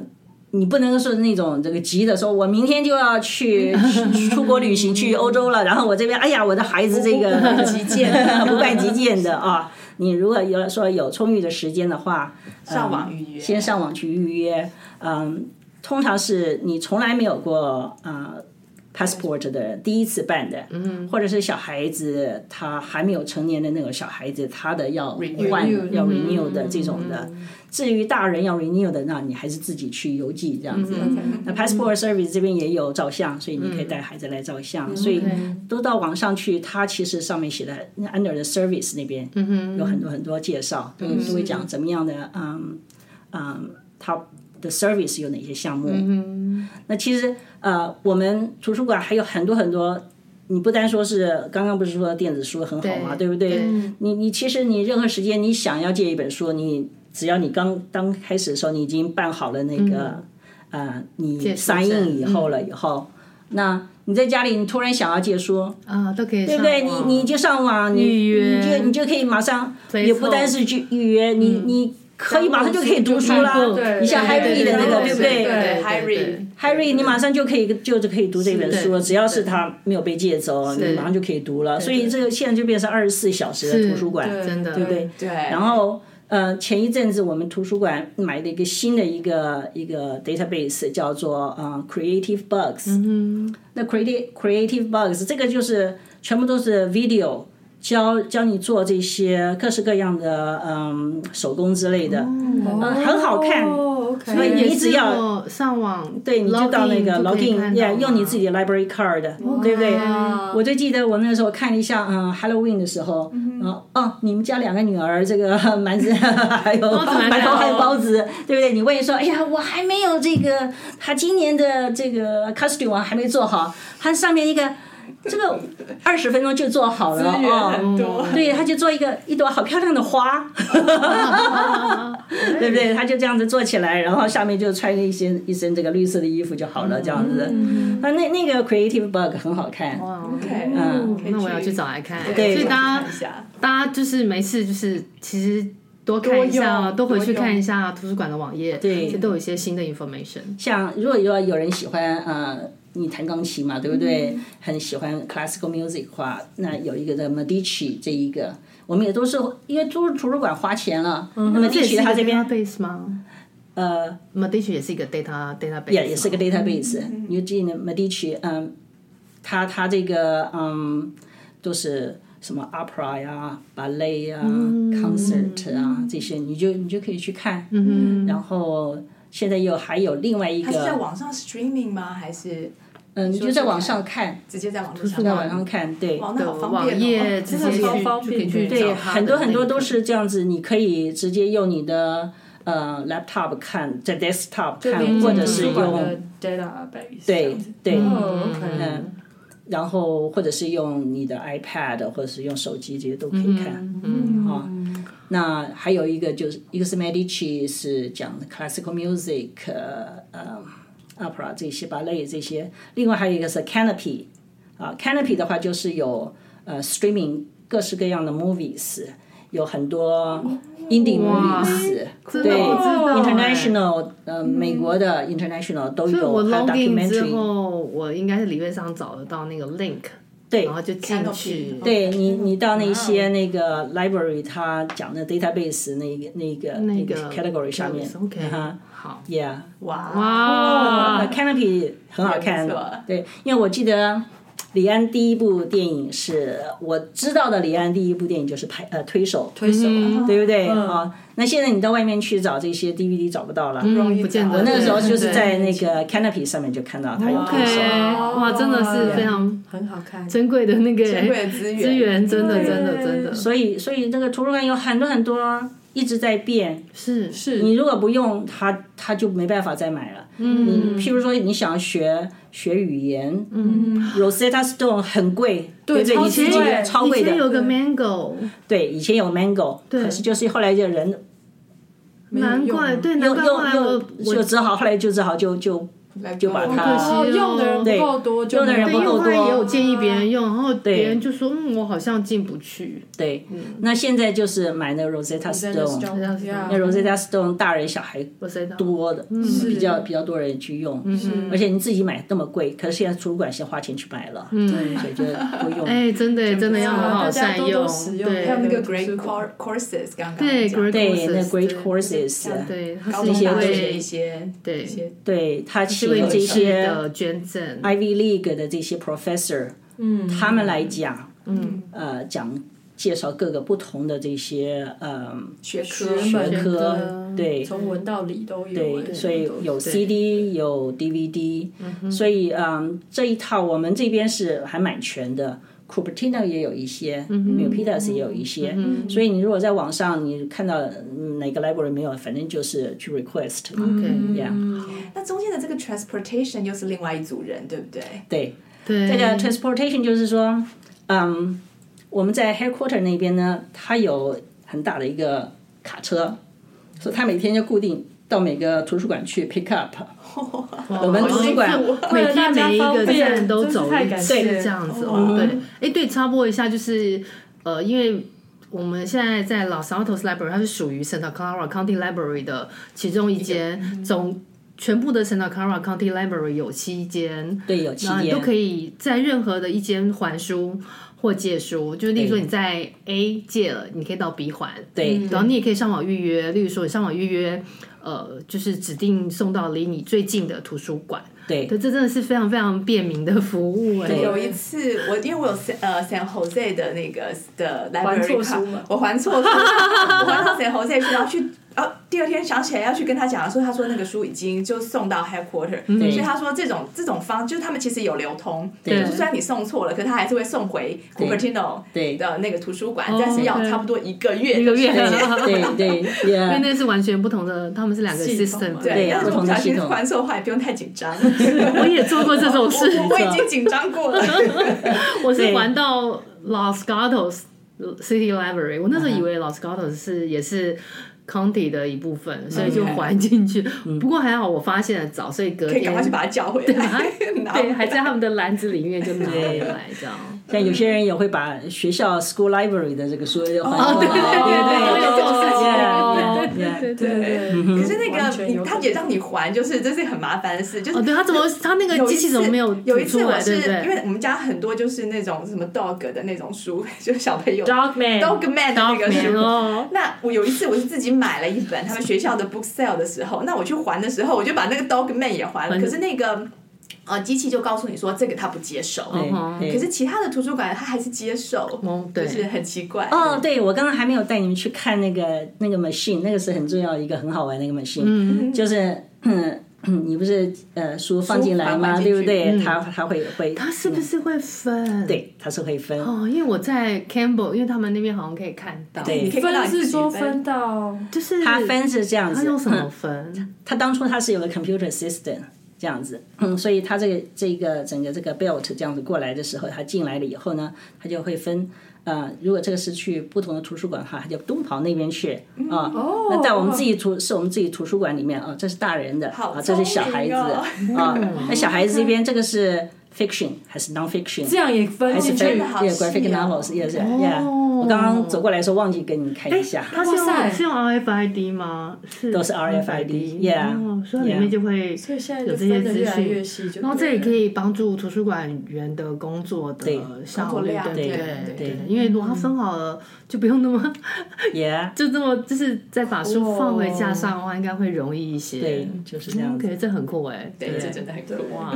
Speaker 4: 你不能够说那种这个急的，说我明天就要去去出国旅行，去欧洲了，然后我这边哎呀，我的孩子这个急件不办急件的啊。你如果有说有充裕的时间的话，
Speaker 5: 上网预约，
Speaker 4: 先上网去预约。嗯，通常是你从来没有过呃 passport 的人第一次办的，嗯，或者是小孩子他还没有成年的那种小孩子，他的要换
Speaker 3: Renew
Speaker 4: 要 renew 的这种的。至于大人要 renew 的，那你还是自己去邮寄这样子。那 passport service 这边也有照相，所以你可以带孩子来照相，所以都到网上去。它其实上面写的 under the service 那边，有很多很多介绍，都都会讲怎么样的，嗯嗯，它的 service 有哪些项目。那其实呃，我们图书馆还有很多很多。你不单说是刚刚不是说电子书很好嘛，
Speaker 2: 对
Speaker 4: 不对？
Speaker 2: 对
Speaker 4: 你你其实你任何时间你想要借一本书，你只要你刚刚开始的时候，你已经办好了那个，呃，你三印以后
Speaker 2: 嗯
Speaker 4: 了以后，那你在家里你突然想要借书，
Speaker 2: 啊，都可以上网，对不
Speaker 4: 对你你就上网你
Speaker 2: 预约嗯
Speaker 4: 你就你就可以马上，
Speaker 2: 没
Speaker 4: 也不
Speaker 2: 错
Speaker 4: 单是去预约，你你可以马上就可以读书啦
Speaker 2: 看过，
Speaker 4: 你像
Speaker 2: 对对
Speaker 4: Harry 的那个，对不
Speaker 2: 对
Speaker 5: 对
Speaker 2: 对
Speaker 5: ，Harry，
Speaker 4: Harry，你马上就可以就是可以读这本书了，
Speaker 2: 是
Speaker 4: 只要是他没有被借走，你马上就可以读了。所以这个现在就变成二十四小时的图书馆。
Speaker 2: 对真的
Speaker 4: 对不对
Speaker 5: 对，
Speaker 4: 然后呃，前一阵子我们图书馆买了一个新的一个一个 database，叫做呃 Creative Bugs。
Speaker 2: 嗯，
Speaker 4: 那 Creative Creative Bugs 这个就是全部都是 video。教教你做这些各式各样的嗯手工之类的，嗯很好看，
Speaker 3: 哦，OK，
Speaker 4: 所以
Speaker 2: 也
Speaker 4: 你
Speaker 2: 是
Speaker 4: 只要
Speaker 2: 要上网，
Speaker 4: 对，你就到那个 login，
Speaker 2: 也
Speaker 4: 也用你自己的 library card，对不对？我就记得我那时候看一下，嗯，Halloween 的时候，嗯，哦，你们家两个女儿，这个 馒子还有
Speaker 2: 子 馒头
Speaker 4: 馒头还有
Speaker 5: 哦
Speaker 4: 包子，对不对？你问说，哎呀，我还没有这个，他今年的这个 costume 啊还没做好，他上面一个这个二十分钟就做好了
Speaker 5: 资源很
Speaker 4: 哦。
Speaker 5: 多，
Speaker 4: 对，他就做一个一朵好漂亮的 花，对不对？他就这样子做起来，然后下面就穿一些一身这个绿色的衣服就好了，这样子的。
Speaker 5: 嗯
Speaker 4: 那那那个 Creative Bug 很好看，
Speaker 5: ，OK，
Speaker 4: 嗯
Speaker 5: 可以
Speaker 2: 那我要去找来看，
Speaker 5: 对
Speaker 2: 所以大家
Speaker 5: 看一下
Speaker 2: 大家就是没事就是其实多看一
Speaker 5: 多
Speaker 2: 下，
Speaker 5: 用
Speaker 2: 多回去
Speaker 5: 多用
Speaker 2: 看一下图书馆的网页，
Speaker 4: 对
Speaker 2: 这都有一些新的 information。
Speaker 4: 像如果有有人喜欢呃，你弹钢琴嘛，对不对？
Speaker 5: 嗯
Speaker 4: 很喜欢 classical music 的话，那有一个这个 Medici 这一个，我们也都是因为都是图书馆花钱了，
Speaker 5: 嗯
Speaker 4: 那么
Speaker 2: 这也
Speaker 4: Medici
Speaker 2: 是一
Speaker 4: 他
Speaker 2: 个
Speaker 4: 这边
Speaker 2: database 吗
Speaker 4: 呃
Speaker 2: ？Medici 也是一个 data database，
Speaker 4: 也也
Speaker 5: 嗯
Speaker 4: 是个
Speaker 2: 吗
Speaker 4: database，你就记得 Medici，嗯，他他这个嗯都是。什么 opera 呀、ballet 呀、concert
Speaker 5: 嗯
Speaker 4: 啊这些，你就你就可以去看。嗯、然后现在又还有另外一
Speaker 5: 它是在
Speaker 4: 个，
Speaker 5: 网上 streaming 吗？还是
Speaker 4: 嗯，你就在网上看，
Speaker 5: 直接在网络
Speaker 4: 在
Speaker 5: 上
Speaker 4: 网
Speaker 5: 看？
Speaker 4: 上看，对，
Speaker 5: 哦，那好方便
Speaker 2: 网
Speaker 5: 哦，
Speaker 2: 页
Speaker 5: 哦
Speaker 2: 直
Speaker 5: 真
Speaker 2: 接
Speaker 5: 的
Speaker 2: 去
Speaker 5: 超
Speaker 3: 去
Speaker 5: 方
Speaker 2: 就可以
Speaker 5: 便
Speaker 2: 去
Speaker 5: 的。
Speaker 4: 对，
Speaker 2: 找它
Speaker 4: 很多
Speaker 2: 的
Speaker 4: 很
Speaker 2: 那
Speaker 4: 多
Speaker 2: 个
Speaker 4: 都是这样子，你可以直接用你的呃 laptop 看，在 desktop
Speaker 3: 就连接
Speaker 4: 看，嗯或者
Speaker 3: 图
Speaker 4: 是
Speaker 3: 书馆的
Speaker 4: 用
Speaker 3: database 这
Speaker 4: 对
Speaker 3: 样子
Speaker 4: 对，
Speaker 3: 哦，OK，
Speaker 4: 嗯，然后或者是用你的 iPad 或者是用手机，这些都可以看。
Speaker 2: 嗯，
Speaker 4: 啊、那还有一个就是一个是 Medici 是讲 classical music，呃呃，opera 这些 ballet 这些，另外还有一个是 Canopy，啊，Canopy 的话就是有呃 streaming 各式各样的 movies，有很多 indie
Speaker 2: 哇
Speaker 4: movies，
Speaker 2: 真的不
Speaker 4: 对
Speaker 2: 知道哎
Speaker 4: ，international 呃美国的 international 都
Speaker 2: 所以我
Speaker 4: 有，还有
Speaker 2: login 之
Speaker 4: documentary，
Speaker 2: 后，我应该是理论上找得到那个 link，
Speaker 4: 对
Speaker 2: 然后就哦进去
Speaker 5: Canopy，
Speaker 4: 对你，你到那些那个 library，它讲的 database 那个那个
Speaker 2: 那
Speaker 4: 个 category 下面
Speaker 2: OK，
Speaker 4: 啊
Speaker 2: 好，
Speaker 4: ，yeah，
Speaker 5: 哇
Speaker 2: 哇
Speaker 4: 那 canopy 很好看
Speaker 5: 也不错，
Speaker 4: 对，因为我记得李安第一部电影是我知道的，李安第一部电影就是拍呃推手，
Speaker 5: 推
Speaker 3: 嗯
Speaker 5: 手啊，
Speaker 4: 对不对
Speaker 2: 嗯
Speaker 4: 啊？那现在你到外面去找这些 DVD 找不到了，
Speaker 5: 容易
Speaker 2: 不见
Speaker 5: 找
Speaker 2: 得
Speaker 4: 我那个时候
Speaker 2: 对
Speaker 4: 就是
Speaker 2: 嗯对
Speaker 4: 在那个 canopy 上面就看到它有推手。
Speaker 2: OK，哇，真的是非常
Speaker 3: 很好看，
Speaker 2: 珍贵的那个
Speaker 5: 珍贵的资源
Speaker 2: 资源，真的真的
Speaker 3: 对
Speaker 2: 真的
Speaker 4: 所以，所以那个图书馆有很多很多一直在变，
Speaker 2: 是是
Speaker 4: 你如果不用它，它就没办法再买了。嗯，你譬如说你想学学语言，嗯，Rosetta Stone 很贵，对不对？
Speaker 3: 超
Speaker 4: 你自己
Speaker 3: 贵
Speaker 4: 超贵
Speaker 2: 以前
Speaker 4: 的，
Speaker 2: 有个 mango，
Speaker 4: 对，以前有 Mango，
Speaker 2: 对
Speaker 4: 可是就是后来就人
Speaker 2: 难怪对，难
Speaker 4: 又
Speaker 2: 怪后来我
Speaker 4: 又
Speaker 2: 我
Speaker 4: 又就只好后来就只好就就就把它
Speaker 3: 哦，用的人不够多，就
Speaker 4: 用的人
Speaker 3: 没
Speaker 4: 不
Speaker 3: 有
Speaker 4: 够
Speaker 2: 后来
Speaker 4: 多
Speaker 2: 也有建议别人用，然后别人就说嗯，我好像进不去，
Speaker 4: 对。那现在就是买那个嗯 Rosetta Stone，那 Rosetta Stone 大人小孩
Speaker 2: 我谁知道？
Speaker 4: 多的，比较
Speaker 2: 嗯
Speaker 4: 比较多人去用，而且你自己买那么贵，可是现在图书馆先花钱去买了，嗯，所以就不 用。
Speaker 2: 哎，真的真的要好好
Speaker 3: 大家
Speaker 2: 善
Speaker 3: 多多
Speaker 2: 用
Speaker 3: 使，用
Speaker 5: 还有
Speaker 2: 对
Speaker 5: 那
Speaker 3: 对
Speaker 5: 个 Great
Speaker 3: 对
Speaker 5: Cour- Courses，刚刚
Speaker 2: 对
Speaker 5: 讲的
Speaker 4: 对，那
Speaker 2: Great
Speaker 4: Great
Speaker 5: Courses，
Speaker 4: Courses，
Speaker 2: 对，它
Speaker 5: 高
Speaker 2: 是
Speaker 5: 中
Speaker 2: 一
Speaker 5: 大
Speaker 2: 位
Speaker 5: 学的一些
Speaker 2: 对
Speaker 5: 一些
Speaker 4: 对他
Speaker 2: 是
Speaker 4: 请
Speaker 2: 为
Speaker 4: 这
Speaker 2: 这
Speaker 4: 些
Speaker 2: 的捐赠，
Speaker 4: Ivy League 的这些 professor，嗯，他们来讲，嗯，呃，讲介绍各个不同的这些呃
Speaker 5: 学科
Speaker 3: 学门
Speaker 4: 学科
Speaker 2: 科，
Speaker 4: 对
Speaker 3: 从文到理都有，
Speaker 4: 对，
Speaker 3: 哎
Speaker 4: 所以有
Speaker 2: 对
Speaker 4: CD 有 DVD，所以嗯，这一套我们这边是还蛮全的。Cupertino 也有一些
Speaker 2: 嗯
Speaker 4: m u p i t a s 也有一些，所以你如果在网上你看到嗯哪个 library 没有，反正就是去 request 嘛。
Speaker 2: 嗯
Speaker 4: Yeah
Speaker 5: 那中间的这个 transportation 又是另外一组人，对不对？
Speaker 4: 对，
Speaker 2: 对，
Speaker 4: 这个 transportation 就是说，嗯，我们在 headquarter 那边呢，它有很大的一个卡车，所以他每天就固定到每个图书馆去 pick up。我们图书
Speaker 2: 好
Speaker 4: 馆
Speaker 2: 辛苦每天每一个站都走
Speaker 3: 为了大家方便真是太
Speaker 2: 一
Speaker 3: 感
Speaker 2: 次，
Speaker 3: 谢
Speaker 2: 这样子哦。对，哎，对，插播一下，就是呃，因为。我们现在在 Los Altos Library，它是属于 Santa Clara County Library 的其中一间，总全部的 Santa Clara County Library 有七间，
Speaker 4: 对有期
Speaker 2: 然后你
Speaker 4: 间
Speaker 2: 都可以在任何的一间还书或借书，就是例如说你在 A 借了，你可以到 B 还，嗯
Speaker 4: 对
Speaker 2: 然后你也可以上网预约，例如说你上网预约，呃，就是指定送到离你最近的图书馆，
Speaker 4: 对
Speaker 2: 对，这真的是非常非常便民的服务哎、
Speaker 4: 对
Speaker 5: 有一次，我因为我有 San- 呃 San Jose 的那个的 library
Speaker 3: 还错
Speaker 5: card，
Speaker 3: 书吗
Speaker 5: 我还错书， 我还到 San Jose 去，然后去。呃，第二天想起来要去跟他讲，说他说那个书已经就送到 headquarter，、所以他说这种这种方就是他们其实有流通，就是虽然你送错了，可他还是会送回 Cupertino
Speaker 4: 对
Speaker 5: 的那个图书馆
Speaker 2: 哦，
Speaker 5: 但是要
Speaker 2: OK
Speaker 5: 差不多一个月的
Speaker 2: 一个月
Speaker 5: 时间
Speaker 4: 对 对
Speaker 2: 因为
Speaker 4: 对，
Speaker 2: 那是完全不同的，他们是两个
Speaker 3: 系统
Speaker 2: system
Speaker 3: 嘛。
Speaker 5: 对，
Speaker 4: 对
Speaker 5: 但是我
Speaker 4: 不同
Speaker 5: 不
Speaker 4: 的
Speaker 5: 小
Speaker 4: 系
Speaker 5: 心
Speaker 4: 统
Speaker 5: 还错话，也不用太紧张。
Speaker 2: 我也做过这种
Speaker 5: 我
Speaker 2: 事，
Speaker 5: 我我已经紧张 过了，
Speaker 2: 我是
Speaker 4: 对
Speaker 2: 玩到 Los Gatos City Library，我那时候以为 Los Gatos 是也是 county 的一部分，所以就还进去。不过还好我发现的早，所以隔
Speaker 5: 可以
Speaker 2: 天
Speaker 5: 赶快去把它叫回
Speaker 2: 把 它
Speaker 5: 来。拿回
Speaker 2: 对啊
Speaker 5: 来
Speaker 2: 还在他们的篮子里面就拿回来这样。
Speaker 4: 像有些人也会把学校 school library 的这个书就还给
Speaker 2: 对
Speaker 4: 我
Speaker 2: 对对
Speaker 4: 哦对
Speaker 3: 哦
Speaker 2: 对，我有这种事情。
Speaker 4: Yeah，
Speaker 2: 对对对对对。
Speaker 3: 对，
Speaker 4: 嗯
Speaker 5: 可是那
Speaker 3: 完
Speaker 5: 个
Speaker 3: 全有
Speaker 5: 你，他
Speaker 3: 可
Speaker 5: 也
Speaker 3: 能
Speaker 5: 让你还，就是这是很麻烦的事，就是
Speaker 2: 哦，对，他怎么他那个
Speaker 5: 有一
Speaker 2: 机器怎么
Speaker 5: 次
Speaker 2: 没有
Speaker 5: 有一
Speaker 2: 吐
Speaker 5: 次
Speaker 2: 出
Speaker 5: 我
Speaker 2: 来？对
Speaker 5: 是
Speaker 2: 不
Speaker 5: 因
Speaker 2: 对？
Speaker 5: 为我们家很多就是那种什么 dog 的那种书， 就是小朋友
Speaker 4: Dog man
Speaker 5: dog man 的那个
Speaker 2: 没
Speaker 5: 书。
Speaker 2: 有。
Speaker 5: 那我有一次我是自己买了一本他们学校的 book sale 的时候，那我去还的时候，我就把那个 dog man 也还了，
Speaker 2: 还
Speaker 5: 可是那个呃机器就告诉你说这个他不接受，
Speaker 4: 对
Speaker 5: 可是其他的图书馆他还是接受，
Speaker 2: 哦，
Speaker 5: 就
Speaker 2: 对，
Speaker 5: 是很奇怪。
Speaker 4: 哦，对，我刚刚还没有带你们去看那个那个 machine，那个是很重要的一个很好玩的一个 machine，、就是。嗯你不是呃书放进来
Speaker 5: 还
Speaker 4: 吗？
Speaker 5: 还进
Speaker 4: 对不
Speaker 5: 去
Speaker 4: 对？它它会会，
Speaker 2: 他是不是会分？。
Speaker 4: 对，它是会分。
Speaker 2: 哦，因为我在 Campbell，因为他们那边好像可以看到，
Speaker 4: 对
Speaker 5: 你可以看到
Speaker 3: 分
Speaker 5: 你自
Speaker 3: 是
Speaker 5: 己
Speaker 3: 说分到
Speaker 2: 就是
Speaker 4: 它分是这样
Speaker 2: 他
Speaker 4: 子，
Speaker 2: 用什么
Speaker 4: 嗯
Speaker 2: 分？
Speaker 4: 它当初它是有个 computer system 这样子，嗯，所以它这个这个整个这个 belt 这样子过来的时候，它进来了以后呢，它就会分。呃，如果这个是去不同的图书馆哈，它就东跑那边去啊。
Speaker 3: 哦
Speaker 4: 那在我们自己图是我们自己图书馆里面啊，这是大人的
Speaker 5: 好
Speaker 4: 啊，这是小孩子
Speaker 5: 聪
Speaker 4: 啊。那小孩子这边这个是 fiction 还是 non fiction？
Speaker 3: 这样也分
Speaker 4: 还是
Speaker 3: 进
Speaker 5: 真
Speaker 3: 去
Speaker 5: 的。好
Speaker 4: 也 graphic
Speaker 5: 细哦
Speaker 4: novels 也是呀。我刚刚走过来的时候忘记跟你看一下。
Speaker 2: 它是
Speaker 3: 哇
Speaker 2: 用
Speaker 3: 塞
Speaker 2: 是用 RFID 吗？是
Speaker 4: 都是 RFID，yeah，
Speaker 2: 哦所以里面
Speaker 4: yeah
Speaker 2: 就会
Speaker 3: 所以现在
Speaker 2: 有
Speaker 3: 就
Speaker 2: 这
Speaker 3: 分
Speaker 2: 些
Speaker 3: 的
Speaker 2: 资
Speaker 3: 越来越
Speaker 2: 讯。
Speaker 3: 细，就
Speaker 2: 然后这
Speaker 3: 对
Speaker 2: 也
Speaker 3: 了
Speaker 2: 可以帮助图书馆员的工作
Speaker 4: 对
Speaker 2: 的效
Speaker 5: 工作
Speaker 2: 率，
Speaker 5: 量
Speaker 2: 对不
Speaker 5: 对
Speaker 2: 对
Speaker 4: 对，
Speaker 2: 因为如果它分好了，就不用那么
Speaker 4: Yeah，
Speaker 2: 就这么就是再把书放回架
Speaker 3: 哦
Speaker 2: 上的话，应该会容易一些。
Speaker 4: 对，就是这样
Speaker 2: 嗯
Speaker 4: 子。
Speaker 2: ，OK，这很酷哎，
Speaker 5: 对，这真的很酷。
Speaker 2: 哇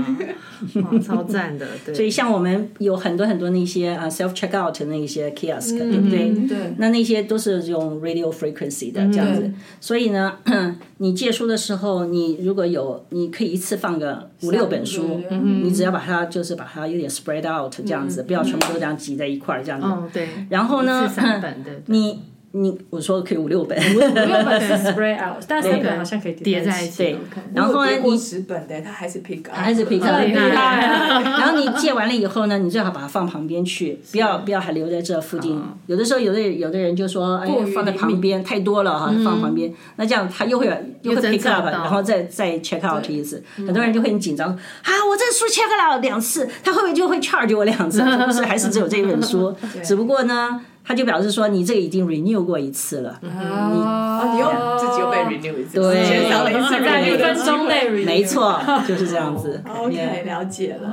Speaker 2: 哇，超赞的，对。
Speaker 4: 所以像我们有很多很多那些啊 self checkout 的那些 kiosk，、对不对？
Speaker 3: 嗯对，
Speaker 4: 那那些都是用 radio frequency 的这样子，
Speaker 3: 对
Speaker 4: 所以呢， 你借书的时候，你如果有，你可以一次放个五六本书，你只要把它就是把它有点 spread out 这样子，不要全部都这样挤在一块儿这样子。
Speaker 2: 哦，对。
Speaker 4: 然后呢
Speaker 2: 一次三本对，
Speaker 4: 你你我说可以五六本，
Speaker 3: 六本是 spread out，但三本好像可以
Speaker 2: 叠在一
Speaker 3: 一起。
Speaker 2: 起
Speaker 4: 对
Speaker 2: OK。
Speaker 4: 然后呢，
Speaker 5: 我有
Speaker 4: 你
Speaker 5: 过十本的，他还是 pick up，
Speaker 4: 还是 pick up，
Speaker 3: 很厉害
Speaker 4: 然后你借完了以后呢，你最好把它放旁边去，不要不要还留在这附近。有的时候，有的有的人就说，哎
Speaker 3: 过于，
Speaker 4: 放在
Speaker 3: 灵
Speaker 4: 旁
Speaker 3: 敏
Speaker 4: 边太多了哈，放旁边。那这样他又会又会
Speaker 2: 增
Speaker 4: pick
Speaker 2: 长
Speaker 4: up，啊
Speaker 2: 到
Speaker 4: 然后再再 check out 一次。很多人就会很紧张，啊，我这书 check out 两次，他会不会就会 charge 我两次？是不是还是只有这一本书？只不过呢，他就表示说你这个已经 renew 过一次了。
Speaker 3: 嗯
Speaker 5: 哦，你又
Speaker 3: 哦
Speaker 5: 自己又被 renew 一次，
Speaker 4: 对
Speaker 5: 减少了一次
Speaker 3: 在
Speaker 5: renew
Speaker 3: 一
Speaker 5: 的
Speaker 3: 分
Speaker 5: 机会
Speaker 3: 钟内 review，
Speaker 4: 没错，就是这样子。
Speaker 5: 哦 OK，
Speaker 4: Yeah
Speaker 5: 了解了，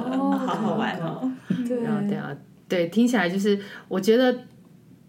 Speaker 5: 好好玩哦。
Speaker 3: 对
Speaker 2: 啊，对啊，对，听起来就是我觉得。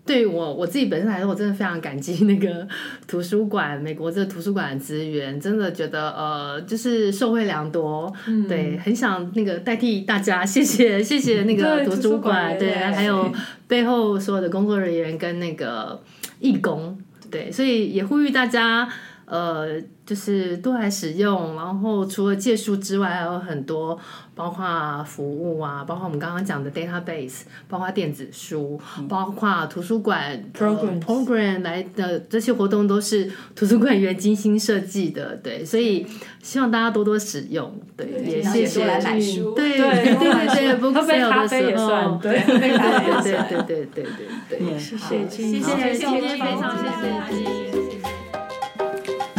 Speaker 2: 对我我自己本身来说，我真的非常感激那个图书馆，美国这个图书馆的资源，真的觉得呃，就是受惠良多。对，很想那个代替大家，谢谢谢谢那个
Speaker 3: 对
Speaker 2: 图
Speaker 3: 图
Speaker 2: 书
Speaker 3: 书馆
Speaker 2: 馆，对，
Speaker 3: 对
Speaker 2: 还有 背后所有的工作人员跟那个义工，对，所以也呼吁大家，呃，就是多来使用。然后除了借书之外，还有很多包括服务啊，包括我们刚刚讲的 database，包括电子书，包括图书馆
Speaker 3: Programs
Speaker 2: program 来的这些活动都是图书馆员精心设计的，对，所以希望大家多多使用，对，也
Speaker 5: 然后
Speaker 2: 谢
Speaker 5: 也
Speaker 2: 谢
Speaker 5: 多。来买书，
Speaker 2: 对
Speaker 3: 对
Speaker 2: 对对
Speaker 3: 对
Speaker 2: 对，
Speaker 3: 喝杯咖啡
Speaker 2: book sale
Speaker 3: 也
Speaker 2: 的时候
Speaker 3: 算对
Speaker 5: 对对
Speaker 2: 对对对对对对对。
Speaker 3: 谢谢，
Speaker 5: 谢
Speaker 2: 谢谢，今
Speaker 5: 谢谢
Speaker 2: 天非常谢谢。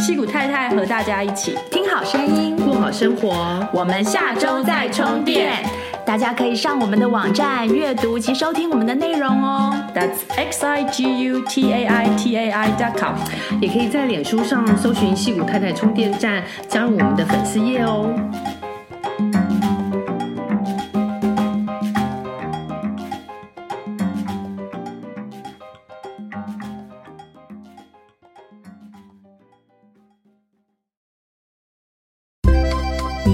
Speaker 1: 戏骨太太和大家一起听好声音，
Speaker 2: 过好生活。哦
Speaker 1: 我们下周再充电。大家可以上我们的网站阅读及收听我们的内容哦。
Speaker 6: That's x i g u t a i t a i dot com。
Speaker 2: 也可以在脸书上搜寻戏骨太太充电站，加入我们的粉丝页哦。
Speaker 1: 你